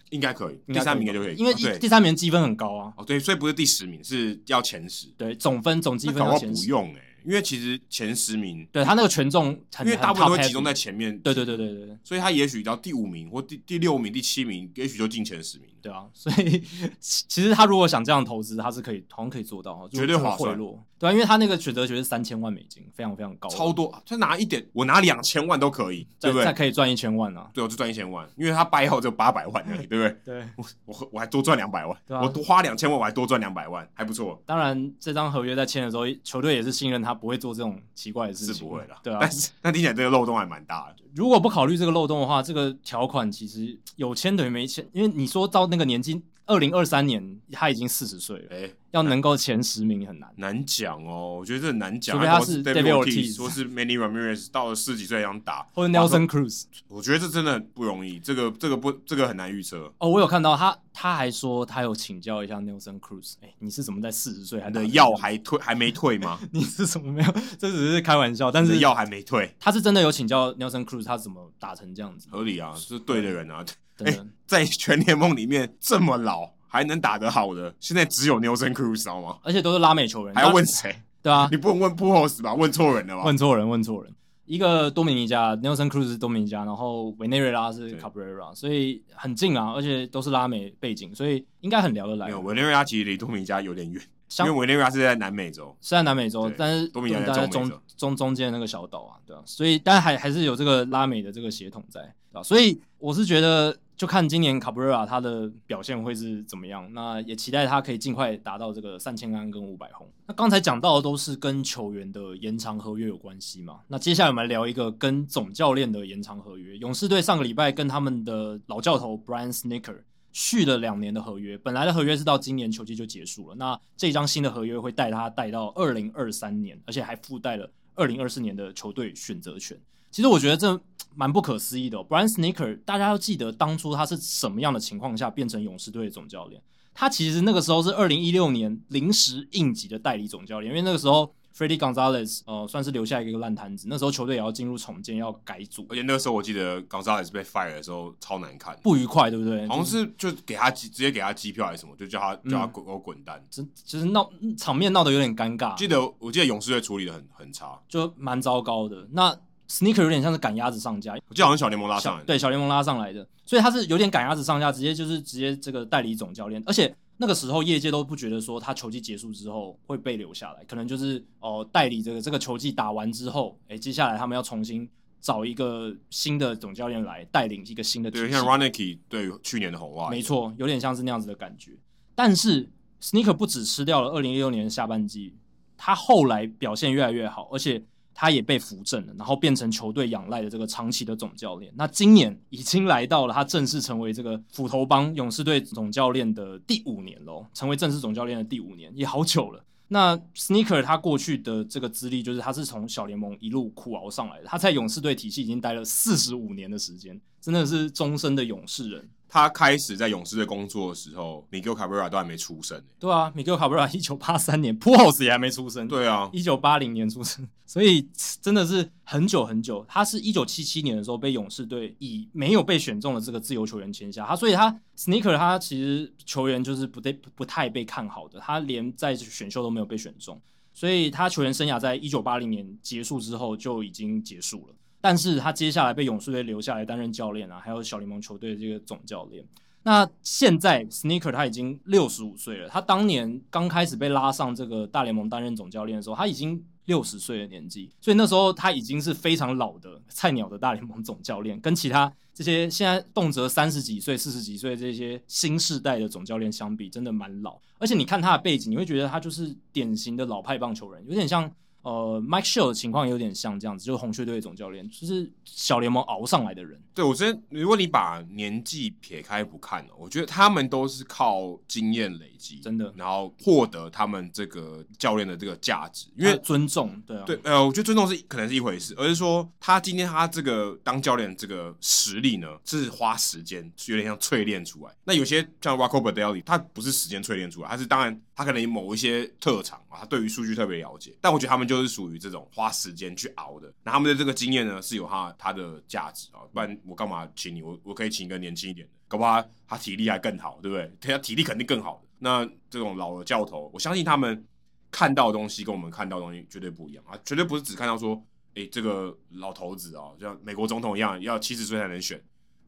S2: 应该可以，
S1: 应
S2: 第
S1: 该
S2: 三名
S1: 可
S2: 就可以，
S1: 因为
S2: 哦
S1: 一第
S2: 对，
S1: 三名积分很高啊，
S2: 哦对，所以不是第十名，是要前十，
S1: 对，总分总积
S2: 那
S1: 分
S2: 搞不
S1: 要
S2: 好
S1: 前
S2: 不
S1: 十。
S2: 用哎、因为其实前十名，
S1: 对他那个权重很，
S2: 因为大部分都
S1: 很
S2: 会
S1: top
S2: 集中
S1: heavy
S2: 在前面，
S1: 对对对对对对。
S2: 所以他也许到第五名或第第六名、第七名，也许就进前十名了。
S1: 对啊，所以其其实他如果想这样投资，他是可以，好像可以做到哦，就
S2: 绝对
S1: 不
S2: 划
S1: 贿
S2: 算
S1: 赂，对啊，因为他那个选择权是三千万美金，非常非常高，
S2: 超多，他拿一点，我拿两千万都可以，对
S1: 再
S2: 不对
S1: 嗯再？可以赚一千万啊，
S2: 对，我就赚一千万，因为他掰后就八百万而已，对不对？
S1: 对，
S2: 我我还多赚两百万，
S1: 对啊
S2: 我多花两千万，我还多赚两百万，还不错，
S1: 当然这张合约在签的时候，球队也是信任他不会做这种奇怪的事
S2: 是
S1: 情，
S2: 不会的。
S1: 对啊，
S2: 但是那听起来这个漏洞还蛮大的。
S1: 如果不考虑这个漏洞的话，这个条款其实有签等于没签，因为你说到那个年纪，二零二三年他已经四十岁了，
S2: 哎、
S1: 要能够前十名很难。
S2: 难讲哦，我觉得这很难讲。
S1: 除非他
S2: 如果
S1: 是
S2: David
S1: David
S2: Ortiz，
S1: Ortiz
S2: 说是 Manny Ramirez 到了四十几岁想打，
S1: 或者 Nelson Cruz，
S2: 我觉得这真的不容易，这个这个不这个很难预测。
S1: 哦，我有看到他，他还说他有请教一下 Nelson Cruz，哎、你是怎么在四十岁还
S2: 你
S1: 打
S2: 的
S1: 得
S2: 药
S1: 进去？
S2: 还退还没退吗？
S1: 你是怎么没有？这只是开玩笑， 但
S2: 你的
S1: 是
S2: 药还没退，
S1: 他是真的有请教 Nelson Cruz，他怎么打成这样子？
S2: 合理啊，是对的人啊。
S1: 等等，
S2: 在全联盟里面这么老还能打得好的，现在只有 Nelson Cruz 知道吗？
S1: 而且都是拉美球员，
S2: 还要
S1: 他
S2: 问谁？
S1: 对啊，
S2: 你不能问 p u o s 吧？问错人了吧？
S1: 问错人，问错人。一个多米尼加，Nelson Cruz 是多米尼加，然后委内瑞拉是
S2: 对
S1: Cabrera，所以很近啊，而且都是拉美背景，所以应该很聊得来啊
S2: 没。有，委内瑞拉其实离多米加有点远，因
S1: 像
S2: 为委内瑞拉是在南美洲。
S1: 虽然南美洲
S2: 对，
S1: 但是
S2: 多米尼加在
S1: 大家
S2: 中美
S1: 中
S2: 洲
S1: 中中间那个小岛啊，对啊，所以但还还是有这个拉美的这个血统在，对吧、啊所以我是觉得，就看今年 Cabrera 他的表现会是怎么样，那也期待他可以尽快达到这个三千安跟五百红。那刚才讲到的都是跟球员的延长合约有关系嘛，那接下来我们来聊一个跟总教练的延长合约。勇士队上个礼拜跟他们的老教头 Brian Snicker。续了两年的合约，本来的合约是到今年球季就结束了。那这张新的合约会带他带到二零二三年，而且还附带了二零二四年的球队选择权。其实我觉得这蛮不可思议的、哦。Brian Snicker，大家要记得当初他是什么样的情况下变成勇士队的总教练。他其实那个时候是二零一六年临时应急的代理总教练，因为那个时候 Freddy Gonzalez 呃算是留下一个烂摊子，那时候球队也要进入重建，要改组
S2: 而，且那个时候我记得 Gonzalez 被 fire 的时候超难看，
S1: 不愉快，对不对？
S2: 好像是就给他机直接给他机票还是什么，就叫他叫他给我滚蛋。
S1: 嗯就是啊就是闹场面闹得有点尴尬，
S2: 记得我记得勇士队处理的很很差，
S1: 就蛮糟糕的。那 Sneaker 有点像是赶鸭子上架，
S2: 我记得好像小联盟拉上
S1: 小
S2: 来，
S1: 对小联盟拉上来的，所以他是有点赶鸭子上架，直接就是直接这个代理总教练，而且那个时候业界都不觉得说他球季结束之后会被留下来，可能就是哦、呃代理这个这个球季打完之后，哎、接下来他们要重新找一个新的总教练来带领一个新的体
S2: 对，
S1: 系，
S2: 像 Ronicky 对去年的红袜，
S1: 没，错，有点像是那样子的感觉。但是 Sneaker 不只吃掉了二零一六年下半季，他后来表现越来越好，而且他也被扶正了，然后变成球队仰赖的这个长期的总教练。那今年已经来到了他正式成为这个斧头帮勇士队总教练的第五年喽，成为正式总教练的第五年也好久了。那 Sneaker 他过去的这个资历就是他是从小联盟一路苦熬上来的，他在勇士队体系已经待了四十五年的时间，真的是终身的勇士人。
S2: 他开始在勇士队工作的时候，Miguel Cabrera 都还没出生欸。
S1: 对啊，米格卡布拉一 九八三年 p u o l s 也还没出生，，
S2: 对啊，
S1: 一九八零年出生，所以真的是很久很久。他是一九七七年的时候被勇士队以没有被选中的这个自由球员签下他，所以他 Sneaker 他其实球员就是不对不太被看好的，他连在选秀都没有被选中，所以他球员生涯在一九八零年结束之后就已经结束了。但是他接下来被勇士队留下来担任教练啊，还有小联盟球队的这个总教练。那现在 Sneaker 他已经六十五岁了，他当年刚开始被拉上这个大联盟担任总教练的时候，他已经六十岁的年纪，所以那时候他已经是非常老的菜鸟的大联盟总教练，跟其他这些现在动辄三十几岁、四十几岁这些新世代的总教练相比，真的蛮老。而且你看他的背景，你会觉得他就是典型的老派棒球人，有点像呃 Mike Shil 的情况有点像这样子，就是红雀队的总教练，就是小联盟熬上来的人。
S2: 对我觉得，如果你把年纪撇开不看哦，我觉得他们都是靠经验累积，
S1: 真的
S2: 然后获得他们这个教练的这个价值，因为
S1: 他尊重，对啊，
S2: 对，呃，我觉得尊重是可能是一回事，而是说他今天他这个当教练的这个实力呢，是花时间，是有点像淬炼出来。那有些像 Rocco Baldelli，他不是时间淬炼出来，他是当然他可能某一些特长啊，他对于数据特别了解，但我觉得他们就是属于这种花时间去熬的。那他们的这个经验呢，是有他他的价值啊，不然我干嘛请你？我我可以请一个年轻一点的，搞不好他他体力还更好，对不对？他体力肯定更好的。那这种老的教头，我相信他们看到的东西跟我们看到的东西绝对不一样啊，绝对不是只看到说，诶、这个老头子啊，就像美国总统一样，要七十岁才能选，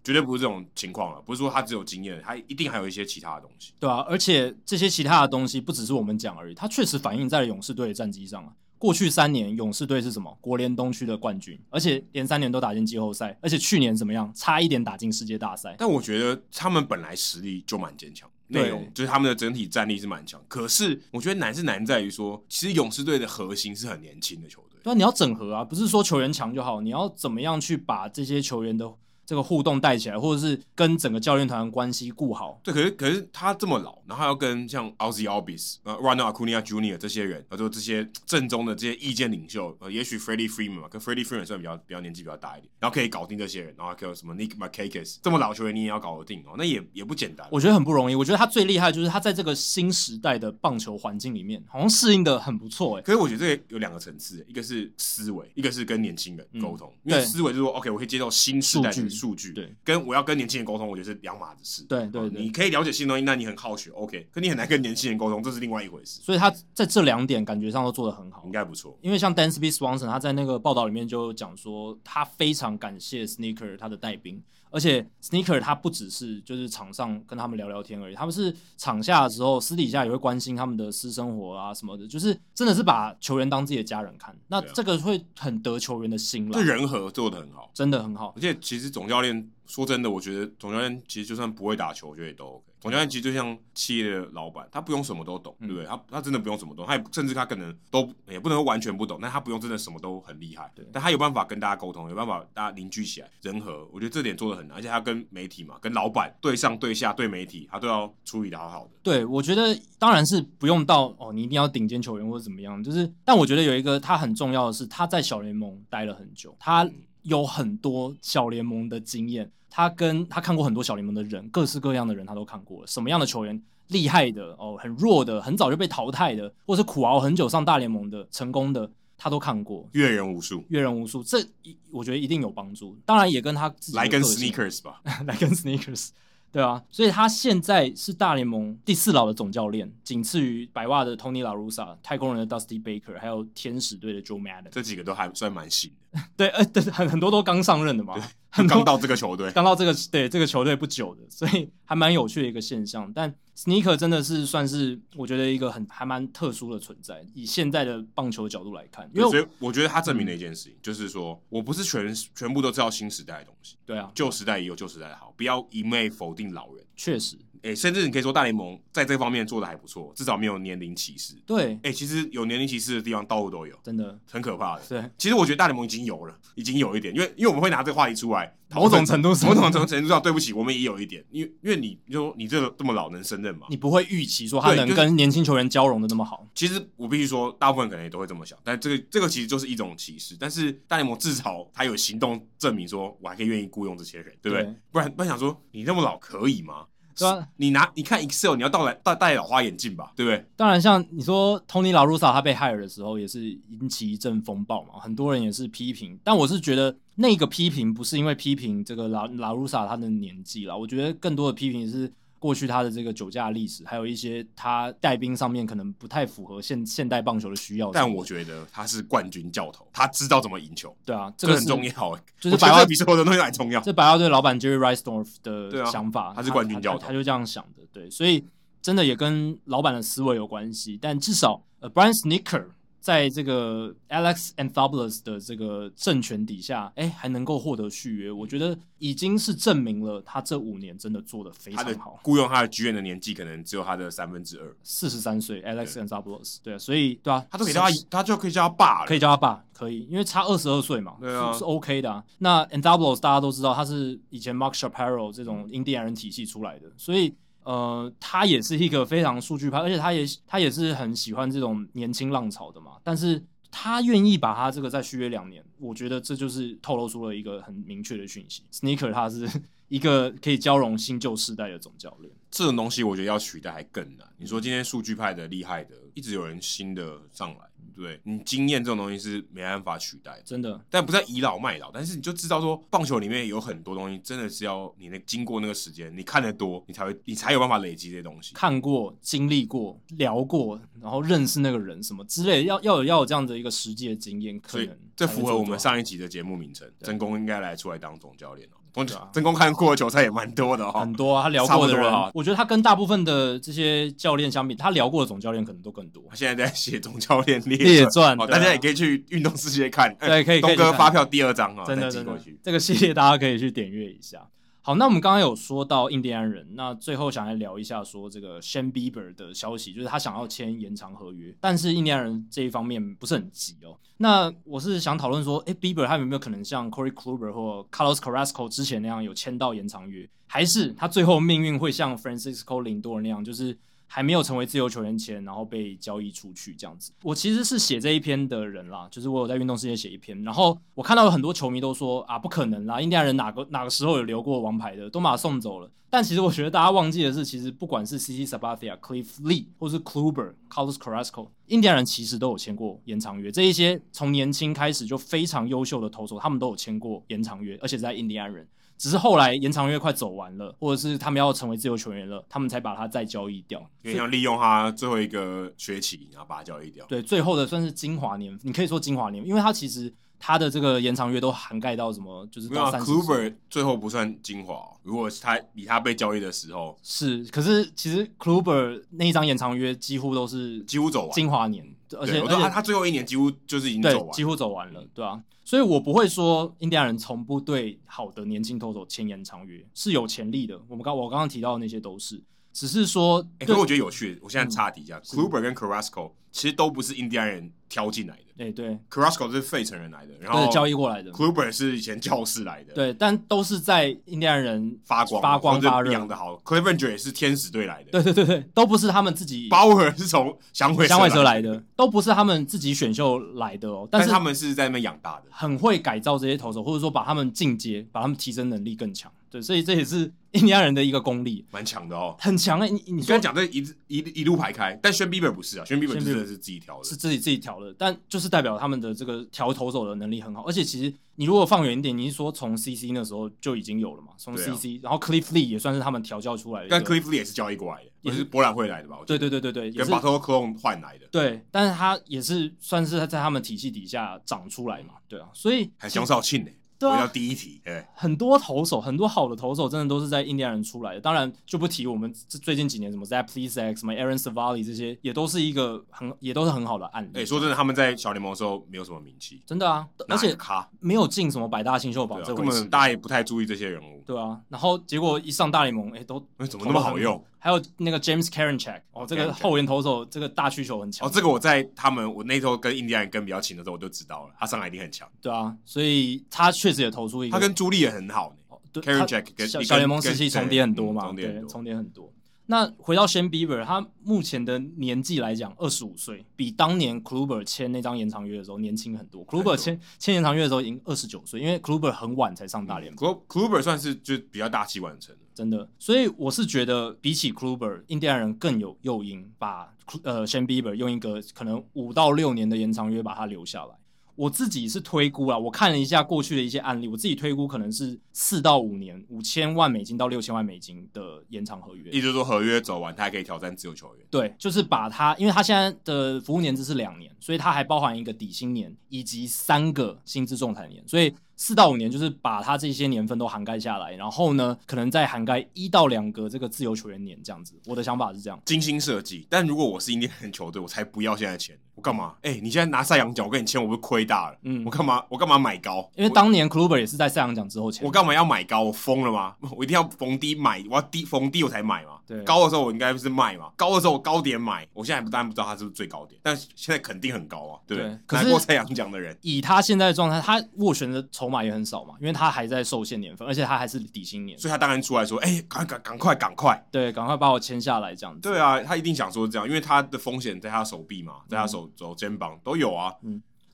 S2: 绝对不是这种情况了。啊不是说他只有经验，他一定还有一些其他的东西。
S1: 对啊，而且这些其他的东西不只是我们讲而已，它确实反映在了勇士队的战绩上啊。过去三年，勇士队是什么？国联东区的冠军，而且连三年都打进季后赛，而且去年怎么样？差一点打进世界大赛。
S2: 但我觉得他们本来实力就蛮坚强，内
S1: 对
S2: 容就是他们的整体战力是蛮强。可是我觉得难是难在于说，其实勇士队的核心是很年轻的球队。
S1: 对啊，你要整合啊，不是说球员强就好，你要怎么样去把这些球员的这个互动带起来，或者是跟整个教练团的关系顾好。
S2: 对，可是可是他这么老，然后还要跟像 Ozzy Albis、呃 Ronald Acuna Jr. 这些人，呃，就这些正宗的这些意见领袖，呃，也许 Freddie Freeman 嘛，跟 Freddie Freeman 算比较比较年纪比较大一点，然后可以搞定这些人，然后还有什么 Nick Markakis 这么老球员你也要搞得定哦，那也也不简单。
S1: 我觉得很不容易，我觉得他最厉害就是他在这个新时代的棒球环境里面，好像适应的很不错诶、欸
S2: 可是我觉得这个有两个层次，一个是思维，一个是跟年轻人沟通。
S1: 嗯
S2: 因为
S1: 对
S2: 思维就是说，OK，我可以接受新时代
S1: 数
S2: 的
S1: 据
S2: 数据，
S1: 对，
S2: 跟我要跟年轻人沟通，我觉得是两码子事。
S1: 对对
S2: 哦
S1: 对
S2: 你可以了解新东西，那你很好学，OK，可你很难跟年轻人沟通，这是另外一回事。
S1: 所以他在这两点感觉上都做得很好
S2: 应。该不错，
S1: 因为像 Dansby Swanson，他在那个报道里面就讲说，他非常感谢 Sneaker 他的带兵，而且 Sneaker 他不只是就是场上跟他们聊聊天而已，他们是场下的时候私底下也会关心他们的私生活啊什么的，就是真的是把球员当自己的家人看，那
S2: 对啊
S1: 这个会很得球员的心了
S2: 对，人和做的很好。
S1: 真的很好。
S2: 而且其实总教练说真的，我觉得总教练其实就算不会打球，我觉得也都 OK。总教练其实就像企业的老板，他不用什么都懂，
S1: 嗯
S2: 对不对？他他真的不用什么都懂，他也甚至他可能都也不能说完全不懂，但他不用真的什么都很厉害
S1: 对，
S2: 但他有办法跟大家沟通，有办法大家凝聚起来，人和。我觉得这点做的很难，而且他跟媒体嘛，跟老板对上对下对媒体，他都要处理的好好的。
S1: 对，我觉得当然是不用到哦，你一定要顶尖球员或者怎么样，就是，但我觉得有一个他很重要的是，他在小联盟待了很久，他
S2: 嗯
S1: 有很多小联盟的经验，他跟他看过很多小联盟的人，各式各样的人他都看过了，什么样的球员厉害的哦，很弱的，很早就被淘汰的，或是苦熬很久上大联盟的成功的，他都看过，
S2: 阅人无数，
S1: 阅人无数，这一我觉得一定有帮助，当然也跟他自己的
S2: 来跟
S1: 个性
S2: sneakers 吧，
S1: 来跟 Sneakers，对啊，所以他现在是大联盟第四老的总教练，仅次于白袜的 Tony La Russa、太空人的 Dusty Baker，还有天使队的 Joe Madden。
S2: 这几个都还算蛮新的，
S1: 对，呃，对，很很多都刚上任的嘛，
S2: 就
S1: 很多
S2: 刚到这个球队。
S1: 刚到这个对这个球队不久的，所以还蛮有趣的一个现象。但 Sneaker 真的是算是我觉得一个很还蛮特殊的存在，以现在的棒球角度来看，因
S2: 对所
S1: 为
S2: 以我觉得他证明了一件事情，就是说我不是全全部都知道新时代的东西，
S1: 对啊，
S2: 旧时代也有旧时代的好，不要一昧否定老人。
S1: 确实
S2: 诶、甚至你可以说大联盟在这方面做的还不错，至少没有年龄歧视。
S1: 对，
S2: 诶、其实有年龄歧视的地方到处都有，
S1: 真的
S2: 很可怕的。
S1: 对，
S2: 其实我觉得大联盟已经有了，已经有一点，因为因为我们会拿这个话题出来，
S1: 某种程度上
S2: 某种程度上，对不起，我们也有一点，因为因为你就说你这个这么老能胜任吗？
S1: 你不会预期说他
S2: 对
S1: 能
S2: 就是
S1: 跟年轻球员交融的那么好，
S2: 其实我必须说，大部分可能也都会这么想，但这个这个其实就是一种歧视。但是大联盟至少他有行动证明说，我还可以愿意雇佣这些人，对不对？
S1: 对
S2: 不然不然想说你那么老可以吗？
S1: 对啊，
S2: 你拿你看 Excel，你要戴来戴戴老花眼镜吧，对不对？
S1: 当然，像你说 Tony La Russa 他被 hire 的时候，也是引起一阵风暴嘛，很多人也是批评。但我是觉得那个批评不是因为批评这个 拉拉 Russa 他的年纪啦，我觉得更多的批评是过去他的这个酒驾历史，还有一些他带兵上面可能不太符合现现代棒球的需要。
S2: 但我觉得他是冠军教头，他知道怎么赢球，
S1: 对啊，这
S2: 这
S1: 个
S2: 很
S1: 是
S2: 重要，欸
S1: 就是
S2: 我觉
S1: 白
S2: 得
S1: 袜
S2: 这比所有的东西还重要。
S1: 这白袜队老板 Jerry Rice
S2: 对
S1: 的
S2: 啊
S1: 想法，
S2: 他是冠军教头
S1: 他他就这样想的，对，所以真的也跟老板的思维有关系，但至少呃，Brian Sneaker 在这个 Alex Anthopoulos 的这个政权底下，哎，还能够获得续约，我觉得已经是证明了他这五年真的做得非
S2: 他的
S1: 常好。
S2: 雇佣他的剧院的年纪可能只有他的三分之二，
S1: 四十三岁，Alex
S2: 对
S1: Anthopoulos，对啊，所以对啊，
S2: 他都可以叫他
S1: 是，
S2: 他就可以叫他爸了，
S1: 可以叫他爸，可以，因为差二十二岁嘛，
S2: 对啊
S1: 是是 OK 的、啊。那 n d o u b l e s 大家都知道，他是以前 Mark Shapiro 这
S2: 嗯
S1: 种印第安人体系出来的，所以呃，他也是一个非常数据派，而且他也他也是很喜欢这种年轻浪潮的嘛。但是他愿意把他这个再续约两年，我觉得这就是透露出了一个很明确的讯息。Sneaker 他是 一个可以交融新旧世代的总教练，
S2: 这种东西我觉得要取代还更难。你说今天数据派的厉害的，一直有人新的上来，对你经验这种东西是没办法取代的。
S1: 真的
S2: 但不是在倚老卖老，但是你就知道说，棒球里面有很多东西，真的是要你那经过那个时间，你看得多，你才会，你才有办法累积这些东西。
S1: 看过、经历过、聊过，然后认识那个人什么之类的，要要有要有这样的一个实际的经验，可
S2: 所以
S1: 能
S2: 这
S1: 才能
S2: 符合
S1: 做
S2: 我
S1: 做好
S2: 们上一集的节目名称，
S1: 对
S2: 真功应该来出来当总教练哦。公
S1: 对啊
S2: 真公看过的球赛也蛮多的哦
S1: 很。多啊，他聊过的
S2: 差不
S1: 人
S2: 多了啊，
S1: 我觉得他跟大部分的这些教练相比，他聊过的总教练可能都更多
S2: 他。现在在写总教练列
S1: 列传
S2: 哦，
S1: 对啊
S2: 大 家也可以去运动世界看。哎
S1: 对，可以可
S2: 东
S1: 以
S2: 哥
S1: 看
S2: 发票第二张哦，
S1: 真
S2: 再
S1: 的
S2: 寄
S1: 真
S2: 过
S1: 的
S2: 去。，
S1: 这个系列大家可以去点阅一下。好，那我们刚刚有说到印第安人，那最后想来聊一下说这个 Shan Bieber 的消息，就是他想要签延长合约，但是印第安人这一方面不是很急哦。那我是想讨论说，诶 b i e b e r 他有没有可能像 Corey Kluber 或 Carlos Carrasco 之前那样有签到延长约，还是他最后命运会像 Francisco Lindor 那样，就是还没有成为自由球员前，然后被交易出去这样子。我其实是写这一篇的人啦，就是我有在运动世界写一篇，然后我看到有很多球迷都说啊，不可能啦，印第安人哪个哪个时候有留过王牌的，都把他送走了。但其实我觉得大家忘记的是，其实不管是 C.C. Sabathia、Cliff Lee 或是 Kluber、Carlos Carrasco，印第安人其实都有签过延长约。这一些从年轻开始就非常优秀的投手，他们都有签过延长约，而且是在印第安人。只是后来延长约快走完了，或者是他们要成为自由球员了，他们才把他再交易掉。
S2: 因为要利用他最后一个学期，然后把他交易掉。
S1: 对，最后的算是精华年，你可以说精华年，因为它其实它的这个延长约都涵盖到什么，就是
S2: 没有
S1: 到
S2: 啊
S1: 三十。
S2: ，Kluber 最后不算精华哦。如果是他以他被交易的时候，
S1: 是，可是其实 Kluber 那一张延长约几乎都是
S2: 几乎走完。
S1: 精华年，而且
S2: 对，我
S1: 而
S2: 说他
S1: 且
S2: 他最后一年几乎就是已经走
S1: 对
S2: 完
S1: 几。乎走完了，对啊，所以我不会说印第安人从不对好的年轻投手签延长约是有潜力的。我们刚我刚刚提到的那些都是，只是说
S2: 哎，可
S1: 对嗯
S2: 是我觉得有趣，我现在插题一下，Kluber 跟 Carrasco 其实都不是印第安人挑进来的
S1: 哎对，
S2: ，Carrasco 是费城人来的，然
S1: 对
S2: 后
S1: 交易过来的，
S2: Kluber 是以前教室来的，，
S1: 对，但都是在印第安人
S2: 发光啊
S1: 发光发
S2: 或者
S1: 热，
S2: 养的好，Clevenger 也是天使队来的，
S1: 对 对对对，都不是他们自己
S2: 鲍尔是从响尾
S1: 香外蛇
S2: 来
S1: 来的，都不是他们自己选秀来的哦，
S2: 但
S1: 但是
S2: 他们是在那边养大的。
S1: 很会改造这些投手，或者说把他们进阶，把他们提升能力更强。对，所以这也是印第安人的一个功力，
S2: 蛮强的哦。
S1: 很强哎、你你
S2: 你
S1: 说
S2: 刚才讲这一字一一路排开，但轩 Bieber 不是啊，轩 Bieber 真
S1: Bieber
S2: 的是自己挑的，
S1: 是自己自己调的，但就是代表他们的这个调投手的能力很好。而且其实你如果放远一点，你是说从 CC 那时候就已经有了嘛？从
S2: 对啊
S1: CC，、然后 Cliff Lee 也算是他们调教出来的一个。
S2: 但 Cliff Lee 也是交易过来的，
S1: 也
S2: 也
S1: 是
S2: 是博览会来的吧？我
S1: 对
S2: 觉得
S1: 对对对对，也
S2: 跟
S1: 是
S2: b a t o Clone 换来的，
S1: 对，但是他也是算是在他们体系底下长出来嘛？对啊，所以
S2: 还有江少庆呢。
S1: 对啊
S2: 回到第一题，哎，
S1: 很多投手，很多好的投手，真的都是在印第安人出来的。当然，就不提我们这最近几年什么 Zach Plesac、什么 Aaron Savali 这些，也都是一个很也都是很好的案例。
S2: 哎，说真的，他们在小联盟的时候没有什么名气，
S1: 真的啊，而
S2: 哪
S1: 且
S2: 个咖，
S1: 没有进什么百大新秀
S2: 对
S1: 榜
S2: 啊
S1: 这
S2: 根
S1: 回
S2: 本
S1: 事。
S2: 大家也不太注意这些人物，
S1: 对啊，然后结果一上大联盟，哎，都
S2: 哎怎么那么好用？
S1: 还有那个 James Karinchak，哦，这个
S2: Karinchak
S1: 后援投手，这个大需求很强。
S2: 哦，这个我在他们我那时候跟印第安人跟比较勤的时候我就知道了，他上来一定很强，
S1: 对啊，所以他确实也投出一个。
S2: 他跟朱莉也很好呢。
S1: 哦对
S2: Karen
S1: 他
S2: Jack 跟
S1: 小
S2: 跟
S1: 小联盟
S2: 跟
S1: 时期
S2: 对
S1: 重叠很多
S2: 嗯
S1: 嘛，
S2: 重叠很
S1: 对，
S2: 多
S1: 重叠很多。那回到 Shan Bieber，他目前的年纪来讲，二十五岁，比当年 Kluber 签那张延长约的时候年轻很多。Kluber
S2: 多
S1: 签签延长约的时候已经二十九岁，因为 Kluber 很晚才上大联盟，
S2: Klu- Kluber 算是就比较大器晚成的，
S1: 真的。所以我是觉得，比起 Kluber，印第安人更有诱因把 Klu- 呃 Shan Bieber 用一个可能五到六年的延长约把他留下来。我自己是推估啊，我看了一下过去的一些案例，我自己推估可能是四到五年，五千万美金到六千万美金的延长合约。
S2: 也就是说合约走完，他还可以挑战自由球员。
S1: 对，就是把它，因为他现在的服务年资是两年，所以它还包含一个底薪年以及三个薪资仲裁年，所以四到五年就是把它这些年份都涵盖下来，然后呢，可能再涵盖一到两个这个自由球员年这样子。我的想法是这样，
S2: 精心设计。但如果我是印第安人球队，我才不要现在签，我干嘛？哎、你现在拿赛扬奖，我跟你签，我不是亏大了？
S1: 嗯
S2: 我干嘛？我干嘛买高？
S1: 因为当年 Kluber 也是在赛扬奖之后签
S2: 我，干嘛要买高？我疯了吗？我一定要逢低买，我要低逢低我才买嘛。
S1: 对
S2: 高的时候我应该是卖嘛，高的时候我高点买。我现在当然不知道它是不是最高点，但现在肯定很高啊，对不对
S1: 对？可是
S2: 拿过赛扬奖的人，
S1: 以他现在的状态，他斡旋的筹码也很少嘛，因为他还在受限年份，而且他还是底薪年，
S2: 所以他当然出来说：“哎、赶赶赶快赶快！”
S1: 对，赶快把我签下来这样子。
S2: 对啊，他一定想说这样，因为他的风险在他手臂嘛，在他手
S1: 嗯
S2: 肘、肩膀都有啊。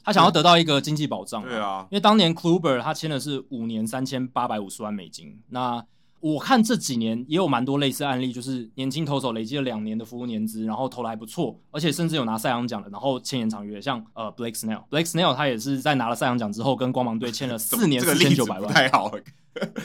S1: 他想要得到一个经济保障嘛，
S2: 对啊，
S1: 因为当年 Kluber 他签的是五年三千八百五十万美金，那我看这几年也有蛮多类似案例，就是年轻投手累积了两年的服务年资，然后投的还不错，而且甚至有拿赛扬奖的，然后签延长约，像呃 Blake Snell，Blake Snell 他也是在拿了赛扬奖之后，跟光芒队签 了
S2: 这
S1: 四年
S2: 这个
S1: 四
S2: 例
S1: 千
S2: 子
S1: 九百
S2: 不
S1: 万，
S2: 太好，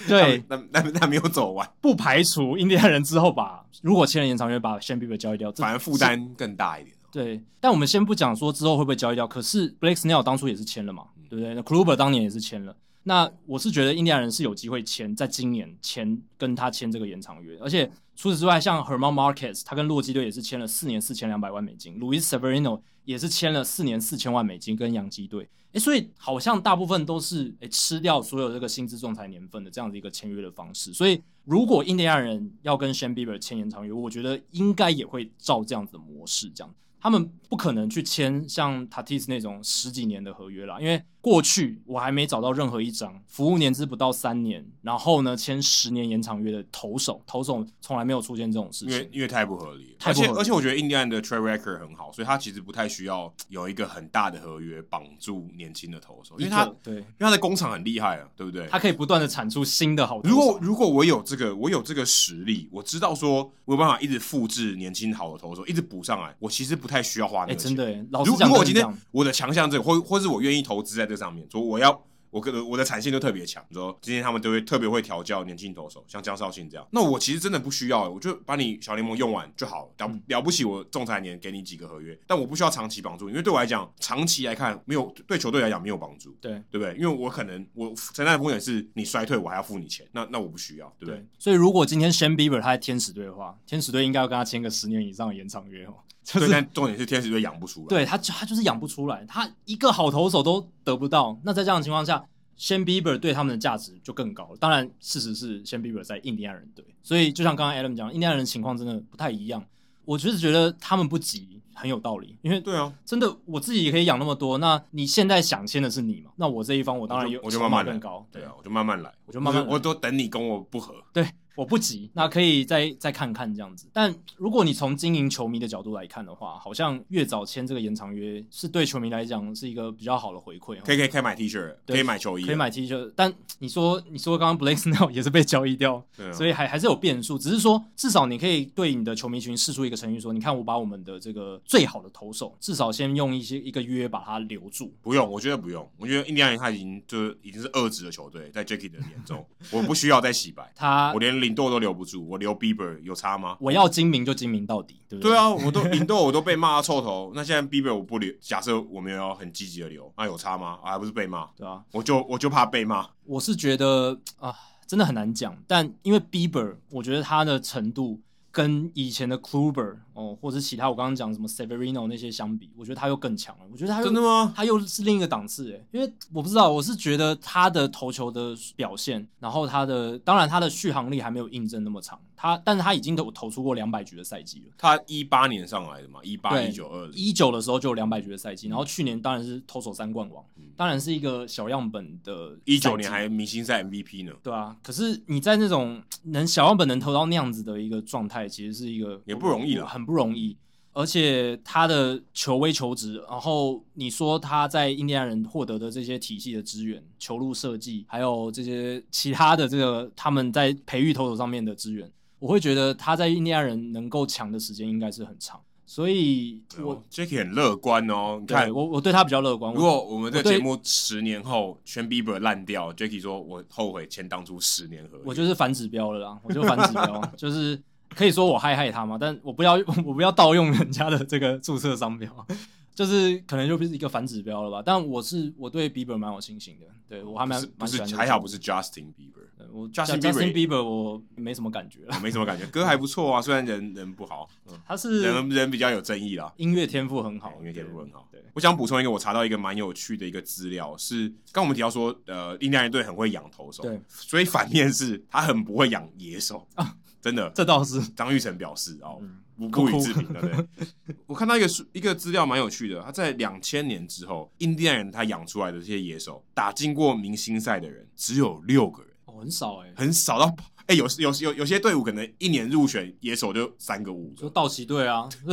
S1: 对，
S2: 那那那那没有走完，
S1: 不排除印第安人之后把如果签了延长约把 Shan Bieber 交易掉，这
S2: 反而负担更大一点。
S1: 对，但我们先不讲说之后会不会交易掉，可是 Blake Snell 当初也是签了嘛，对不对？那 Kluber 当年也是签了，那我是觉得印第安人是有机会签，在今年签跟他签这个延长约，而且除此之外，像 Herman Marquez，他跟洛基队也是签了四年四千两百万美金，Luis Severino 也是签了四年四千万美金跟洋基队，诶，所以好像大部分都是诶吃掉所有这个薪资仲裁年份的这样的一个签约的方式，所以如果印第安人要跟 Shan Bieber 签延长约，我觉得应该也会照这样子的模式这样。他们不可能去签像 Tatis 那种十几年的合约啦，因为过去我还没找到任何一张服务年资不到三年，然后呢签十年延长约的投手，投手从来没有出现这种事
S2: 因为
S1: 情。
S2: 因为太不合理了，
S1: 太不合理
S2: 而且而且我觉得印第安的 t r a d record 很好，所以他其实不太需要有一个很大的合约绑住年轻的投手，因为他因
S1: 对，
S2: 为他的工厂很厉害啊，对不对？
S1: 他可以不断的产出新的好投手。
S2: 如果如果我有这个我有这个实力，我知道说我有办法一直复制年轻好的投手，一直补上来，我其实不太需要花那
S1: 哎、
S2: 个钱。
S1: 真的耶，老
S2: 如
S1: 实
S2: 如
S1: 讲，
S2: 果我今天
S1: 真的这样
S2: 我的强项这个，或或是我愿意投资在这上面，说我要我跟我的产线都特别强，你说今天他们都会特别会调教年轻投手，像江少庆这样，那我其实真的不需要，我就把你小联盟用完就好了，了
S1: 嗯
S2: 了不起我仲裁年给你几个合约，但我不需要长期帮助，因为对我来讲，长期来看没有对球队来讲没有帮助。
S1: 对
S2: 对不对？因为我可能我承担的风险是你衰退，我还要付你钱，那那我不需要，对不对？
S1: 对，所以如果今天 Shan Bieber 他在天使队的话，天使队应该要跟他签个十年以上的延长约哦。
S2: 对，但重点是天使队养不出来。
S1: 对他就，他就是养不出来，他一个好投手都得不到。那在这样的情况下 s h a n Bieber 对他们的价值就更高了。当然，事实是 s h a n Bieber 在印第安人队，所以就像刚刚 Adam 讲，印第安人情况真的不太一样。我就是觉得他们不急很有道理，因为
S2: 对啊，
S1: 真的我自己也可以养那么多。那你现在想签的是你嘛？那我这一方我当然有
S2: 我就慢慢
S1: 筹码
S2: 来
S1: 更高，
S2: 对啊，我就慢慢来，
S1: 我就慢慢来
S2: 我我都等你跟我不合。
S1: 对，我不急，那可以再再看看这样子。但如果你从经营球迷的角度来看的话，好像越早签这个延长约，是对球迷来讲是一个比较好的回馈哦。
S2: 可以可以可以买 T 恤，
S1: 对
S2: 可以买球衣，
S1: 可以买 T 恤，但你说你说刚刚 Blake Snell 也是被交易掉，
S2: 对啊，
S1: 所以还还是有变数。只是说，至少你可以对你的球迷群试出一个诚意，说你看我把我们的这个最好的投手，至少先用一些一个约把它留住。
S2: 不用，我觉得不用，我觉得印第安人他已经就是已经是二职的球队，在 Jackie 的眼中，我不需要再洗白，
S1: 他
S2: 我连领豆都留不住，我留 Bieber 有差吗？
S1: 我要精明就精明到底，对不
S2: 对
S1: 对
S2: 啊，我都领豆我都被骂到臭头，那现在 Bieber 我不留，假设我没有很积极的留，那有差吗？啊，还不是被骂，
S1: 对啊，
S2: 我就我就怕被骂，
S1: 我是觉得啊，真的很难讲。但因为 Bieber，我觉得他的程度跟以前的 Kluber 哦，或者是其他我刚刚讲什么 Severino 那些相比，我觉得他又更强了。我觉得他又
S2: 真的吗？
S1: 他又是另一个档次诶，因为我不知道，我是觉得他的投球的表现，然后他的当然他的续航力还没有印证那么长，他但是他已经投投出过两百局的赛季了。
S2: 他一八年上来的嘛，一八
S1: 对
S2: 一九二零，
S1: 一九的时候就有两百局的赛季，然后去年当然是投手三冠王，当然是一个小样本的
S2: 嗯一
S1: 赛
S2: 九
S1: 季
S2: 年还明星赛 MVP 呢，
S1: 对啊，可是你在那种能小样本能投到那样子的一个状态，其实是一个
S2: 也不容易啦
S1: 很不容易。而且他的球威求职，然后你说他在印第安人获得的这些体系的资源、球路设计，还有这些其他的这个他们在培育投手上面的资源，我会觉得他在印第安人能够强的时间应该是很长。所以我，
S2: 哦 Jackie 很乐观哦，你看
S1: 对我我对他比较乐观。我
S2: 如果我们这个
S1: 我对
S2: 节目十年后全 Bieber 烂掉，Jacky 说我后悔签当初十年合约，
S1: 我就是反指标了啦，我 就反指标，就是可以说我害害他嘛，但我不要 我不要盗用人家的这个注册商标， 就是可能就不是一个反指标了吧。但我是我对 Bieber 蛮有信心的，对我还
S2: 不
S1: 蛮
S2: 是不
S1: 蛮喜欢这
S2: 是
S1: 个
S2: 还好不是 Justin Bieber，
S1: 对我
S2: Justin
S1: Justin
S2: Bieber-
S1: Bieber 我没什么感觉了
S2: 我，没什么感觉，歌还不错啊，虽然人人不好，嗯
S1: 他是
S2: 人人比较有争议啦。
S1: 音乐天赋很好，
S2: 音乐天赋很好
S1: 对，对
S2: 我想补充一个，我查到一个蛮有趣的一个资料，是刚我们提到说，呃，印第安人队很会养投手，
S1: 对，哦
S2: 所以反面是他很不会养野手啊，真的，
S1: 这倒是
S2: 张玉成表示哦，
S1: 嗯
S2: 不
S1: 哭
S2: 不
S1: 哭
S2: 予置评，对不对？我看到一个数一个资料蛮有趣的，他在两千年之后，印第安人他养出来的这些野手，打进过明星赛的人只有六个人，
S1: 哦很少哎、欸，
S2: 很少到哎、有有有有些队伍可能一年入选野手就三个五
S1: 说
S2: 个，
S1: 道奇队啊，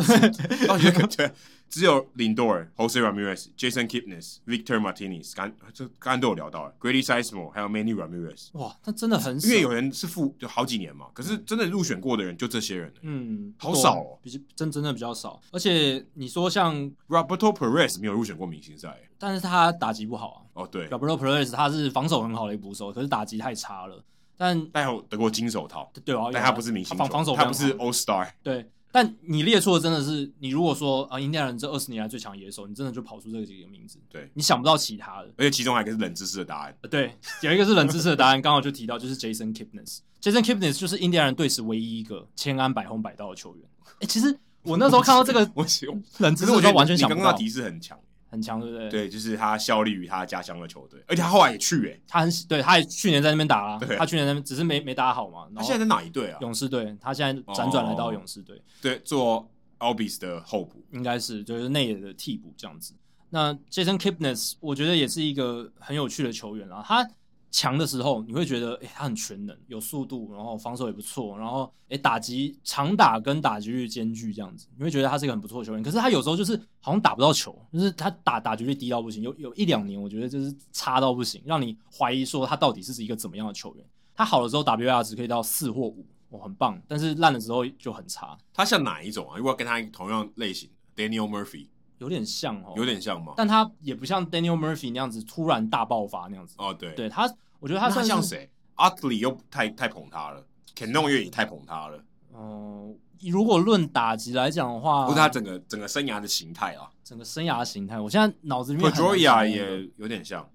S2: 到底感觉只有林多尔、Jose Ramirez、Jason Kipnis、Victor Martinez，刚这刚刚都有聊到了，Grady Sizemore 还有 Manny Ramirez。
S1: 哇，那真的很少，
S2: 因为有人是负就好几年嘛，可是真的入选过的人就这些人、嗯、
S1: 嗯
S2: 好少哦，
S1: 比真真的比较少，而且你说像，
S2: Roberto Perez 没有入选过明星赛、欸
S1: 但是他打击不好啊。
S2: 哦，对，
S1: Roberto Perez 他是防守很好的一个捕手，可是打击太差了。但
S2: 但有得过金手套，
S1: 对啊，
S2: 但他不是明星
S1: 他
S2: 球，
S1: 防防守非
S2: 他
S1: 常
S2: 不是
S1: 好
S2: All Star，
S1: 对。但你列出的真的是，你如果说啊，印第安人这二十年来最强野手，你真的就跑出这几个名字，
S2: 对，
S1: 你想不到其他的。
S2: 而且其中还有一个是冷知识的答案，
S1: 呃对，有一个是冷知识的答案，刚好就提到就是 Jason Kipnis。Jason Kipnis 就是印第安人队史唯一一个千安百轰百道的球员。哎、其实我那时候看到这个
S2: 我喜欢。
S1: 冷
S2: 可
S1: 知
S2: 是
S1: 识，
S2: 我
S1: 我
S2: 觉
S1: 就
S2: 得
S1: 完全
S2: 你
S1: 想
S2: 刚
S1: 不
S2: 刚
S1: 到
S2: 的，提示很强，
S1: 很强，对不对？，
S2: 对，就是他效力于他家乡的球队，而且他后来也去诶，
S1: 他很喜对，他也去年在那边打啦、
S2: 对
S1: 他去年在那边只是没没打好嘛。
S2: 他
S1: 然后
S2: 现在在哪一队啊？
S1: 勇士队，他现在辗转来到勇士队。
S2: 对，做 Albis 的候补，
S1: 应该是就是内野的替补这样子。那 Jason Kipnis 我觉得也是一个很有趣的球员啦，他。强的时候，你会觉得，诶、他很全能，有速度，然后防守也不错，然后，诶、打击长打跟打击率兼具这样子，你会觉得他是一个很不错的球员。可是他有时候就是好像打不到球，就是他打打击率低到不行，有有一两年我觉得就是差到不行，让你怀疑说他到底是一个怎么样的球员。他好的时候 WR 值可以到四或五，哇，很棒，但是烂的时候就很差，
S2: 他像哪一种啊？如果跟他同样类型，Daniel Murphy
S1: 有点像哦，
S2: 有点像吗？
S1: 但他也不像 Daniel Murphy 那样子突然大爆发那样子。
S2: 哦，对，
S1: 对他，我觉得
S2: 那
S1: 他
S2: 他
S1: 算是
S2: 像？谁？Utley 又太太捧他了，Canon 又也太捧他了，
S1: 嗯、如果论打击来讲的话，
S2: 不是他整个整个生涯的形态啊。
S1: 整个生涯形态，我现在脑子里
S2: p
S1: 面
S2: e
S1: 很
S2: d
S1: 难
S2: r o y a
S1: 形容
S2: 也有点像，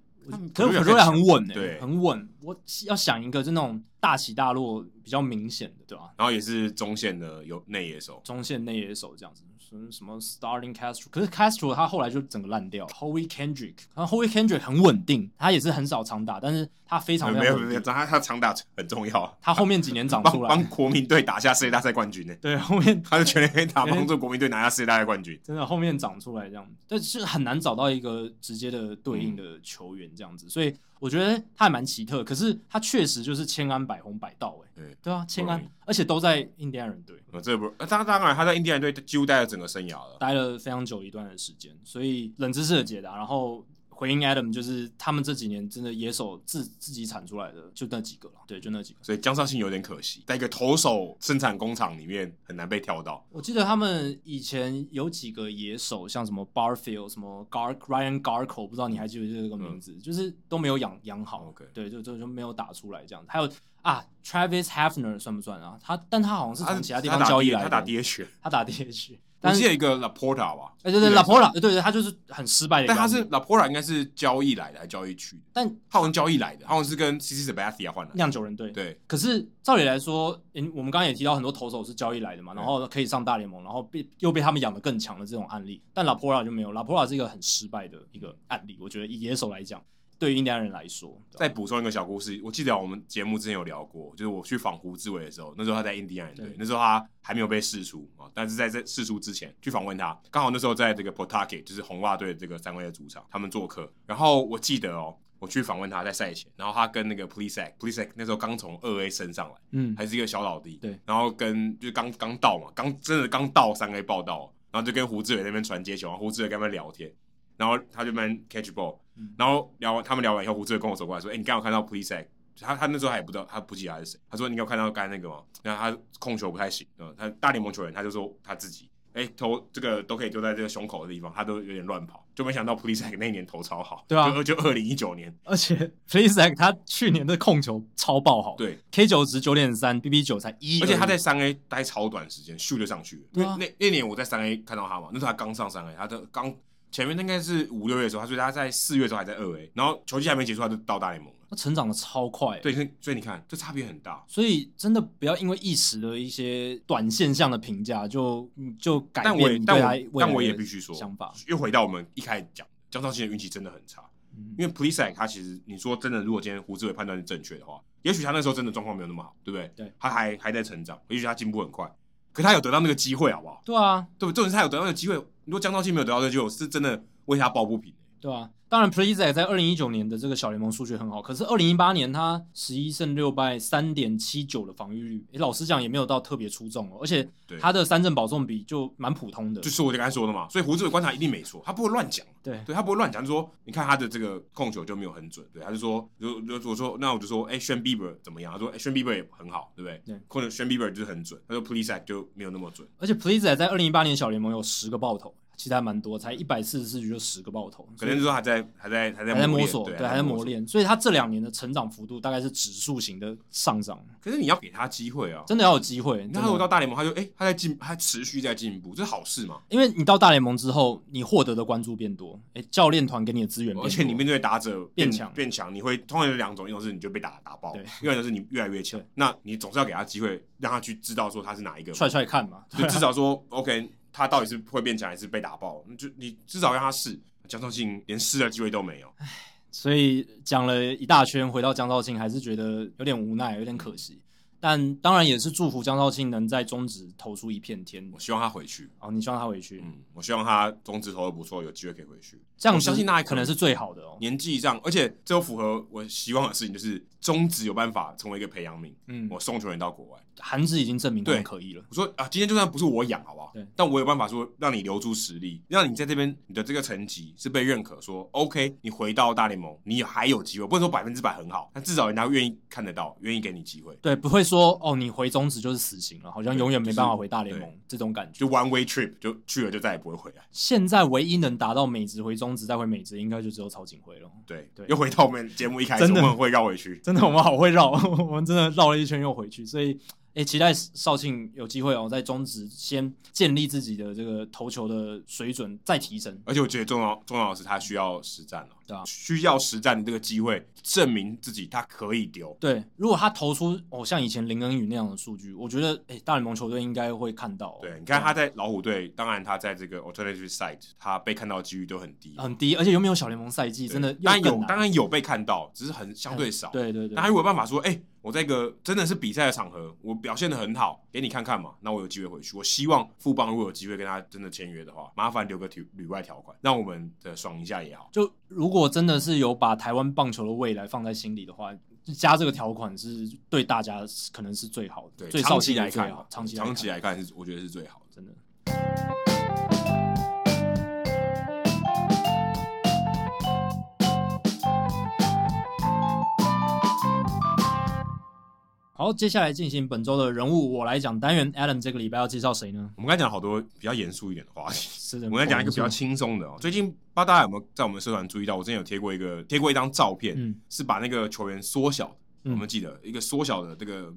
S1: 可是 p e d
S2: Pedroia
S1: r
S2: 更
S1: o 很稳诶、
S2: 对
S1: 很稳。我要想一个就那种大起大落比较明显的，对吧、
S2: 然后也是中线的有内野手，
S1: 中线内野手这样子，什么什么 Starling Castro，可是 Castro 他后来就整个烂掉了。Howie Kendrick，然后 Howie Kendrick 很稳定，他也是很少长打，但是他非常非
S2: 呃没
S1: 常
S2: 有没有
S1: 稳
S2: 没有，
S1: 定。
S2: 他他长打很重要啊，
S1: 他后面几年长
S2: 帮
S1: 出
S2: 帮
S1: 来，
S2: 国民队打下世界大赛冠军呢、
S1: 对，后面
S2: 他是全垒打 帮助国民队拿下世界大赛冠军。
S1: 真的后面长出来这样，但是很难找到一个直接的对应的球员这样子，所以我觉得他还蛮奇特。可是他确实就是千安百红百道哎、
S2: 对，
S1: 对啊，千
S2: 不容
S1: 安，而且都在印第安人队
S2: 呃，这不，呃当当然他在印第安队几乎待了整个生涯了。
S1: 待了非常久一段的时间，所以冷知识的解答，然后回应 Adam 就是他们这几年真的野手自自己产出来的就那几个了，对，就那几个。
S2: 所以江少庆有点可惜，在一个投手生产工厂里面很难被挑到。
S1: 我记得他们以前有几个野手，像什么 Barfield、什么 Gar Ryan Garco，不知道你还记不记得这个名字，就是都没有养养好
S2: 嗯 OK
S1: 对，就就就没有打出来这样子。还有啊，Travis Hafner 算不算啊？他但他好像是
S2: 他
S1: 从其他地
S2: 他
S1: 方
S2: 打
S1: 交
S2: D-
S1: 易来的，
S2: 他打 DH，
S1: 他打 DH，
S2: 我
S1: 但
S2: 记
S1: 是
S2: 得一个 Laporta 吧，
S1: 哎对对
S2: 一垒手
S1: Laporta，对对，他就是很失败的一个
S2: 但他
S1: 案例，
S2: 是 Laporta 应该是交易来的，还是交易去的？
S1: 但
S2: 他好像交易来的，他好像是跟 CC Sabathia 换来的。
S1: 酿酒人队。
S2: 对，
S1: 可是照理来说，嗯，我们刚刚也提到很多投手是交易来的嘛，
S2: 对
S1: 然后可以上大联盟，然后被又被他们养得更强的这种案例，但拉波拉就没有，拉波拉是一个很失败的一个案例，我觉得以野手来讲，对于印第安人来说，
S2: 再补充一个小故事，我记得我们节目之前有聊过，就是我去访胡志伟的时候，那时候他在印第安人队
S1: 对，
S2: 那时候他还没有被释出啊，但是在这释出之前去访问他，刚好那时候在这个 Potake，就是红袜队这个三位的主场，他们做客，然后我记得哦。我去访问他在赛前，然后他跟那个 Plesac，Plesac 那时候刚从二 A 升上来，
S1: 嗯，
S2: 还是一个小老弟，
S1: 对，
S2: 然后跟就是刚刚到嘛，刚真的刚到三 A 报道，然后就跟胡志伟那边传接球，然后胡志伟跟他们聊天，然后他就们 catch ball，、
S1: 嗯
S2: 然后聊完他们聊完以后，胡志伟跟我走过来说，哎、你刚好看到 please sack。他他那时候还不知道，他不记得他是谁。他说：“你有看到刚才那个吗？”然后他控球不太行，嗯，他大联盟球员，他就说他自己，哎、投这个都可以丢在这个胸口的地方，他都有点乱跑，就没想到 p l e s a c 那一年投超好，
S1: 对啊
S2: 就就二零一九年，
S1: 而且 p l e s a c 他去年的控球超爆好，
S2: 对，
S1: ，K 九值九点三，BB 九才一，
S2: 而且他在三 A 待超短时间，咻就上去了。因
S1: 对
S2: 为
S1: 啊
S2: 那那年我在三 A 看到他嘛，那时候他刚上三 A，他的刚前面应该是五六月的时候，他所以他在四月的时候还在二 A，然后球季还没结束他就到大联盟了。
S1: 他成长的超快，
S2: 对，所以所以你看这差别很大。
S1: 所以真的不要因为一时的一些短现象的评价就嗯就改
S2: 但我也
S1: 变你
S2: 但
S1: 对
S2: 我
S1: 他未来
S2: 但我也
S1: 的
S2: 必须说
S1: 想法，
S2: 又回到我们一开始讲，江少庆的运气真的很差。
S1: 嗯
S2: 因为 p l e s a c 他其实你说真的，如果今天胡志伟判断是正确的话，也许他那时候真的状况没有那么好，对不对？
S1: 对，
S2: 他还还在成长，也许他进步很快，可他有得到那个机会，好不好？
S1: 对啊，
S2: 对不对？重点是他有得到那个机会。如果江少庆没有得到这个机会，我是真的为他抱不平、欸
S1: 对啊，当然 p l e a s e 在二零一九年的这个小联盟数据很好，可是二零一八年他十一胜六败，三点七九的防御率，诶老实讲也没有到特别出众哦，而且
S2: 对
S1: 他的三振保送比就蛮普通的，
S2: 就是我就刚才说的嘛，所以胡志伟观察一定没错，他不会乱讲，
S1: 对
S2: 对他不会乱讲，就说你看他的这个控球就没有很准，对，他就说，就就我说那我就说，哎、s h a n Bieber 怎么样？他说，哎、s h a n Bieber 也很好，对不对？
S1: 对
S2: 控球 s h a n Bieber 就是很准，他说 Please Act 就没有那么准，
S1: 而且 p l e a s e 在二零一八年小联盟有十个爆头，其实还蛮多，才一百四十四局就十个爆头，
S2: 可能就是说还在还在还在
S1: 还在摸
S2: 练
S1: 索，
S2: 对，啊
S1: 对，还在磨。练，所以他这两年的成长幅度大概是指数型的上涨，
S2: 可是你要给他机会啊！
S1: 真的要有机会。
S2: 你
S1: 真的
S2: 看他如果到大联盟，他就哎、他在进，他持续在进步，这是好事嘛？
S1: 因为你到大联盟之后，你获得的关注变多，诶，教练团给你的资源变多，
S2: 而且你面对打者
S1: 变强
S2: 变强，你会通常有两种，一种是你就被打打爆
S1: 对，
S2: 另外一种是你越来越强
S1: 对。
S2: 那你总是要给他机会，让他去知道说他是哪一个嘛，
S1: 踹踹看嘛，
S2: 就至少说 OK，他到底是会变强还是被打爆，你就你至少让他试。江聪信连试的机会都没有，
S1: 所以讲了一大圈，回到江少庆还是觉得有点无奈，有点可惜。但当然也是祝福江少庆能在中职投出一片天
S2: 我。希望他回去。
S1: 哦，你希望他回去，
S2: 嗯，我希望他中职投的不错，有机会可以回去。
S1: 这样
S2: 我
S1: 子
S2: 相信他
S1: 可能是最好的哦。
S2: 年纪上，而且这又符合我希望的事情，就是中职有办法成为一个培养皿，
S1: 嗯，
S2: 我送球员到国外。
S1: 韩职已经证明他们
S2: 对
S1: 可以了。
S2: 我说啊，今天就算不是我养，好不好？
S1: 对
S2: 但我有办法说让你留住实力，让你在这边你的这个成绩是被认可，说 OK，你回到大联盟，你还有机会，不能说百分之百很好，但至少人家愿意看得到，愿意给你机会，
S1: 对，不会说哦，你回中职就是死刑了，好像
S2: 对
S1: 永远没
S2: 就是
S1: 办法回大联
S2: 对
S1: 盟这种感觉。
S2: 就 one way trip 就去了就再也不会回来。
S1: 现在唯一能达到美职回中职再回美职，应该就只有曹景辉了。哦
S2: 对
S1: 对
S2: 又回到我们节目一开始，
S1: 真
S2: 我
S1: 的
S2: 们会绕回去。
S1: 真的，我们好会绕， 我们真的绕了一圈又回去，所以诶、期待绍庆有机会哦，在中职先建立自己的这个投球的水准，再提升。
S2: 而且我觉得重要重要的是他需要实战了、
S1: 对啊
S2: 需要实战的这个机会，证明自己他可以丢。
S1: 对，如果他投出哦像以前林恩宇那样的数据，我觉得诶、大联盟球队应该会看到哦、
S2: 对，你看他在老虎队，当然他在这个 alternative side，他被看到的几率都很低，
S1: 很低，而且又没有小联盟赛季，
S2: 对
S1: 真的又
S2: 当然
S1: 更
S2: 有，
S1: 难嗯
S2: 当然有被看到，只是很相对少。，
S1: 对对对
S2: 那他，如果有办法说，哎、我在一个真的是比赛的场合，我表现的很好，给你看看嘛，那我有机会回去。我希望富邦如果有机会跟他真的签约的话，麻烦留个旅旅外条款，让我们的爽一下也好。
S1: 就如果真的是有把台湾棒球的未来放在心里的话，加这个条款是对大家是可能是最好的，
S2: 对，
S1: 最
S2: 长
S1: 绍
S2: 期
S1: 兴
S2: 来
S1: 的最
S2: 看
S1: 好
S2: 嘛，，
S1: 长期来
S2: 长
S1: 看
S2: 期来看是我觉得是最好的。
S1: 真的。好，接下来进行本周的人物我来讲单元。Adam 这个礼拜要介绍谁呢？
S2: 我们刚才讲好多比较严肃一点的话题，
S1: 是的，
S2: 我们来讲一个比较轻松的哦。最近不知道大家有没有在我们社团注意到，我之前有贴过一个贴过一张照片，
S1: 嗯
S2: 是把那个球员缩小的，
S1: 嗯
S2: 我们记得一个缩小的这个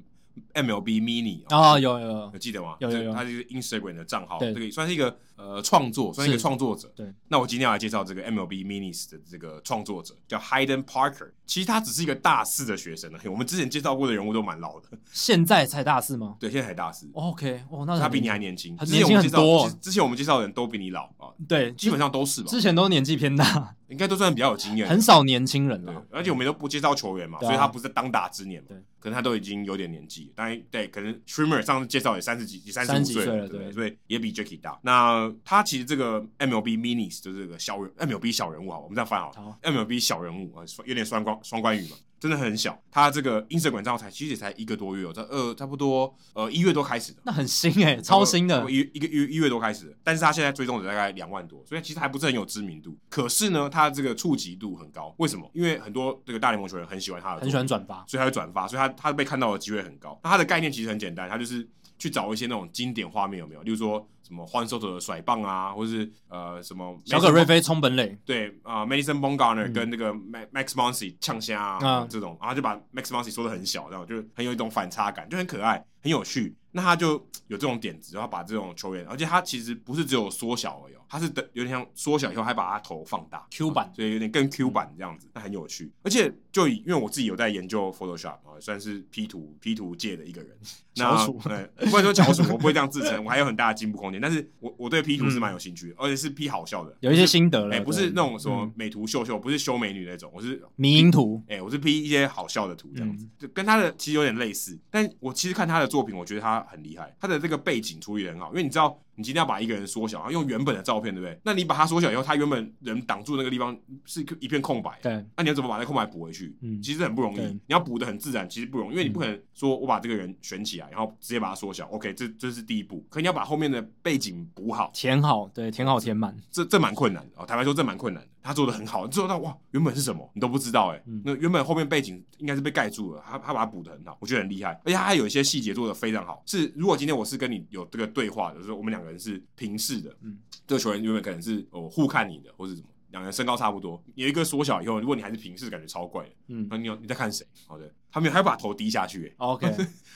S2: MLB Mini 哦
S1: 啊、有有有
S2: 有，记得吗？
S1: 有有
S2: 这
S1: 有
S2: 他就是 Instagram 的账号，
S1: 对
S2: 这个也算是一个呃创作，算是一个
S1: 是
S2: 创作者。
S1: 对，
S2: 那我今天要来介绍这个 MLB Minis 的这个创作者叫 Hayden Parker，其实他只是一个大四的学生呢。我们之前介绍过的人物都蛮老的，
S1: 现在才大四吗
S2: 对，现在才大四，
S1: ？OK，哦，那
S2: 他
S1: 很
S2: 比
S1: 年
S2: 你
S1: 轻
S2: 还
S1: 很
S2: 年轻。之前我们
S1: 年
S2: 介
S1: 轻
S2: 绍
S1: 很多哦
S2: 之之前我们介绍的人都比你老啊，
S1: 对，
S2: 基本上都是吧，
S1: 之前都年纪偏大，
S2: 应该都算比较有经验的。
S1: 很少年轻人
S2: 对
S1: 了。，
S2: 而且我们都不介绍球员嘛，
S1: 对啊
S2: 所以他不是当打之年嘛
S1: 对，
S2: 可能他都已经有点年纪，当然对，可能 Streamer 上次介绍也三十几、三十
S1: 30
S2: 五
S1: 几岁
S2: 岁
S1: 了
S2: 了，对不
S1: 对
S2: 对，所以也比 Jacky 大。那他其实这个 MLB Minis 就是这个小人 MLB 小人物好，我们这样翻好了
S1: 好
S2: MLB 小人物啊，双有点双关双关语嘛，真的很小。他这个 Instagram 账号才其实也才一个多月哦，在呃差不多呃一月多开始的。
S1: 那很新哎、超新的
S2: 差不多，一一个一一月多开始的，但是他现在追踪者大概两万多，所以其实还不是很有知名度。可是呢，他这个触及度很高，为什么？因为很多这个大联盟球员很喜欢他的，
S1: 很喜欢，转发。
S2: 所以他会转发，所以他他被看到的机会很高。那他的概念其实很简单，他就是去找一些那种经典画面，有没有？例如说什么换手者的甩棒啊，或是呃什么
S1: 小葛瑞菲冲本垒，
S2: 对啊、m a d i s o n Bumgarner
S1: 嗯
S2: 跟那个 Ma- Max Muncy 呛虾啊
S1: 啊
S2: 这种，然后就把 Max Muncy 说的很小，然后就很有一种反差感，就很可爱，很有趣。那他就嘖有这种点子，然后把这种球员，而且他其实不是只有缩小而已、哦，他是等有点像缩小以后还把他头放大啊
S1: Q 版嗯
S2: 所以有点更 Q 版这样子，那很有趣。而且就以因为我自己有在研究 Photoshop 啊，算是 P 图 P 图界的一个人，那
S1: 翘楚
S2: 对，不能说翘楚，我不会这样自称，我还有很大的进步空间。但是我我对 P 图
S1: 嗯
S2: 是蛮有兴趣的，而且是 P 好笑的，
S1: 有一些心得了。
S2: 哎、不是
S1: 对
S2: 那种什么
S1: 嗯
S2: 美图秀秀，不是修美女那种，我是
S1: 迷因图，
S2: 哎、我是 P 一些好笑的图这样子，
S1: 嗯
S2: 就跟他的其实有点类似。但我其实看他的作品，我觉得他很厉害，他的这个背景处理的很好，因为你知道，你今天要把一个人缩小，然后用原本的照片，对不对？那你把它缩小以后，他原本人挡住那个地方是一片空白，
S1: 对，
S2: 那你要怎么把那空白补回去？
S1: 嗯
S2: 其实很不容易，
S1: 对嗯
S2: 你要补的很自然，其实不容易，因为你不可能说我把这个人选起来，然后直接把它缩小，OK，这这是第一步。可你要把后面的背景补好，
S1: 填好，对，填好填满，
S2: 这这蛮困难的哦。坦白说，这蛮困难的。他做的很好，你做到哇，原本是什么你都不知道哎、
S1: 嗯
S2: 那原本后面背景应该是被盖住了，他他把它补的很好，我觉得很厉害，而且他还有一些细节做的非常好。是如果今天我是跟你有这个对话的，就是我们两个人是平视的，
S1: 嗯
S2: 嗯，这个球员原本可能是哦互看你的或是什么。两个人身高差不多，有一个缩小以后，如果你还是平视，感觉超怪的。
S1: 嗯
S2: 那你有你在看谁？好的，他没有，他把头低下去、欸，
S1: ，OK，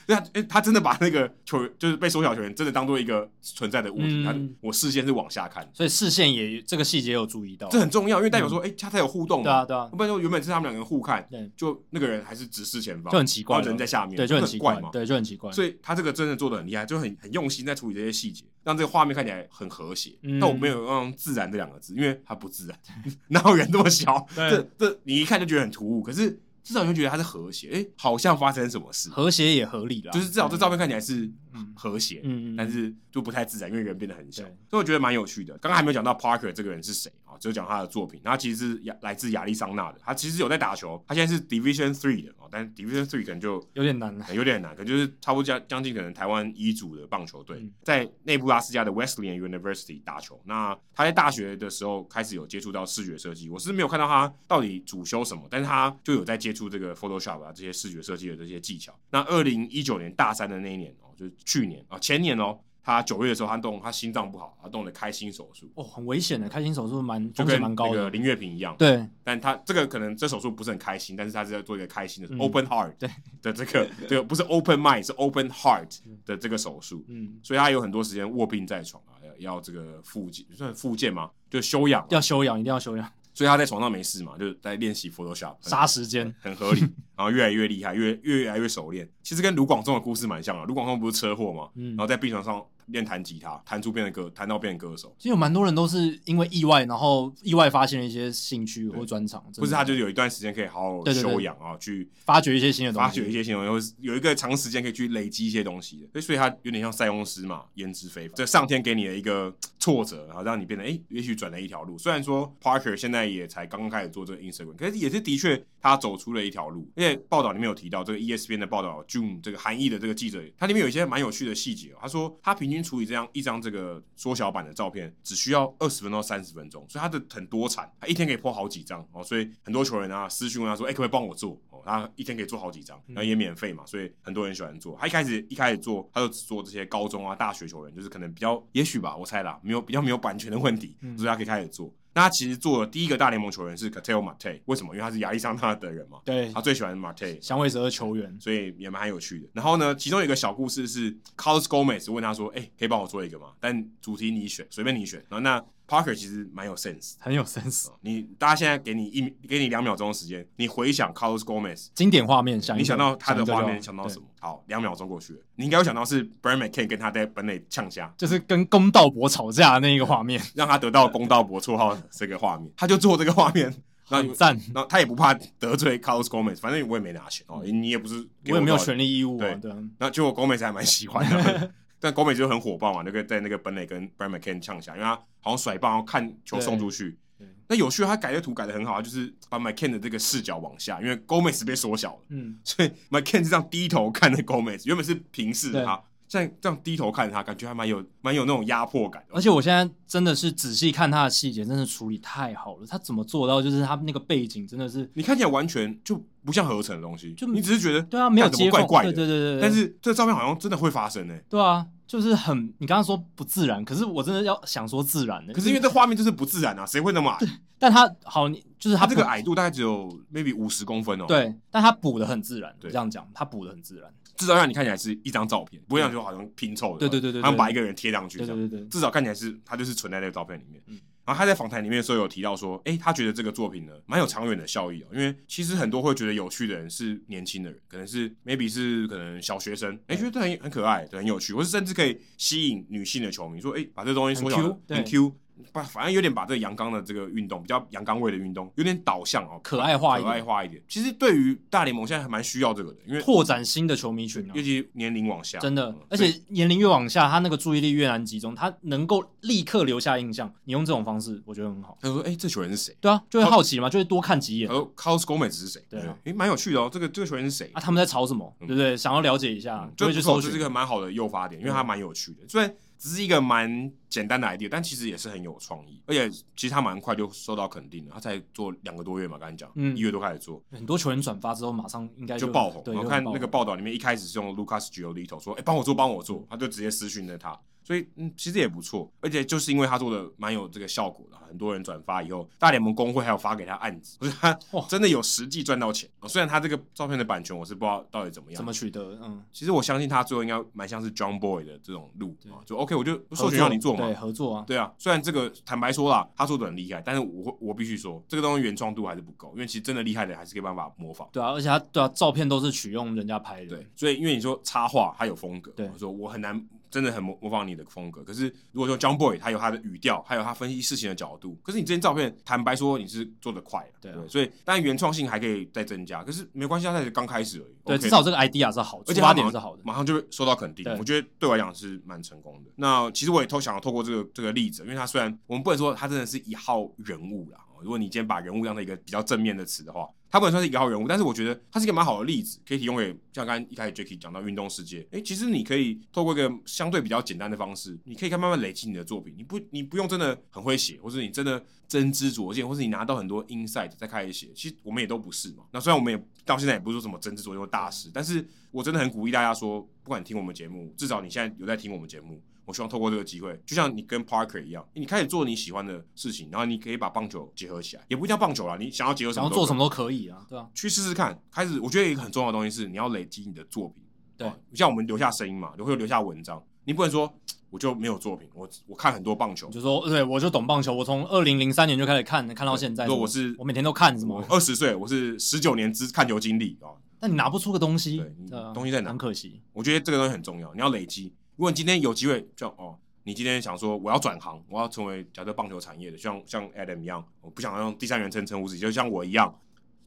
S2: 那他、欸、他真的把那个球员，就是被缩小球员，真的当做一个存在的物体。
S1: 嗯
S2: 他我视线是往下看，
S1: 所以视线也这个细节有注意到，
S2: 这很重要，因为代表说，哎、他才有互动嘛。
S1: 嗯对啊对啊，
S2: 不然说原本是他们两个人互看
S1: 对，
S2: 就那个人还是直视前方，
S1: 就很奇怪
S2: 然后人在下面，
S1: 对，就
S2: 这
S1: 很
S2: 很
S1: 奇怪
S2: 嘛，。
S1: 对，就很奇怪。
S2: 所以他这个真的做的很厉害，就很很用心在处理这些细节，让这个画面看起来很和谐。
S1: 嗯
S2: 但我没有用“自然”这两个字，因为它不自然， 哪有人这么小？
S1: 对
S2: 这这你一看就觉得很突兀，可是至少你会觉得它是和谐，哎、好像发生什么事，
S1: 和谐也合理啦，嗯
S2: 就是至少这照片看起来是和谐，
S1: 嗯，嗯嗯，
S2: 但是就不太自然，因为人变得很小，
S1: 对
S2: 所以我觉得蛮有趣的。刚刚还没有讲到 Parker 这个人是谁啊，只有讲他的作品。他其实是亚来自亚利桑那的，他其实有在打球，他现在是 Division Three 的哦，但是 Division Three 可能就
S1: 有点难啊
S2: 可。能有点难，可能就是差不多将将近可能台湾一组的棒球队，
S1: 嗯
S2: 在内布拉斯加的 Wesleyan University 打球。那他在大学的时候开始有接触到视觉设计，我是没有看到他到底主修什么，但是他就有在接触这个 Photoshop 啊这些视觉设计的这些技巧。那二零一九年大三的那一年哦，就是去年啊前年哦。他九月的时候，他动他心脏不好，他动了开心手术，
S1: 哦，很危险的，开心手术蛮
S2: 就
S1: 风险
S2: 跟
S1: 蛮
S2: 那
S1: 高
S2: 个
S1: 的。
S2: 林月平一样。
S1: 对，
S2: 但他这个可能这手术不是很开心，但是他是在做一个开心的、
S1: 嗯
S2: open heart
S1: 对
S2: 的这个这个不是 open mind 是 open heart 的这个手术，
S1: 嗯，
S2: 所以他有很多时间卧病在床啊，要要这个复健算复健吗？就休养啊，
S1: 要休养，一定要休养，
S2: 所以他在床上没事嘛，就是在练习 Photoshop，很
S1: 杀时间。
S2: 很 合理，然后越来越厉害，越越来越熟练。其实跟卢广仲的故事蛮像啊的，卢广仲不是车祸嘛，
S1: 嗯
S2: 然后在病床上练弹吉他，弹出变成歌，弹到变成歌手。
S1: 其实有蛮多人都是因为意外，然后意外发现了一些兴趣或专长，真的
S2: 不是他就是有一段时间可以好好
S1: 对对对
S2: 休养啊，去
S1: 发掘一些新的东西，
S2: 发掘一些新闻，或是有一个长时间可以去累积一些东西的，所以所以它有点像塞翁失马焉知非福，这上天给你的一个嘖挫折，然后让你变得哎、诶也许转了一条路。虽然说 Parker 现在也才刚刚开始做这个 Instagram，可是也是的确他走出了一条路。而且报道里面有提到这个 E ESPN 的报道，June 这个韩裔的这个记者，他里面有一些蛮有趣的细节、哦。他说他平均处理这样一张这个缩小版的照片只需要二十分钟到三十分钟，所以他的很多产，他一天可以 po 好几张哦。所以很多球员啊私讯问他说，哎、可不可以帮我做？哦，他一天可以做好几张，然后也免费嘛，所以很多人喜欢做。他一开始一开始做，他就只做这些高中啊、大学球员，就是可能比较，也许吧，我猜啦，没有比较没有版权的问题，所以他可以开始做。那他其实做的第一个大联盟球员是 c a t e l Marte，为什么？因为他是亚利桑那的人嘛，
S1: 对
S2: 他最喜欢 Marte，
S1: 响尾蛇的球员，
S2: 所以也蛮有趣的。然后呢，其中有一个小故事是 Carlos Gomez 问他说：“哎、可以帮我做一个吗？”但主题你选，随便你选。然后那 Parker 其实蛮有 sense 的。
S1: 很有 sense，
S2: 你大家现在给你一给你两秒钟的时间，你回想 Carlos Gomez，
S1: 经典画面，想一
S2: 你
S1: 个
S2: 想到他的画面，
S1: 想
S2: 想
S1: 一个就好
S2: 到什么？好，两秒钟过去了，你应该会想到是 Brian McCann 跟他在本垒呛虾，
S1: 对就是跟公道伯吵架的那一个画面，
S2: 让他得到公道伯绰号的这个画面，他就做这个画面，然后你
S1: 很赞。
S2: 然后他也不怕得罪 Carlos Gomez，反正我也没拿钱哦，你也不是给
S1: 嗯我也没有
S2: 多少
S1: 权利义务啊，
S2: 对
S1: 对啊，
S2: 那结果狗美是还蛮喜欢的， 但狗美就很火爆嘛，那个在那个本垒跟 Brian McCann 呛起来，因为他好像甩棒，然后看球送出去
S1: 对对。
S2: 那有趣，他改的图改的很好，他就是把 McCann 的这个视角往下，因为 Gomez 被缩小了，
S1: 嗯，
S2: 所以 McCann 是这样低头看着 Gomez，原本是平视着
S1: 对
S2: 他，现在这样低头看着他，感觉还蛮有蛮有那种压迫感的。
S1: 而且我现在真的是仔细看他的细节，真的处理太好了，他怎么做到？就是他那个背景真的是，
S2: 你看起来完全就不像合成的东西，
S1: 就
S2: 你只是觉得
S1: 对啊，没有
S2: 看怎么
S1: 接缝，
S2: 怪怪的，
S1: 对对对对对，
S2: 但是这照片好像真的会发生呢、欸
S1: 对啊，就是很，你刚刚说不自然，可是我真的要想说自然的，
S2: 可是因为这画面就是不自然啊，谁会那么矮？
S1: 但他好，你就是
S2: 他
S1: 他
S2: 这
S1: 补
S2: 个矮度大概只有 maybe 五十公分哦，，
S1: 对，但他补的很自然，
S2: 对
S1: 这样讲，他补的很自然，
S2: 至少让你看起来是一张照片，不会让你说好像拼凑的，
S1: 对对对对对
S2: 他们把一个人贴上去，
S1: 对
S2: 这
S1: 对
S2: 样
S1: 对对，
S2: 至少看起来是他就是存在那个照片里面。
S1: 嗯
S2: 然后他在访谈里面的时候有提到说，诶，他觉得这个作品呢蛮有长远的效益哦，因为其实很多会觉得有趣的人是年轻的人，可能是 maybe 是可能小学生，诶，觉得很很可爱，对很有趣，或是甚至可以吸引女性的球迷，说，诶，把这东西缩小
S1: 很 Q，
S2: 了很
S1: 对
S2: Q。把反正有点把这个阳刚的这个运动，比较阳刚味的运动，有点导向哦，
S1: 可爱化一
S2: 可爱
S1: 点，
S2: 化一点。其实对于大联盟现在还蛮需要这个的，因为
S1: 拓展新的球迷群啊
S2: 尤。其年龄往下，
S1: 真的
S2: 嗯，
S1: 而且年龄越往下，他那个注意力越难集中，他能够立刻留下印象。你用这种方式，我觉得很好。
S2: 他说：“哎、这球员是谁
S1: 对啊，就会好奇嘛，就会多看几眼
S2: 然后 c o s Gomez 是谁？
S1: 对啊
S2: 哎，蛮有趣的哦。这个这个球员是谁？
S1: 啊，他们在吵什么，对不对？想要了解一下，就
S2: 这嗯不
S1: 会去
S2: 错，
S1: 搜
S2: 这
S1: 寻
S2: 是一。个蛮好的诱发点，因为
S1: 嗯
S2: 他蛮有趣的。虽然只是一个蛮简单的 idea，但其实也是很有创意，而且其实他蛮快就受到肯定了，他才做两个多月嘛，刚才讲，
S1: 嗯
S2: 一月多开始做，
S1: 很多球员转发之后，马上应该
S2: 就爆红。
S1: 对，
S2: 我
S1: 就
S2: 看
S1: 爆
S2: 那个
S1: 红
S2: 报道里面一开始是用 Lucas Giolito 说：“哎、帮我做，帮我做。”他就直接私讯了他，所以嗯，其实也不错。而且就是因为他做的蛮有这个效果的，很多人转发以后，大联盟工会还有发给他案子，就是他
S1: 哇
S2: 真的有实际赚到钱。虽然他这个照片的版权我是不知道到底怎么样，
S1: 怎么取得，嗯，
S2: 其实我相信他最后应该蛮像是 John Boy 的这种路
S1: 对
S2: 啊，就 OK，我就授
S1: 合
S2: 权
S1: 作
S2: 让你做嘛
S1: 对，。合作啊，
S2: 对啊，虽然这个坦白说啦，他做的很厉害，但是我会我必须说，这个东西原创度还是不够，因为其实真的厉害的还是可以办法模仿。
S1: 对啊，而且他对啊，照片都是取用人家拍的，
S2: 对，所以因为你说插画它有风格，
S1: 对
S2: 我说我很难真的很模模仿你的风格。可是如果说 John Boy 他有他的语调，还有他分析事情的角度，可是你这张照片坦白说你是做的快了，
S1: 对啊
S2: 不所以当然原创性还可以再增加，可是没关系，它才刚开始而已。
S1: 对，
S2: OK
S1: 至少这个 idea 是好，
S2: 而
S1: 出
S2: 且
S1: 发
S2: 他
S1: 点
S2: 点
S1: 是好的，
S2: 马上就会受到肯定
S1: 对。
S2: 我觉得对我来讲是蛮成功的。那其实我也偷想要透过这个这个例子，因为他虽然我们不能说他真的是一号人物啦，哦如果你今天把人物当成一个比较正面的词的话，他不能算是一号人物，但是我觉得他是一个蛮好的例子，可以提供给像刚才一开始 Jacky 讲到运动世界，诶，其实你可以透过一个相对比较简单的方式，你可以看慢慢累积你的作品，你不你不用真的很会写，或是你真的真知灼见，或是你拿到很多 insight 再开始写，其实我们也都不是嘛。那虽然我们也到现在也不是说什么真知灼见或大师，但是我真的很鼓励大家说，不管你听我们节目，至少你现在有在听我们节目，我希望透过这个机会，就像你跟 Parker 一样，你开始做你喜欢的事情，然后你可以把棒球结合起来，也不一定要棒球啦，你想要结合什
S1: 想要
S2: 么都
S1: 做
S2: 可以
S1: 什么都可以啊，对啊，
S2: 去试试看。开始，我觉得一个很重要的东西是你要累积你的作品。
S1: 对
S2: 啊像我们留下声音嘛，会留下文章，你不能说我就没有作品，我我看很多棒球
S1: 你，就说对，我就懂棒球，我从二零零三年就开始看，看到现在，
S2: 如果我是
S1: 我每天都看什
S2: 我
S1: 么，
S2: 二十岁，我是十九年之看球经历啊，
S1: 但你拿不出个东西
S2: 对你，
S1: 对啊
S2: 东西在哪
S1: 很可惜，
S2: 我觉得这个东西很重要，你要累积。如果你今天有机会，就哦，你今天想说我要转行，我要成为假设棒球产业的，像像 Adam 一样，我不想要用第三人称称呼自己，就像我一样，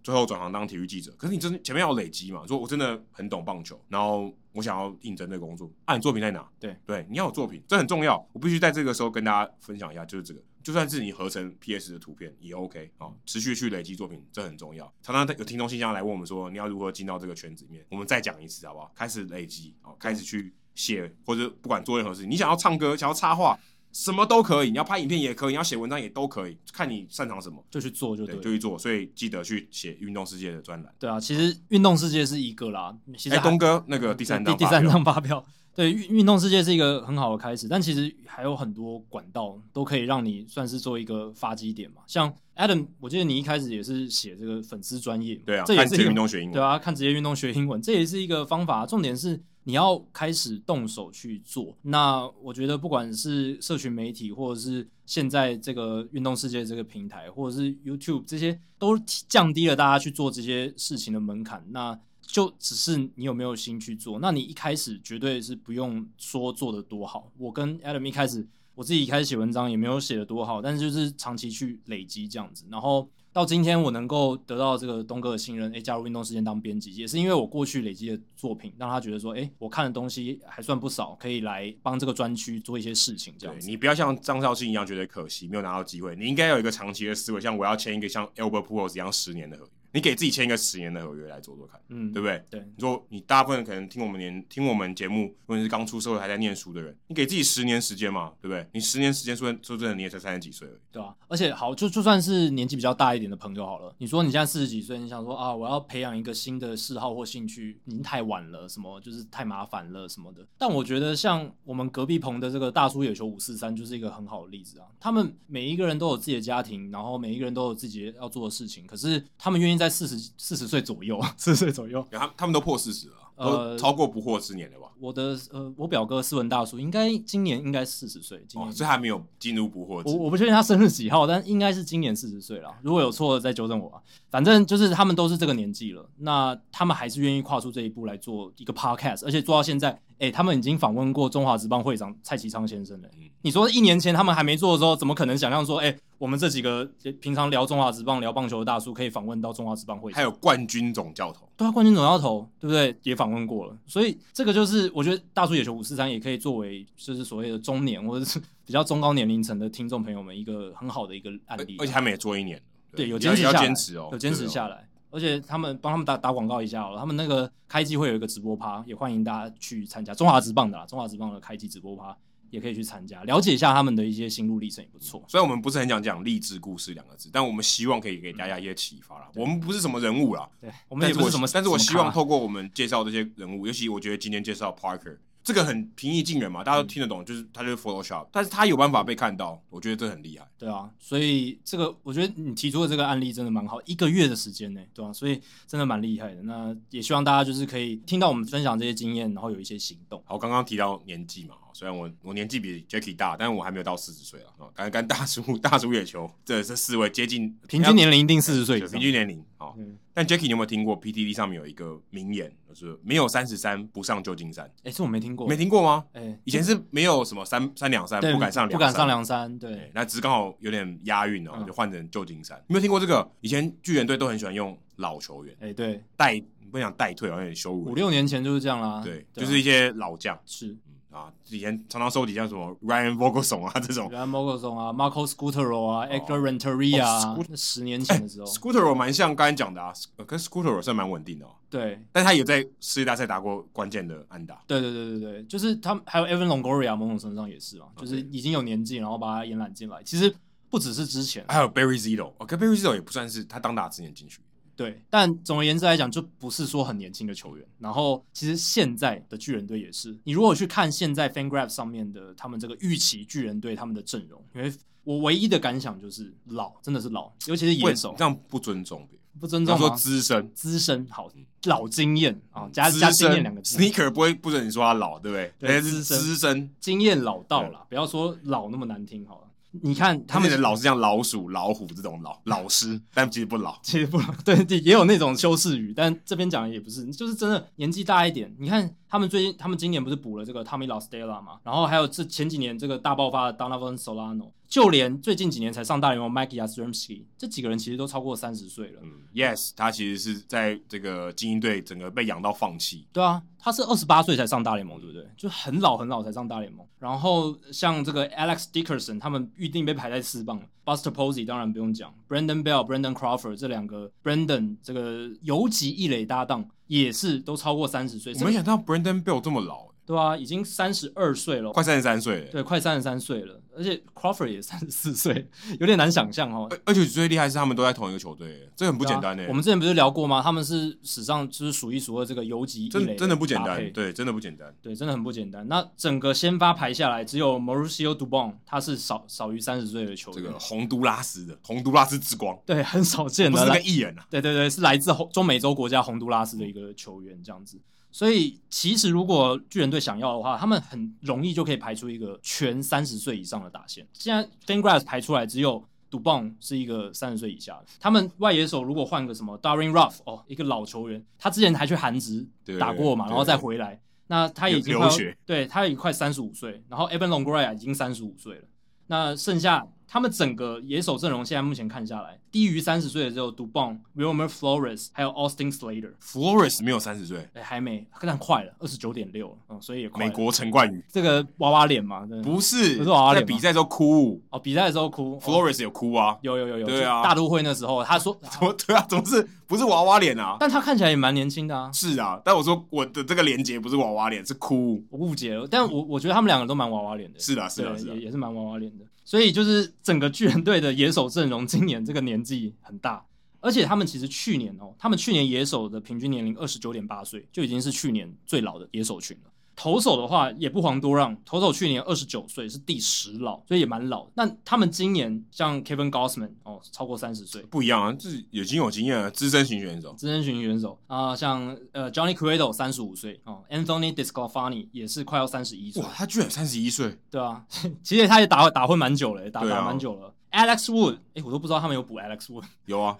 S2: 最后转行当体育记者。可是你真的前面要累积嘛，说我真的很懂棒球，然后我想要应征这个工作，啊，你作品在哪？
S1: 对
S2: 对，你要有作品，这很重要。我必须在这个时候跟大家分享一下，就是这个，就算是你合成 PS 的图片也 OK 啊、持续去累积作品，这很重要。常常有听众信箱来问我们说，你要如何进到这个圈子里面？我们再讲一次好不好？开始累积啊、哦开始去写，或者不管做任何事情，你想要唱歌，想要插画。什么都可以，你要拍影片也可以，你要写文章也都可以，看你擅长什么。
S1: 就去做就
S2: 对，
S1: 对
S2: 就
S1: 了。
S2: 去做。所以记得去写运动世界的专栏。
S1: 对啊，其实运动世界是一个啦，其实
S2: 哎，
S1: 还
S2: 东哥那个第三
S1: 第
S2: 张，
S1: 第三，张发票。对运运动世界是一个很好的开始，但其实还有很多管道都可以让你算是做一个发基点嘛。像 Adam，我记得你一开始也是写这个粉丝专业嘛，
S2: 对啊，
S1: 这也
S2: 看
S1: 是
S2: 职
S1: 一
S2: 业
S1: 个
S2: 运动学英
S1: 对
S2: 文，
S1: 啊，看职业运动学英文，这也是一个方法。重点是你要开始动手去做。那我觉得不管是社群媒体，或者是现在这个运动世界这个平台，或者是 YouTube 这些，都提降低了大家去做这些事情的门槛。那就只是你有没有心去做。那你一开始绝对是不用说做的多好。我跟 Adam 一开始，我自己一开始写文章也没有写的多好，但是就是长期去累积这样子。然后到今天我能够得到这个东哥的信任，诶，加入运动时间当编辑，也是因为我过去累积的作品，让他觉得说，诶，我看的东西还算不少，可以来帮这个专区做一些事情这
S2: 对
S1: 样子。
S2: 你不要像张绍兴一样觉得可惜没有拿到机会，你应该有一个长期的思维，像我要签一个像 Albert Pujols 一样十年的合约，你给自己签一个十年的合约来做做看，
S1: 嗯，
S2: 对不对？
S1: 对
S2: 你说你大部分可能听我们年听我们节目，或者是刚出社会还在念书的人，你给自己十年时间嘛，对不对？你十年时间说说真的，你也才三十几岁而已。
S1: 对啊，而且好，就就算是年纪比较大一点的朋友好了，你说你现在四十几岁，你想说啊，我要培养一个新的嗜好或兴趣，已经太晚了，什么就是太麻烦了什么的。但我觉得像我们隔壁棚的这个大叔野球五四三就是一个很好的例子啊，他们每一个人都有自己的家庭，然后每一个人都有自己要做的事情，可是他们愿意在四十四十岁左右， 四十岁左右。
S2: 然后他他们都破四十了，啊都
S1: 呃
S2: 超过不惑之年了吧？
S1: 我的呃，我表哥斯文大叔应该今年应该四十岁，今
S2: 哦，
S1: 年
S2: 所以还没有进入不惑之
S1: 我
S2: 年。
S1: 我不确定他生日几号，但应该是今年四十岁了。如果有错的再纠正我啊。反正就是他们都是这个年纪了，那他们还是愿意跨出这一步来做一个 podcast，而且做到现在，哎、他们已经访问过中华职棒会长蔡其昌先生了、
S2: 嗯
S1: 你说一年前他们还没做的时候，怎么可能想象说，哎、我们这几个平常聊中华职棒、聊棒球的大叔可以访问到中华职棒会长
S2: 还？有冠军总教头，
S1: 对啊，冠军总要头，对不对？也访问过了，所以这个就是我觉得大叔野球五四三也可以作为就是所谓的中年或者是 比较中高年龄层的听众朋友们一个很好的一个案
S2: 而
S1: 例啊，
S2: 而且他们也做一年了，
S1: 对有
S2: 你
S1: 坚持
S2: 要
S1: 下
S2: 要
S1: 来，
S2: 坚持哦，
S1: 有坚持
S2: 对哦
S1: 下来。而且他们帮他们打打广告一下哦，他们那个开季会有一个直播趴，也欢迎大家去参加中华职棒的啦，中华职棒的开季直播趴也可以去参加，了解一下他们的一些心路历程也不错。
S2: 虽然我们不是很想讲励志故事两个字，但我们希望可以给大家一些启发啦。我们不是什么人物啦，
S1: 对嗯我们也
S2: 但
S1: 不是
S2: 我
S1: 什么，
S2: 但是我
S1: 什
S2: 希
S1: 么
S2: 望
S1: 咖
S2: 透过我们介绍这些人物，尤其我觉得今天介绍 Parker 这个很平易近人嘛，
S1: 嗯
S2: 大家都听得懂，就是他就是 Photoshop，但是他有办法被看到，我觉得这很厉害。
S1: 对啊，所以这个我觉得你提出的这个案例真的蛮好，一个月的时间呢、对吧、所以真的蛮厉害的。那也希望大家就是可以听到我们分享这些经验，然后有一些行动。
S2: 好，刚刚提到年纪嘛，虽然我我年纪比 Jacky 大，但我还没有到四十岁啊。哦刚刚大叔大叔野球这这四位接近
S1: 平均年龄一定四十岁以
S2: 对
S1: 上，
S2: 哎平均年龄好。
S1: 嗯
S2: 但 Jacky 你有没有听过 PTT 上面有一个名言，就是没有三十三不上旧金山，
S1: 哎、这我没听过，
S2: 没听过吗？
S1: 哎、
S2: 以前是没有什么三三两三
S1: 对
S2: 不敢上两
S1: 不敢
S2: 山
S1: 上梁山，
S2: 对
S1: 对，
S2: 那只是刚好有点押韵哦，
S1: 嗯
S2: 就换成旧金山。你有没有听过这个？以前巨人队都很喜欢用老球员
S1: 哎、对，
S2: 代，不想代退，好像有点羞辱
S1: 五
S2: 人。
S1: 六年前就是这样啦，
S2: 对，
S1: 啊
S2: 就是一些老将
S1: 是
S2: 嗯啊，以前常常收集像什么 Ryan Vogelsong 啊这 种。
S1: 原来 m o g o s o n 啊，Marco Scutero
S2: 哦
S1: 啊，Hector Renteria 啊，那十年前的时候，
S2: Scooter 蛮像刚才讲的啊，呃可是 Scooter 算蛮稳定的哦，
S1: 对。
S2: 但他也在世界大赛打过关键的安打。
S1: 对对对对对，就是他们还有 Evan Longoria 某种程度上也是嘛，
S2: 哦
S1: 就是已经有年纪，然后把他延揽进来。其实不只是之前，啊
S2: 还有 Barry Zito，哦，可 Barry Zito 也不算是他当打之年进去，
S1: 对，但总而言之来讲，就不是说很年轻的球员。然后其实现在的巨人队也是，你如果去看现在 FanGraph 上面的他们这个预期巨人队他们的阵容，因为我唯一的感想就是老，真的是老，尤其是野手
S2: 会这样不尊重别人。
S1: 不尊
S2: 你要
S1: 重
S2: 说
S1: 吗？
S2: 资深
S1: 资深好，老经验啊，加
S2: 嗯资
S1: 加经验
S2: 深
S1: 两个字。
S2: ，Sneaker 不会不准你说他老，对不对？
S1: 对
S2: 人家是
S1: 资深
S2: 资深，
S1: 经验老道啦，不要说老那么难听好了。你看他
S2: 他们
S1: 们
S2: 的老是像老鼠、老虎这种老老师，但其实不老。
S1: 其实不 对，也有那种修饰语，但这边讲的也不是，就是真的年纪大一点。你看他们最近，他们今年不是补了这个 Tommy La Stella 嘛，然后还有这前几年这个大爆发的 Donovan Solano，就连最近几年才上大联盟 Mike Yastrzemski 这几个人其实都超过三十岁了。
S2: 嗯，Yes，他其实是在这个精英队整个被养到放弃。
S1: 对啊，他是二十八岁才上大联盟，对不对？就很老很老才上大联盟。然后像这个 Alex Dickerson，他们预定被排在四棒了。Buster Posey 当然不用讲，Brandon Bell、Brandon Crawford 这两个 Brandon 这个游击一垒搭档也是都超过三十岁，
S2: 我没想到 Brandon Bell 这么老，欸
S1: 对啊，已经三十二岁了，
S2: 快三十三岁了。
S1: 对，快三十三岁了，而且 Crawford 也三十四岁，有点难想象哦。
S2: 而而且最厉害是他们都在同一个球队，欸这呃很不简单
S1: 对
S2: 呢
S1: 啊。我们之前不是聊过吗？他们是史上就是数一数二这个游击一垒
S2: 真真的不简
S1: 搭
S2: 单，
S1: 配
S2: 对，真的不简单。
S1: 对，真的很不简单。那整个先发排下来，只有 Mauricio Dubon 他是少少于三十岁的球
S2: 这
S1: 员，
S2: 个洪都拉斯的洪都拉斯之光，
S1: 对，很少见
S2: 不
S1: 的。
S2: 是那
S1: 来
S2: 个艺人啊。
S1: 对对对，是来自洪中美洲国家洪都拉斯的一个球员，这样子。所以其实如果巨人队想要的话，他们很容易就可以排出一个全三十岁以上的打线。现在 FanGraphs 排出来只有。杜棒是一个三十岁以下的，他们外野手如果换个什么 Darren Ruff 哦，一个老球员，他之前还去韩职
S2: 对
S1: 打过嘛，
S2: 对
S1: 然后再回来，那他已经
S2: 留
S1: 快要
S2: 留学
S1: 对他已经快三十五岁，然后 Evan Longoria 已经三十五岁了。那剩下他们整个野手阵容，现在目前看下来，低于三十岁的只有 Dubon、Wilmer Flores 还有 Austin Slater，
S2: Flores 没有三十岁，
S1: 哎、还没，但快了，二十九点六了，嗯，所以也快了
S2: 美国陈冠宇
S1: 这个娃娃脸嘛，真的
S2: 不是
S1: 不是娃娃
S2: 在
S1: 脸吗
S2: 比赛时候哭
S1: 哦，比赛的时候哭哦
S2: ，Flores 有哭啊。
S1: 有有有有，
S2: 对啊
S1: 就大都会那时候他 说，
S2: 怎么对啊？怎么是不是娃娃脸啊？
S1: 但他看起来也蛮年轻的啊，
S2: 是啊，但我说我的这个连接不是娃娃脸，是哭。
S1: 我误解了，但我我觉得他们两个都蛮娃娃脸的，
S2: 是啊，是啊，
S1: 对
S2: 是啊
S1: 也。也是蛮娃娃脸的。所以就是整个巨人队的野手阵容，今年这个年纪很大，而且他们其实去年哦，他们去年野手的平均年龄二十九点八岁，就已经是去年最老的野手群了。投手的话也不遑多让，投手去年二十九岁是第十老，所以也蛮老的。那他们今年像 Kevin Gossman 哦，超过三十岁，
S2: 不一样啊，这已经有经验了，资深型选手。
S1: 资深型选手啊、像呃 Johnny Cueto 三十五岁哦，Anthony Discofani 也是快要三十一岁
S2: 哇，，他居然三十一岁，
S1: 对啊， 其实他也打打混蛮久了，打、
S2: 对啊
S1: 打蛮久了。Alex Wood，哎、我都不知道他们有补 Alex Wood。
S2: 有啊，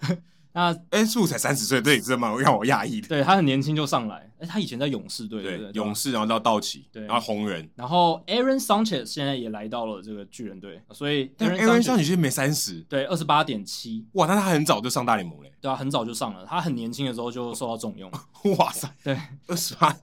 S1: 那
S2: 哎，是不是才三十岁，这也是蛮让我讶异的。
S1: 对他很年轻就上来，哎、他以前在勇士队，对不
S2: 对
S1: 对？，
S2: 勇
S1: 士。
S2: 士，然后到道奇，
S1: 对
S2: 然后红人，
S1: 然后 Aaron Sanchez 现在也来到了这个巨人队，啊所以
S2: 但 Aaron 上你其实没三十，
S1: 对二十八点七，
S2: 哇，那他很早就上大联盟嘞，
S1: 对啊，很早就上了，他很年轻的时候就受到重用。
S2: 哇塞，
S1: 对，
S2: 二十八，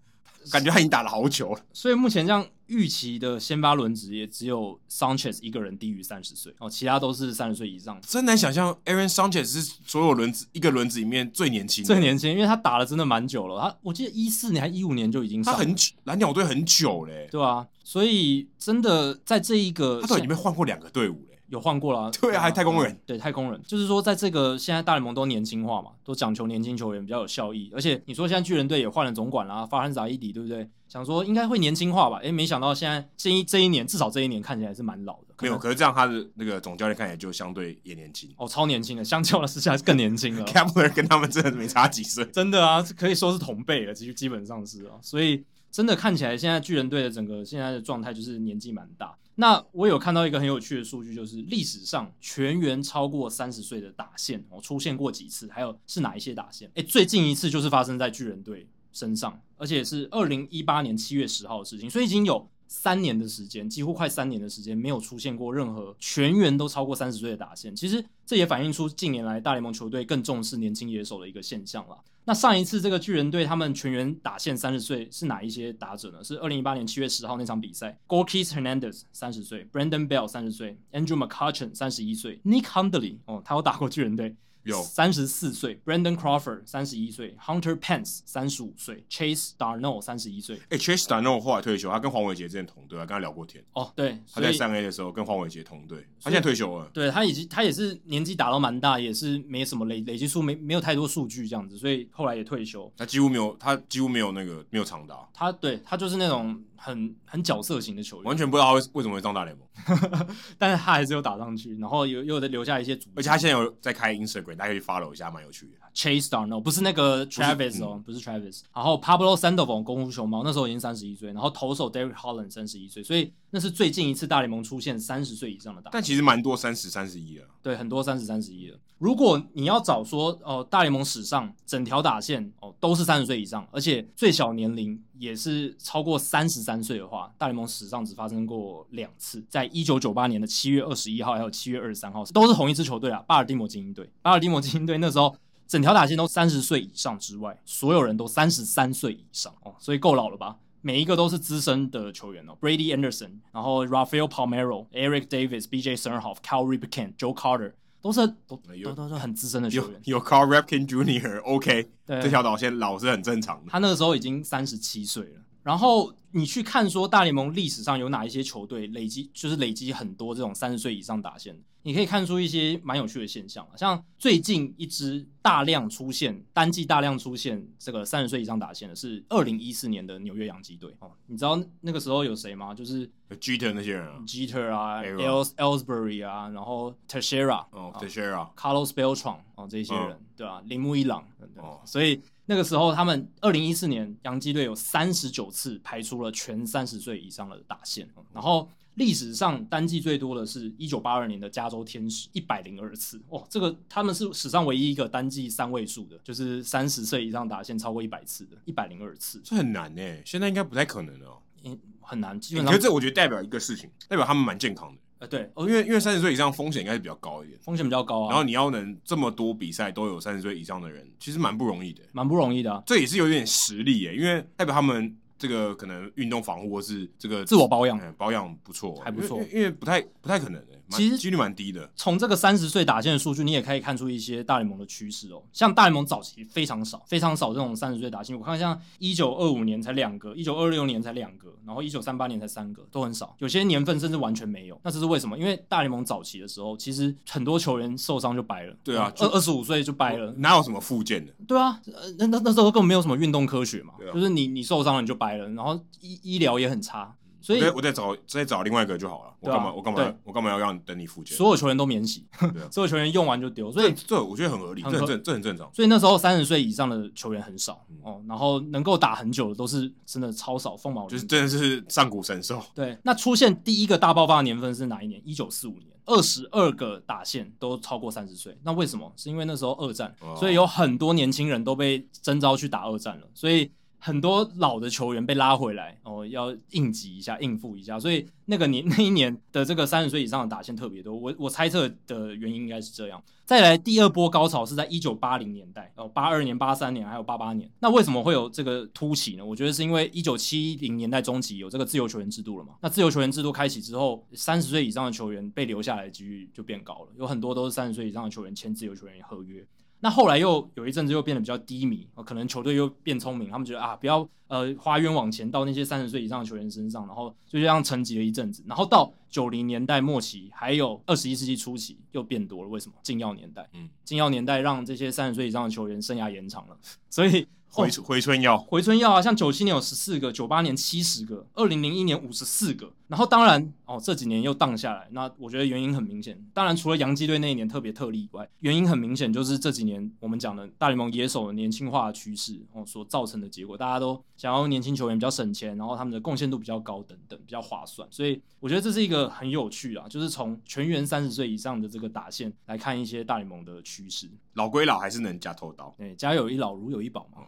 S2: 感觉他已经打了好久了。
S1: 所以目前这样预期的先发轮值也只有 Sanchez 一个人低于三十岁哦，其他都是三十岁以上。
S2: 真难想象，Aaron Sanchez 是所有轮子一个轮子里面最年轻的，
S1: 最年轻，因为他打了真的蛮久了，他我记得一四年还一五年就已经
S2: 他
S1: 上了，
S2: 很久，蓝鸟队很久嘞、
S1: 对啊，所以真的在这一个
S2: 他都已经被换过两个队伍嘞、
S1: 有换过了，
S2: 对啊还太空人，
S1: 对太空人，就是说在这个现在大联盟都年轻化嘛，都讲求年轻球员比较有效益，而且你说现在巨人队也换了总管啦，发汉扎伊迪对不对？想说应该会年轻化吧，诶，没想到现在这一这一年至少这一年看起来是蛮老的，
S2: 没有，
S1: 可能
S2: 可是这样他的那个总教练看起来就相对也年轻。
S1: 哦超年轻的，相较的之下更年轻了
S2: c。a p l e r 跟他们真的没差 几岁，
S1: 真的啊，可以说是同辈了，基基本上是啊，所以真的看起来现在巨人队的整个现在的状态就是年纪蛮大。那我有看到一个很有趣的数据，就是历史上全员超过三十岁的打线哦出现过几次，还有是哪一些打线？诶，最近一次就是发生在巨人队身上，而且是二零一八年七月十号的事情，所以已经有。三年的时间，几乎快三年的时间，没有出现过任何全员都超过三十岁的打线。其实这也反映出近年来大联盟球队更重视年轻野手的一个现象啦。那上一次这个巨人队他们全员打线三十岁是哪一些打者呢？是二零一八年七月十号那场比赛 g o r k i s Hernandez 三十岁，Brandon Bell 三十岁，Andrew McCutchen 三十一岁，Nick Hundley 哦，他有打过巨人队，
S2: 有
S1: 三十四岁，Brandon Crawford 三十一岁，Hunter Pence 三十五岁，Chase Darno 三十一岁。
S2: 哎、c h a s e Darno 后来退休，他跟黄伟杰之前同队，啊，跟他聊过天。
S1: 哦，对，
S2: 他
S1: 所以
S2: 在三 A 的时候跟黄伟杰同队，他现在退休了。
S1: 对他已经他也是年纪打到蛮大，也是没什么累累积数没没有太多数据这样子，所以后来也退休。
S2: 他几乎没有，他几乎没有那个没有长打，
S1: 他对他就是那种很很角色型的球员
S2: 完，全不知道他为为什么会上大联
S1: 嗯
S2: 盟。
S1: 但是他还是有打上去，然后有又留下一些足迹。
S2: 而且他现在有在开 Instagram，大家可以 follow 一下，蛮有趣的。
S1: Chase Darno 不是那个 Travis 哦，
S2: 嗯
S1: 不是 Travis，然后 Pablo Sandoval 功夫熊猫那时候已经三十一岁，然后投手 Derek Holland 三十一岁，所以那是最近一次大联盟出现三十岁以上的打者
S2: 但其实蛮多三十、三十一了。
S1: 对，很多三十三十一了。如果你要找说哦、大联盟史上整条打线哦都是三十岁以上，而且最小年龄也是超过三十三岁的话，大联盟史上只发生过两次，在一九九八年的七月二十一号还有七月二十三号，都是同一支球队啊，巴尔的摩精英队。巴尔的摩精英队那时候。整条打线都三十岁以上之外，所有人都三十三岁以上哦，所以够老了吧？每一个都是资深的球员哦，Brady Anderson，然后 Rafael Palmero、Eric Davis、B.J. Sernhoff、Cal Ripken、Joe Carter，都是都
S2: 有
S1: 都都是 很资嗯深的球
S2: 有
S1: 员。
S2: 有 Carl Rapkin Jr.，OK，、
S1: 对
S2: 哎这条导线老是很正常的。
S1: 他那个时候已经三十七岁了。然后你去看说大联盟历史上有哪一些球队累积，就是累积很多这种三十岁以上打线，你可以看出一些蛮有趣的现象啊像最近一支大量出现单季大量出现这个三十岁以上打线的是二零一四年的纽约洋基队哦，你知道那个时候有谁吗？就是
S2: g e t e r 那些人啊，
S1: Jeter 啊
S2: Aaron
S1: ，Els Ellsbury 啊，然后 Teixeira
S2: 哦
S1: 啊
S2: t e s h e r a
S1: Carlos Beltran 哦这些人，
S2: 嗯
S1: 对吧、铃木一朗，对对
S2: 哦
S1: 所以那个时候他们二零一四年洋基队有三十九次排出了全三十岁以上的打线，
S2: 哦
S1: 嗯然后历史上单季最多的是一九八二年的加州天使一百零二次，哦，这个他们是史上唯一一个单季三位数的，就是三十岁以上打线超过一百次的，一百零二次，
S2: 这很难呢、欸现在应该不太可能了哦。
S1: 嗯，很难，基
S2: 你
S1: 本
S2: 觉
S1: 上
S2: 得这我觉得代表一个事情，代表他们蛮健康的。
S1: 呃对，
S2: 哦，因为因为三十岁以上风险应该是比较高一点，
S1: 风险比较高啊，
S2: 然后你要能这么多比赛都有三十岁以上的人，其实蛮不容易的。
S1: 蛮不容易的啊、
S2: 这也是有点实力耶，因为代表他们这个可能运动防护或是这个
S1: 自我保养
S2: 哎保养不错，
S1: 还不错
S2: 因为因为因为不太不太可能耶蛮
S1: 其实
S2: 几率蛮低的。
S1: 从这个三十岁打线的数据，你也可以看出一些大联盟的趋势哦。像大联盟早期非常少，非常少这种三十岁打线。我看像一九二五年才两个，一九二六年才两个，然后一九三八年才三个，都很少。有些年份甚至完全没有。那这是为什么？因为大联盟早期的时候，其实很多球员受伤就掰了。嗯
S2: 对啊
S1: 二
S2: 就
S1: 二十五岁就掰了。
S2: 哪有什么附件的？
S1: 对啊，呃那那那时候根本没有什么运动科学嘛，
S2: 对啊
S1: 就是你你受伤了你就掰了，然后医医疗也很差，所
S2: 我
S1: 以
S2: 再我再找再找另外一个就好了。我干嘛、
S1: 对啊
S2: 我干
S1: 对
S2: 嘛我干嘛要让你等你复健？
S1: 所有球员都免洗，
S2: 对啊
S1: 所有球员用完就丢，所以
S2: 这这我觉得很合理，这
S1: 很
S2: 很
S1: 合
S2: 正这很正常。
S1: 所以那时候三十岁以上的球员很少
S2: 嗯
S1: 哦，然后能够打很久的都是真的超少，凤毛麟
S2: 就
S1: 角
S2: 是真的是上古神兽，
S1: 对，那出现第一个大爆发的年份是哪一年？一九四五年，二十二个打线都超过三十岁。那为什么？是因为那时候二战
S2: 哦，
S1: 所以有很多年轻人都被征召去打二战了，所以。很多老的球员被拉回来，哦，要应急一下，应付一下，所以那个年那一年的这个三十岁以上的打线特别多。我我猜测的原因应该是这样。再来第二波高潮是在一九八零年代，哦，八二年、八三年还有八八年。那为什么会有这个突起呢？我觉得是因为一九七零年代中期有这个自由球员制度了嘛。那自由球员制度开启之后，三十岁以上的球员被留下来的几率就变高了，有很多都是三十岁以上的球员签自由球员合约。那后来又有一阵子又变得比较低迷，呃可能球队又变聪明，他们觉得啊，不要呃花冤枉钱到那些三十岁以上的球员身上，然后就这样沉寂了一阵子，然后到九零年代末期，还有二十一世纪初期又变多了，为什么？禁药年代，
S2: 嗯，
S1: 禁药年代让这些三十岁以上的球员生涯延长了，所以
S2: 回回春药，
S1: 回春药啊，像九七年有十四个，九八年七十个，二零零一年五十四个，然后当然哦这几年又荡下来，那我觉得原因很明显，当然除了洋基队那一年特别特例以外，原因很明显就是这几年我们讲的大联盟野手的年轻化的趋势哦所造成的结果，大家都想要年轻球员比较省钱，然后他们的贡献度比较高等等，比较划算，所以我觉得这是一个很有趣啊，就是从全员三十岁以上的这个打线来看一些大联盟的趋势，
S2: 老归老，还是能加偷刀。
S1: 对，家有一老如有一宝嘛，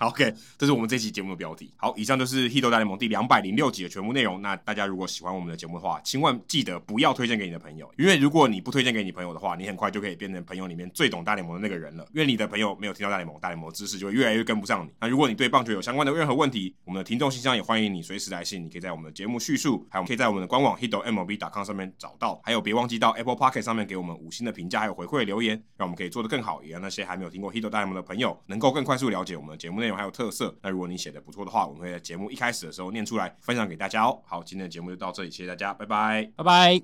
S2: 好 OK，这是 我们这期节目的标题。好，以上就是《h i t 大联盟》第两百零六集的全部内容。那大家如果喜欢我们的节目的话，千万记得不要推荐给你的朋友，因为如果你不推荐给你朋友的话，你很快就可以变成朋友里面最懂大联盟的那个人了。因为你的朋友没有听到大联盟，大联盟知识就会越来越跟不上你。那如果你对棒球有相关的任何问题，我们的听众信箱也欢迎你随时来信，你可以在我们的节目叙述，还有可以在我们的官网 h i t m l b c o m 上面找到。还有别忘记到 Apple Pocket 上面给我们五星的评价，还有回馈留言，让我们可以做得更好，也让那些还没有听过 Hito 大联盟的朋友能够更快速了解我们的节目内容还有特色。那如果你写的不错的话，我们会在节目一开始的时候念出来，分享给大家哦。好，今天的节目就到这里，谢谢大家，拜拜。
S1: 拜拜。